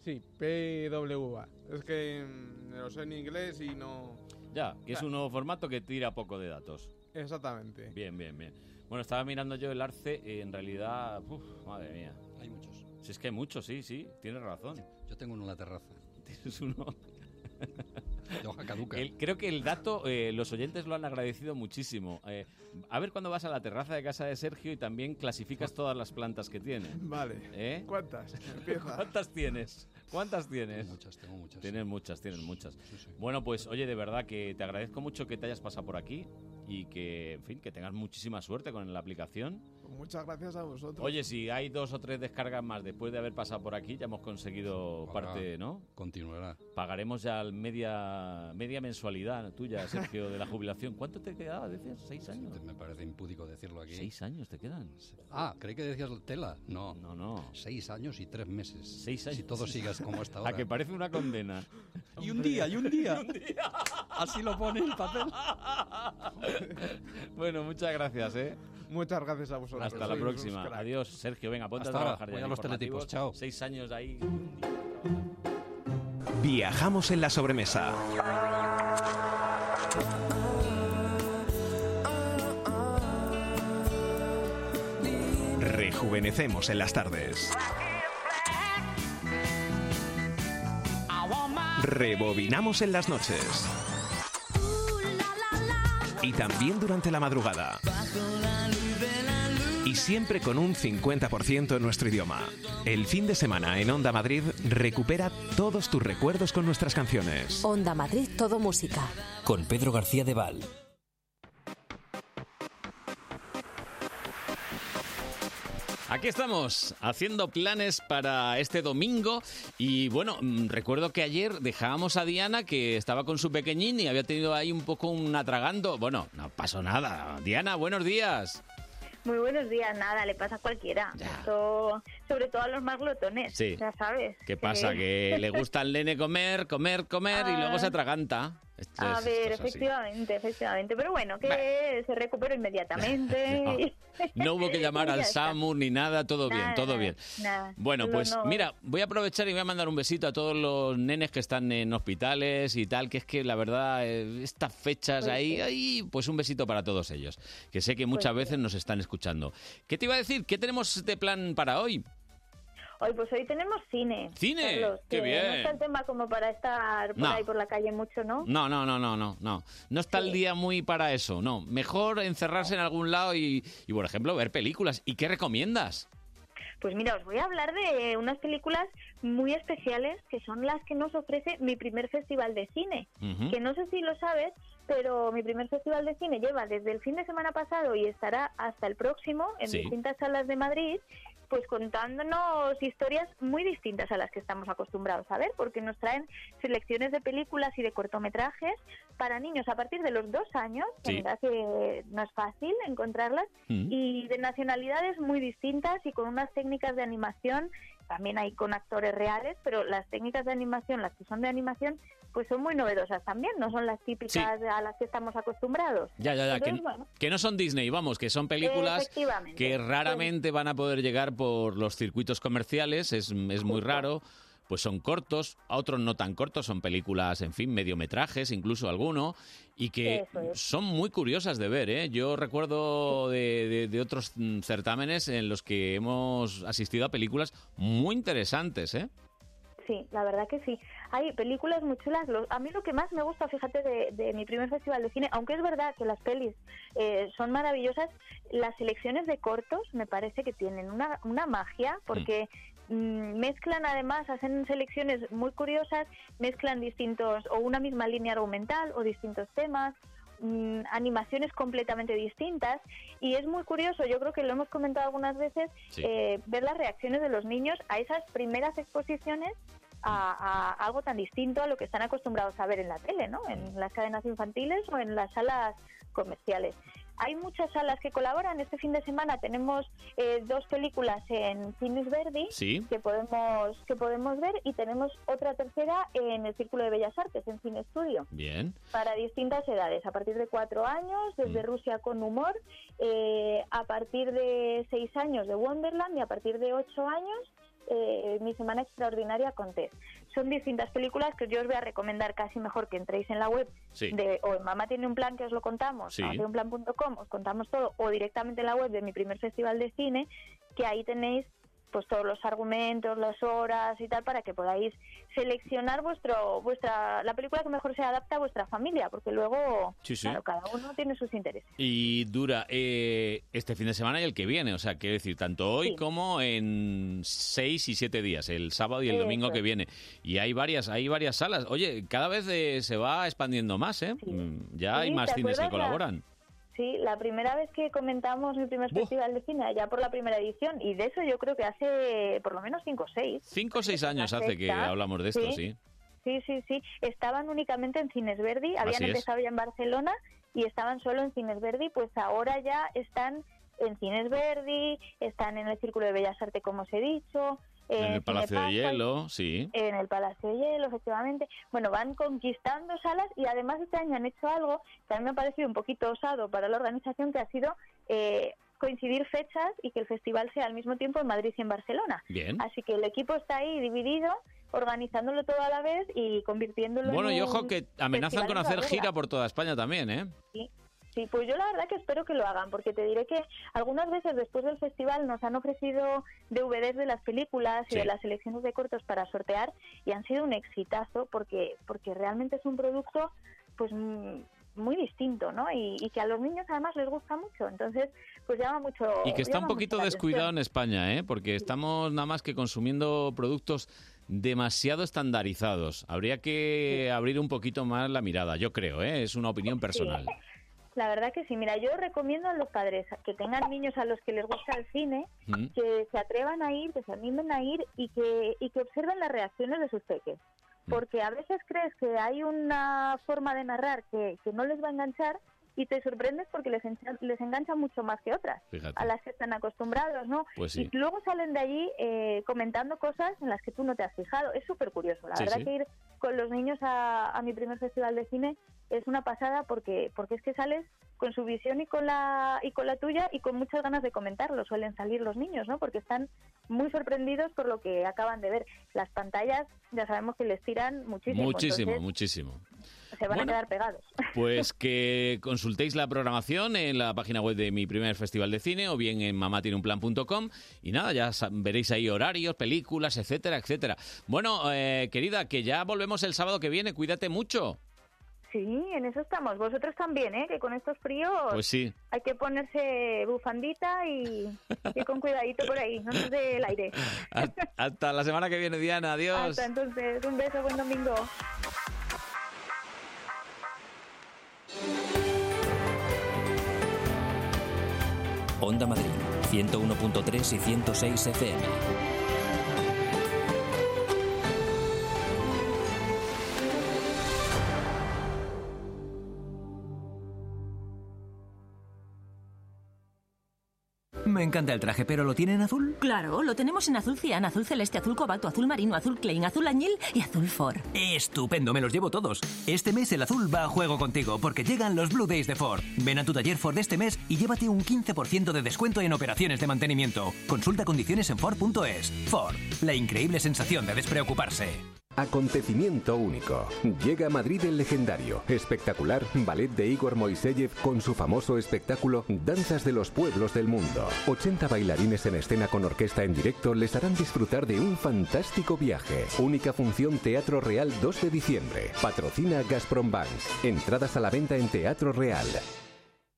S36: Sí, PWA. Es que mm, me lo sé en inglés y no.
S2: Ya, que es
S36: Claro.
S2: un nuevo formato que tira poco de datos.
S36: Ah. Exactamente.
S2: Bien, bien, bien. Bueno, estaba mirando yo el arce, eh, en realidad, uf, madre mía.
S29: Hay muchos.
S2: Si es que hay muchos, sí, sí, tienes razón.
S29: Yo tengo uno en la terraza.
S2: Tienes uno.
S21: <laughs>
S29: <laughs> De hoja caduca.
S2: El- creo que el dato, eh, los oyentes lo han agradecido muchísimo. Eh, a ver cuando vas a la terraza de casa de Sergio y también clasificas todas las plantas que tiene.
S36: Vale.
S2: ¿Eh?
S36: ¿Cuántas? <laughs> Empieza.
S2: ¿Cuántas tienes? ¿Cuántas tienes?
S29: Muchas, tengo muchas.
S2: Tienes muchas, tienes muchas. Bueno, pues oye, de verdad que te agradezco mucho que te hayas pasado por aquí y que, en fin, que tengas muchísima suerte con la aplicación.
S36: Pues muchas gracias a vosotros.
S2: Oye, si hay dos o tres descargas más después de haber pasado por aquí, ya hemos conseguido parte, ¿no?
S29: Continuará.
S2: Pagaremos ya el media, media mensualidad tuya, Sergio, de la jubilación.
S29: <laughs>
S2: ¿Cuánto te quedaba? ¿Decías? ¿Seis años?
S29: Me parece impúdico decirlo aquí.
S2: ¿Seis años te quedan?
S29: Ah, creí que decías tela. No.
S2: No, no.
S29: Seis años y tres meses.
S2: Seis años.
S29: Si todo sigas como hasta ahora.
S2: <laughs> A que parece una condena.
S7: <laughs> Y un día, y un
S2: <laughs>
S7: día.
S29: Así lo pone el papel.
S2: Bueno, muchas gracias, ¿eh?
S36: Muchas gracias a vosotros.
S2: Hasta la
S36: Sois pues unos
S2: próxima.
S36: cracks.
S2: Adiós, Sergio. Venga, ponte
S36: Hasta
S2: a
S36: ahora.
S2: trabajar
S36: Voy
S2: ya.
S36: a
S2: en
S36: los teletipos.
S2: informativos.
S36: Chao.
S2: Seis años ahí.
S25: Viajamos en la sobremesa. Rejuvenecemos en las tardes. Rebobinamos en las noches. Y también durante la madrugada. Y siempre con un 50% en nuestro idioma. El fin de semana en Onda Madrid recupera todos tus recuerdos con nuestras canciones.
S18: Onda Madrid Todo Música.
S1: Con Pedro García de Val.
S2: Aquí estamos, haciendo planes para este domingo y bueno, mm, recuerdo que ayer dejábamos a Diana que estaba con su pequeñín y había tenido ahí un poco un atragando. Bueno, no pasó nada. Diana, buenos días.
S10: Muy buenos días, nada, le pasa a cualquiera. Eso, sobre todo a los marlotones,
S2: Sí.
S10: ya sabes.
S2: ¿Qué pasa?
S10: Sí. Ah.
S2: Que le gusta al nene comer, comer, comer y luego se atraganta. Esto
S10: A
S2: es-
S10: ver, <laughs>
S2: esto es así.
S10: efectivamente, efectivamente. Pero bueno, que se recuperó inmediatamente.
S2: <laughs> No hubo que llamar
S10: Ya
S2: al
S10: está.
S2: SAMU ni nada, todo bien,
S10: Nada,
S2: todo bien.
S10: nada.
S2: Bueno,
S10: No,
S2: pues
S10: no.
S2: mira, voy a aprovechar y voy a mandar un besito a todos los nenes que están en hospitales y tal, que es que la verdad, eh, estas fechas
S11: Pues
S2: ahí,
S11: sí. Pues
S2: ahí, pues un besito para todos ellos, que sé que muchas veces nos están escuchando. ¿Qué te iba a decir? ¿Qué tenemos de plan para hoy?
S10: Hoy, pues hoy tenemos cine.
S2: ¿Cine?
S10: Carlos,
S2: ¡Qué
S10: que
S2: bien!
S10: No está el tema como para estar por
S2: No.
S10: ahí por la calle mucho, ¿no?
S2: No, no, no, no, no, no. No está el día muy para eso, no. Mejor encerrarse en algún lado y, y, por ejemplo, ver películas. ¿Y qué recomiendas?
S10: Pues mira, os voy a hablar de unas películas muy especiales que son las que nos ofrece mi primer festival de cine.
S26: Ujú.
S10: Que no sé si lo sabes, pero mi primer festival de cine lleva desde el fin de semana pasado y estará hasta el próximo en
S26: Sí.
S10: distintas salas de Madrid. Pues contándonos historias muy distintas a las que estamos acostumbrados a ver, porque nos traen selecciones de películas y de cortometrajes para niños a partir de los dos años, que
S26: Sí.
S10: mira que no es fácil encontrarlas,
S26: Mm.
S10: y de nacionalidades muy distintas y con unas técnicas de animación, también hay con actores reales, pero las técnicas de animación, las que son de animación, pues son muy novedosas también, no son las típicas a las que estamos acostumbrados.
S2: Ya, ya, ya, que,
S10: Entonces, bueno,
S2: que no son Disney, vamos, que son películas
S10: Efectivamente.
S2: que raramente van a poder llegar por los circuitos comerciales, es, es muy raro. Pues son cortos, a otros no tan cortos, son películas, en fin, mediometrajes, incluso alguno, y que
S11: Eso es.
S2: son muy curiosas de ver. ¿eh? Yo recuerdo de, de- de otros mm, certámenes en los que hemos asistido a películas muy interesantes. ¿eh?
S10: Sí, la verdad que sí. Hay películas muy chulas. Lo- a mí lo que más me gusta, fíjate, de, de mi primer festival de cine, aunque es verdad que las pelis eh, son maravillosas, las selecciones de cortos me parece que tienen una, una magia porque mm, mezclan además, hacen selecciones muy curiosas, mezclan distintos, o una misma línea argumental o distintos temas mm, animaciones completamente distintas y es muy curioso, yo creo que lo hemos comentado algunas veces,
S11: Sí.
S10: eh, ver las reacciones de los niños a esas primeras exposiciones a, a algo tan distinto a lo que están acostumbrados a ver en la tele, ¿no? En las cadenas infantiles o en las salas comerciales. Hay muchas salas que colaboran. Este fin de semana tenemos eh, dos películas en Cines Verdi
S2: Sí.
S10: que podemos que podemos ver y tenemos otra tercera en el Círculo de Bellas Artes en Cine Estudio
S2: Bien.
S10: para distintas edades, a partir de cuatro años, desde Rusia con humor, eh, a partir de seis años de Wonderland y a partir de ocho años eh, Mi Semana Extraordinaria con Ted. Son distintas películas que yo os voy a recomendar casi mejor que entréis en la web
S11: Sí.
S10: de o en Mamá tiene un plan que os lo contamos,
S11: Sí.
S10: haceunplan.com, os contamos todo, o directamente en la web de mi primer festival de cine, que ahí tenéis pues todos los argumentos, las horas y tal para que podáis seleccionar vuestro vuestra la película que mejor se adapta a vuestra familia, porque luego
S2: Sí, sí.
S10: claro, cada uno tiene sus intereses.
S2: Y dura eh, este fin de semana y el que viene, o sea, quiero decir, tanto hoy
S10: Sí.
S2: como en seis y siete días, el sábado y el
S10: Eso
S2: domingo que
S10: es.
S2: viene. Y hay varias, hay varias salas. Oye, cada vez eh, se va expandiendo más, ¿eh? Mm, Ya
S10: Sí,
S2: hay más
S10: ¿te
S2: cines que
S10: acuerdas la-
S2: colaboran.
S10: Sí, la primera vez que comentamos mi primer festival de cine, ya por la primera edición, y de eso yo creo que hace por lo menos cinco o seis.
S2: Cinco o seis años hace que
S10: pues sexta,
S2: hablamos de esto,
S10: sí. eh, Sí,
S2: sí.
S10: sí, sí. Estaban únicamente en Cines Verdi, habían
S2: Así es.
S10: empezado ya en Barcelona y estaban solo en Cines Verdi, pues ahora ya están en Cines Verdi, están en el Círculo de Bellas Artes, como os he dicho.
S2: En
S10: eh,
S2: el Palacio de
S10: Cinepascual,
S2: Hielo, sí.
S10: En el Palacio de Hielo, efectivamente. Bueno, van conquistando salas y además este año han hecho algo que a mí me ha parecido un poquito osado para la organización, que ha sido eh, coincidir fechas y que el festival sea al mismo tiempo en Madrid y en Barcelona.
S2: Bien.
S10: Así que el equipo está ahí dividido, organizándolo todo a la vez y convirtiéndolo
S2: Bueno,
S10: en
S2: y
S10: un
S2: ojo que amenazan
S10: festival
S2: con hacer
S10: andaluz.
S2: gira por toda España también, ¿eh?
S10: Sí. Sí, pues yo la verdad que espero que lo hagan, porque te diré que algunas veces después del festival nos han ofrecido DVDs de las películas y
S37: Sí.
S10: de las selecciones de cortos para sortear y han sido un exitazo porque porque realmente es un producto pues mm, muy distinto, ¿no? Y, y que a los niños además les gusta mucho, entonces pues llama mucho
S2: Y que está un
S10: llama
S2: poquito
S10: mucho la
S2: descuidado
S10: atención.
S2: en España, ¿eh? Porque estamos nada más que consumiendo productos demasiado estandarizados. Habría que abrir un poquito más la mirada, yo creo, ¿eh? Es una opinión personal.
S10: La verdad que sí. Mira, yo recomiendo a los padres que tengan niños a los que les gusta el cine,
S2: Mm.
S10: que se atrevan a ir, que se animen a ir y que, y que observen las reacciones de sus peques.
S2: Mm.
S10: Porque a veces crees que hay una forma de narrar que, que no les va a enganchar y te sorprendes porque les, encha- les engancha mucho más que otras,
S2: Fíjate.
S10: a las que están acostumbrados, ¿no?
S2: Pues sí.
S10: Y luego salen de allí eh, comentando cosas en las que tú no te has fijado. Es súper curioso. La
S2: Sí,
S10: verdad
S2: sí.
S10: que ir con los niños a, a mi primer festival de cine es una pasada porque porque es que sales con su visión y con la y con la tuya y con muchas ganas de comentarlo suelen salir los niños no porque están muy sorprendidos por lo que acaban de ver las pantallas ya sabemos que les tiran muchísimo
S2: Muchísimo,
S10: pues entonces
S2: muchísimo.
S10: se van
S2: Bueno.
S10: a quedar pegados
S2: Pues que consultéis la programación en la página web de mi primer festival de cine o bien en mamatieneunplan.com y nada, ya sa- veréis ahí horarios, películas, etcétera, etcétera. Bueno, eh, querida, que ya volvemos el sábado que viene, cuídate mucho.
S10: sí en eso estamos vosotros también eh que con estos fríos
S2: Pues sí.
S10: hay que ponerse bufandita y, y con cuidadito por ahí no nos dé el aire
S2: Hasta, hasta la semana que viene, Diana, adiós.
S10: hasta entonces un beso buen domingo
S1: Onda Madrid, 101.3 y 106 FM.
S38: Me encanta el traje, pero ¿lo tienen azul?
S4: Claro, lo tenemos en azul cian, azul celeste, azul cobalto, azul marino, azul Klein, azul añil y azul Ford.
S38: Estupendo, me los llevo todos. Este mes el azul va a juego contigo porque llegan los Blue Days de Ford. Ven a tu taller Ford este mes y llévate un 15% de descuento en operaciones de mantenimiento. Consulta condiciones en Ford.es. Ford, la increíble sensación de despreocuparse.
S15: Acontecimiento único. Llega a Madrid el legendario, espectacular ballet de Igor Moiseyev con su famoso espectáculo Danzas de los Pueblos del Mundo. 80 bailarines en escena con orquesta en directo les harán disfrutar de un fantástico viaje. Única función Teatro Real 2 de diciembre. Patrocina Gazprom Bank. Entradas a la venta en Teatro Real.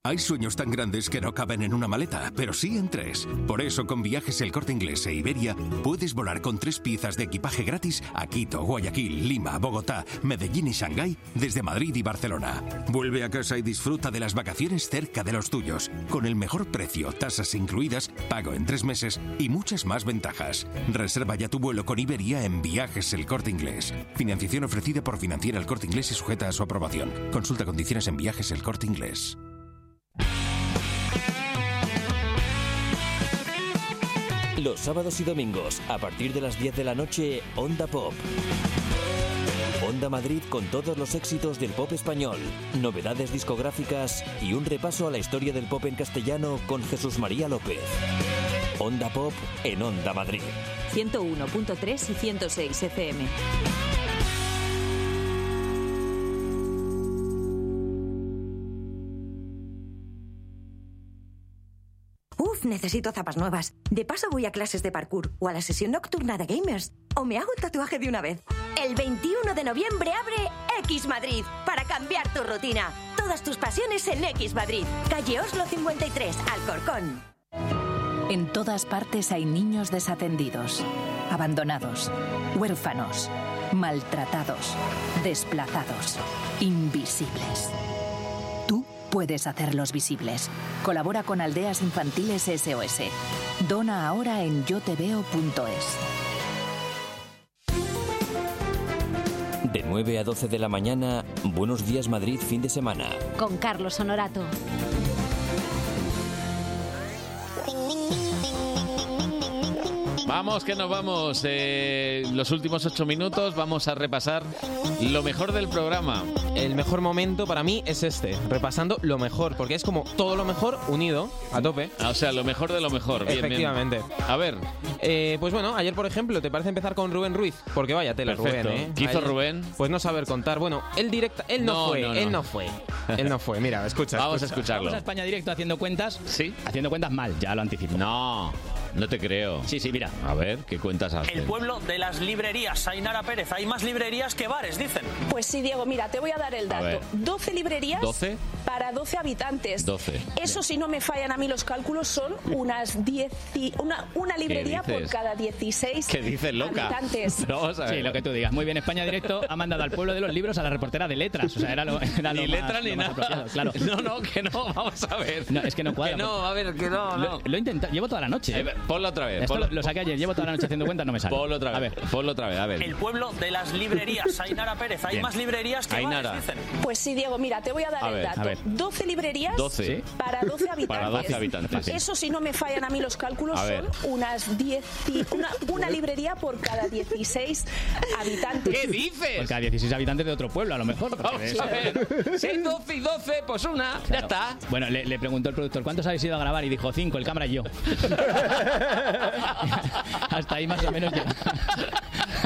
S16: Hay sueños tan grandes que no caben en una maleta, pero sí en tres. Por eso, con viajes El Corte Inglés e Iberia, puedes volar con tres piezas de equipaje gratis a Quito, Guayaquil, Lima, Bogotá, Medellín y Shanghái, desde Madrid y Barcelona. Vuelve a casa y disfruta de las vacaciones cerca de los tuyos, con el mejor precio, tasas incluidas, pago en tres meses y muchas más ventajas. Reserva ya tu vuelo con Iberia en Viajes El Corte Inglés. Financiación ofrecida por Financiera El Corte Inglés y sujeta a su aprobación. Consulta condiciones en Viajes El Corte Inglés.
S1: Los sábados y domingos, a partir de las 10 de la noche, Onda Pop. Onda Madrid con todos los éxitos del pop español, novedades discográficas y un repaso a la historia del pop en castellano con Jesús María López. Onda Pop en Onda Madrid.
S38: 101.3 y 106 FM.
S17: Uf, necesito zapas nuevas. De paso voy a clases de parkour o a la sesión nocturna de gamers. O me hago un tatuaje de una vez. El 21 de noviembre abre X Madrid para cambiar tu rutina. Todas tus pasiones en X Madrid. Calle Oslo 53, Alcorcón.
S19: En todas partes hay niños desatendidos, abandonados, huérfanos, maltratados, desplazados, invisibles. Tú puedes hacerlos visibles. Colabora con Aldeas Infantiles SOS. Dona ahora en yoteveo.es.
S1: De 9 a 12 de la mañana, Buenos Días Madrid, fin de semana.
S18: Con Carlos Honorato.
S2: Vamos, que nos vamos. Eh, los últimos ocho minutos vamos a repasar lo mejor del programa.
S7: El mejor momento para mí es este, repasando lo mejor, porque es como todo lo mejor unido a tope.
S2: Ah, O sea, lo mejor de lo mejor. Bien, bien.
S7: Efectivamente.
S2: A ver.
S7: Eh, pues bueno, ayer por ejemplo, ¿te parece empezar con Rubén Ruiz? Porque vaya tela,
S2: Perfecto.
S7: Rubén, ¿eh?
S2: ¿Qué hizo
S7: Ayer-
S2: Rubén?
S7: Pues no saber contar. Bueno, él directa, él no,
S2: No,
S7: fue,
S2: no, no.
S7: él no fue. Él no fue, mira, escucha.
S2: Vamos a
S7: escucha.
S2: escucharlo.
S1: Vamos a España directo haciendo cuentas.
S2: Sí.
S1: Haciendo cuentas mal, ya lo anticipo.
S2: No, no te creo. Sí, sí, mira. A ver, ¿qué cuentas
S21: El
S1: <laughs>
S2: haces?
S21: pueblo de las librerías, Ainara Pérez. Hay más librerías que bares, dicen.
S32: Pues sí, Diego, mira, te voy a dar el
S2: A ver.
S32: dato. 12 librerías
S2: 12.
S32: para 12 habitantes.
S2: 12.
S32: Eso, si no me fallan a mí los cálculos, son unas 10. Una, una librería por
S2: dices?
S32: cada 16
S1: ¿Qué dices, loca?
S32: habitantes.
S2: Vamos a ver.
S1: Sí, lo que tú digas. Muy bien, España Directo ha mandado al pueblo de los libros a la reportera de letras. O sea, era lo, era
S2: Ni
S1: lo más-
S2: letra
S1: lo
S2: ni
S1: más
S2: nada.
S1: apropiado, Claro.
S2: <laughs> No, no, que no, vamos a ver.
S1: No, es <laughs> que no cuadra.
S2: Que no,
S1: porque-
S2: a ver, que
S1: Lo,
S2: no, no.
S1: lo he intentado, llevo toda la noche.
S2: Eh, ponlo otra vez.
S1: Esto
S2: ponlo.
S1: lo, lo saqué ayer, llevo toda la noche haciendo cuentas, no me sale.
S2: Ponlo otra vez.
S1: A ver.
S2: Ponlo otra vez, a ver.
S21: El pueblo de las librerías, Ainara Pérez. Hay
S2: Bien.
S21: más librerías que
S2: Ainara.
S21: bares, dicen.
S32: Pues sí, Diego, mira, te voy a dar
S2: A
S32: el
S2: ver, a
S32: dato.
S2: ver.
S32: 12 librerías
S2: 12. Sí.
S32: para 12
S2: Para
S32: habitantes.
S2: 12 habitantes.
S32: Eso, si no me fallan a mí los cálculos,
S2: A ver.
S32: son unas 10. Una, una librería por cada 16 habitantes.
S1: Por cada 16 habitantes de otro pueblo, a lo mejor. porque
S21: Vamos
S1: es-
S21: a ver. Si hay 12 y 12, pues una. Ya está.
S1: Bueno, le, le preguntó el productor, ¿cuántos habéis ido a grabar? Y dijo, cinco, el cámara y
S2: <laughs>
S1: yo. <laughs> Hasta ahí más o menos llegaba. <laughs>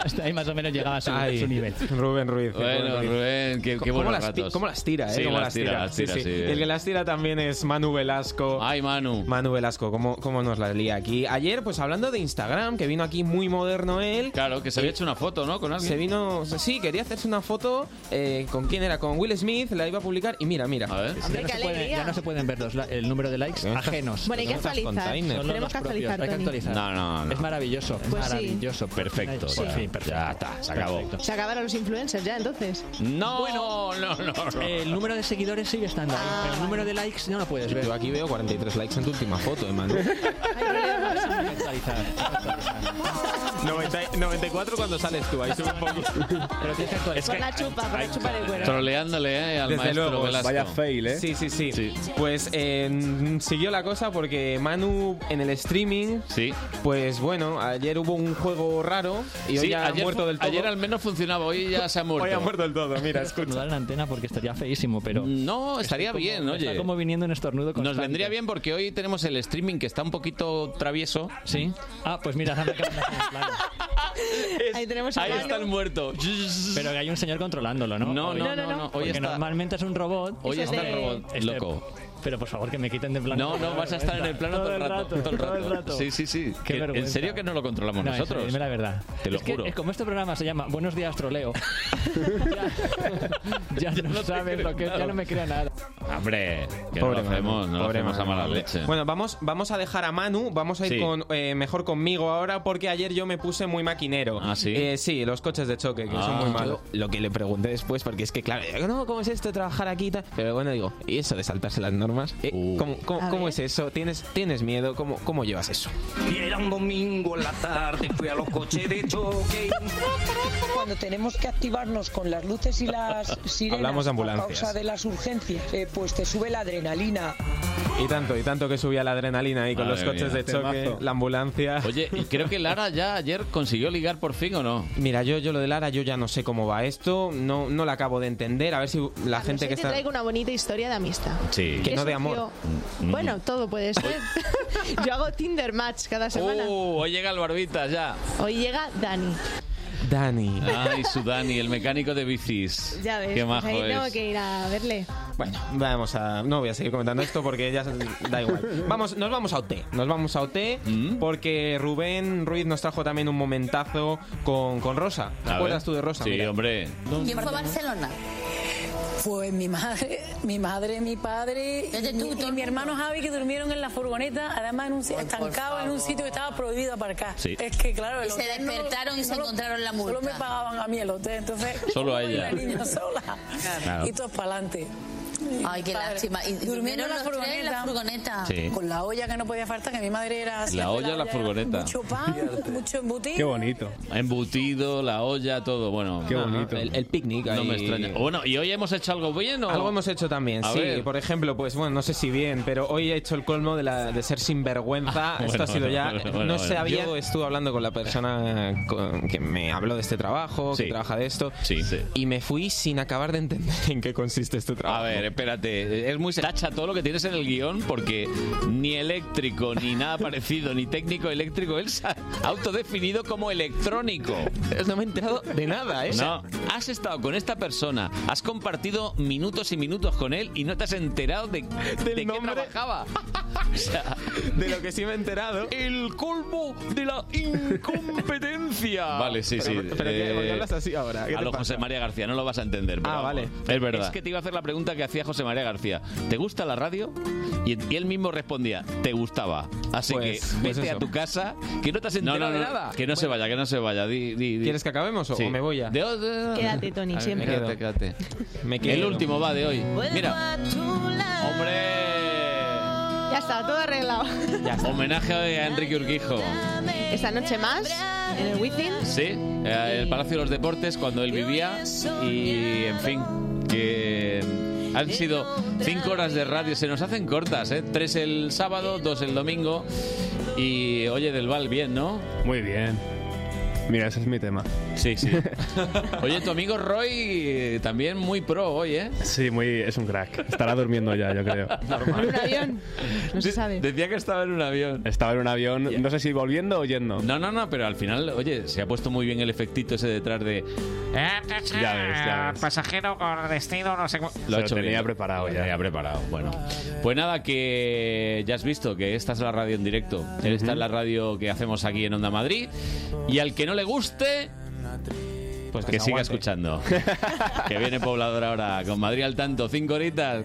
S1: Hasta ahí más o menos llegaba su,
S7: Ay,
S1: su nivel.
S7: Rubén Ruiz.
S2: Bueno, Rubén, qué, qué
S7: ¿Cómo
S2: buenos
S7: las, ti-
S2: ratos.
S7: cómo las tira, eh?
S2: Sí,
S7: cómo
S2: las tira, las tira,
S7: Sí, sí.
S2: sí.
S7: El que las tira también es Manu Velasco.
S2: Ay, Manu.
S7: Manu Velasco, ¿cómo, cómo nos la lía aquí? Ayer, pues hablando de Instagram, que vino aquí muy moderno él. Eh,
S2: Claro, que se había hecho una foto, ¿no? Con alguien.
S7: Se vino, sí, quería hacerse una foto eh, con quién era, con Will Smith, la iba a publicar y mira, Eh. mira.
S9: Hombre, qué alegría.
S1: pueden ver los la- el número de likes
S7: Estas-
S9: Bueno, hay que
S7: estas
S9: actualizar.
S7: containers.
S9: Tenemos que actualizar,
S1: Hay que
S9: Tony.
S1: actualizar.
S2: No, no, no.
S1: Es maravilloso. es
S9: Pues sí.
S1: maravilloso.
S2: Perfecto.
S9: Sí.
S2: bueno,
S9: Sí,
S2: Ya está, se acabó.
S9: Se acabaron los influencers ya, entonces.
S2: No, no, no, no.
S9: el número de seguidores sigue estando ahí, pero el número de likes no lo puedes
S7: Yo aquí veo 43 likes en tu última foto,
S9: <laughs>
S7: Manu. 90 94 cuando sales tú, ahí sube un poco. Pero
S1: tienes que
S9: Con la chupa, con la chupa de cuero.
S2: Troleándole eh, al maestro Velasco.
S7: Sí, sí, eh. sí. Pues eh, siguió la cosa porque Manu en el streaming.
S2: Sí.
S7: Pues bueno, ayer hubo un juego raro y hoy
S2: Sí,
S7: ya ha
S2: ayer
S7: muerto
S2: fu-
S7: del todo.
S2: Ayer al menos funcionaba, hoy ya se ha muerto.
S7: Hoy ha muerto del todo, mira,
S1: No
S7: escucha.
S1: en la antena porque estaría feísimo, pero.
S2: No, estaría
S1: Estoy como-
S2: bien, oye.
S1: Está como viniendo un estornudo
S2: Nos
S1: constante.
S2: vendría bien porque hoy tenemos el streaming que está un poquito travieso.
S1: Sí. Ah, pues mira, dame que-
S9: Ahí tenemos a
S2: Ahí
S9: Manu.
S2: está el muerto.
S1: Pues Pero que hay un señor controlándolo, ¿no?
S2: No,
S1: Hoy.
S2: no, no, no, no. Hoy
S1: Porque
S2: está-
S1: normalmente es un robot.
S2: Hoy Ese es está de- el robot
S1: Este-
S2: loco.
S1: Pero por favor, que me quiten de plano.
S2: No, no, vas a estar en el plano todo el rato. Todo el rato. Sí, sí, sí.
S1: Qué
S2: Que- en
S1: vergüenza.
S2: serio que no lo controlamos
S1: No, en
S2: nosotros.
S1: serio, dime la verdad.
S2: Te lo
S1: Es que-
S2: juro.
S1: es como este programa se llama Buenos días, troleo.
S2: <laughs>
S1: <laughs> ya, ya no, sabes lo que es, ya no me creo nada.
S2: <laughs> Hombre, que
S7: Pobre
S2: no lo hacemos, no lo
S7: pobre
S2: hacemos a
S7: Manu.
S2: mala leche.
S7: Bueno, vamos, vamos a dejar a Manu, vamos a ir
S2: Sí.
S7: con, eh, mejor conmigo ahora porque ayer yo me puse muy maquinero. ¿Ah, sí? sí, los coches de choque, que son
S2: Ah.
S7: muy malos. Lo que le pregunté después, porque es que claro, digo, no, ¿cómo es esto de trabajar aquí? y tal? Pero bueno, digo, ¿y eso de saltarse las normas? Eh, ¿Cómo, cómo-
S21: A
S7: cómo es eso? ¿Tienes, tienes miedo? ¿Cómo, ¿Cómo llevas eso?
S21: Y era un domingo en la tarde, fui a los coches de choque.
S39: Cuando tenemos que activarnos con las luces y las sirenas
S7: Hablamos de
S39: a
S7: ambulancias.
S39: causa de las urgencias, eh, pues te sube la adrenalina.
S7: Y tanto, y tanto que subía la adrenalina ahí con
S2: Madre
S7: los coches
S2: mía.
S7: de choque,
S2: Temazo.
S7: la ambulancia.
S2: Oye, y creo que Lara ya ayer consiguió ligar por fin o no.
S7: Mira, yo, yo lo de Lara, yo ya no sé cómo va esto, no, no la acabo de entender, a ver si la gente
S9: Yo
S7: que
S9: te
S7: está...
S9: traigo una bonita historia de amistad.
S2: Sí.
S7: Que no de
S9: surgió-
S7: amor.
S2: Mm.
S9: Bueno, todo
S2: <laughs>
S9: puede ser. Yo hago Tinder Match cada semana.
S2: Uh, hoy llega el Barbitas ya.
S9: Hoy llega Dani.
S7: Dani.
S2: Ay, su Dani, el mecánico de bicis.
S9: Ya ves,
S2: Qué
S9: pues
S2: majo
S9: ahí tengo
S2: es.
S9: que ir a verle.
S7: Bueno, vamos a... No voy a seguir comentando esto porque ya da igual. Vamos, nos vamos a OT. Nos vamos a OT
S2: Mm.
S7: porque Rubén Ruiz nos trajo también un momentazo con, con Rosa. ¿Te
S2: A
S7: acuerdas
S2: ver.
S7: tú de Rosa?
S2: Sí,
S7: Mira.
S2: hombre.
S6: ¿Quién fue a Barcelona?
S40: Pues mi madre, mi madre, mi padre y, mi- y mi hermano Javi que durmieron en la furgoneta, además en un, si- estancados en un sitio que estaba prohibido aparcar.
S6: Sí.
S40: Es que claro, el
S6: Y se
S40: hotel no-
S6: despertaron y se
S40: lo-
S6: encontraron la multa.
S40: Solo me pagaban a mí el hotel, entonces
S2: <laughs> Solo a
S40: yo y
S2: <laughs>
S40: la
S2: ella.
S40: niña sola
S6: Claro.
S40: y todos para adelante. mis
S18: Ay, qué
S40: padres.
S18: lástima. Y
S40: durmiendo en la
S18: durmieron los tres
S40: furgoneta.
S18: en la
S2: Sí.
S40: Con la olla que no podía faltar, que mi madre era...
S2: La olla, la
S40: era
S2: furgoneta.
S40: Mucho pan, mucho embutido.
S2: bonito. Embutido, la olla, todo. Bueno,
S7: Qué bonito.
S2: El,
S7: picnic.
S2: No
S7: ahí.
S2: me extraña. Bueno, ¿y hoy hemos hecho algo bien o.?
S7: Algo hemos hecho también,
S2: A
S7: sí.
S2: ver.
S7: Por ejemplo, pues bueno, no sé si bien, pero hoy he hecho el colmo de, la, de ser
S2: <laughs>
S7: sinvergüenza.
S2: Ah,
S7: Esto
S2: bueno,
S7: ha sido ya.
S2: bueno, bueno,
S7: no sé,
S2: bueno.
S7: había.
S2: Yo-
S7: estuve hablando con la persona con- que me habló de este trabajo, que trabaja de esto. Y me fui sin acabar de entender en qué consiste este trabajo.
S2: A ver, espérate, es muy tacha todo lo que tienes en el guión porque ni eléctrico, ni nada parecido, ni técnico eléctrico, él se ha autodefinido como electrónico.
S7: No me he enterado de nada, ¿eh?
S2: No, has estado con esta persona, has compartido minutos y minutos con él y no te has enterado de, de qué trabajaba. O sea,
S7: <laughs> de lo que sí me he enterado.
S2: El colmo de la
S7: <laughs>
S2: incompetencia. Vale, sí,
S7: Pero-
S2: sí.
S7: pero ¿qué? ¿Por qué hablas así ahora? ¿eh? ¿Qué te
S2: a lo
S7: pasa?
S2: José María García, no lo vas a entender. pero
S7: Ah,
S2: vamos.
S7: vale.
S2: Es verdad.
S7: Es
S2: que te iba a hacer la pregunta que hacía José María García. ¿Te gusta la radio? Y, y él mismo respondía, te gustaba. Así
S7: Pues-
S2: que
S7: pues
S2: vete
S7: eso.
S2: a tu casa, que no te has
S7: No,
S2: enterado
S7: no, no,
S2: de nada. Que no se
S7: Bueno.
S2: vaya, que no se vaya.
S7: ¿Quieres que acabemos o,
S2: Sí.
S7: o me voy ya?
S2: De,
S9: Quédate, Tony,
S7: A ver,
S9: siempre.
S7: me quedo.
S2: Quédate.
S7: Me quedo.
S2: El último va de hoy. Mira,
S9: Ya está, todo arreglado.
S2: homenaje a Enrique Urquijo.
S9: Esta noche más, en el Within.
S2: Sí, eh, el Palacio de los Deportes cuando él vivía y en fin, que han sido cinco horas de radio, se nos hacen cortas, ¿eh? tres el sábado, dos el domingo y oye del Val bien, ¿no?
S12: Muy bien. Mira, ese es mi tema.
S2: Sí, sí. <laughs> Oye, tu amigo Roy eh, también muy pro hoy, ¿eh?
S12: <laughs> Sí, muy, es un crack. Estará durmiendo ya, yo
S2: <laughs>
S12: creo.
S9: En un avión. No se sabe.
S2: Decía que estaba en un avión.
S12: Estaba en un avión, no sé si volviendo o yendo.
S2: No, no, no, pero al final, oye, se ha puesto muy bien el efectito ese detrás de... Ya ves,
S12: ya ves.
S2: Pasajero con destino, no sé cómo...
S12: Se lo tenía
S2: preparado ya. tenía preparado, bueno. Pues nada, que ya has visto que esta es la radio en directo. Esta es la radio que hacemos aquí en Onda Madrid. Y al que no le guste, pues que,
S12: se
S2: siga
S12: aguante.
S2: <laughs> escuchando. que viene Poblador ahora con Madrid al tanto, cinco horitas.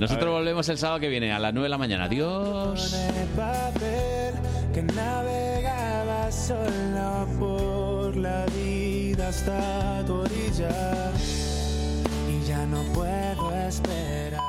S2: Nosotros volvemos el sábado que viene a las nueve de la mañana. Adiós.
S11: papel que navegaba sola por la vida hasta tu orilla y ya no puedo esperar.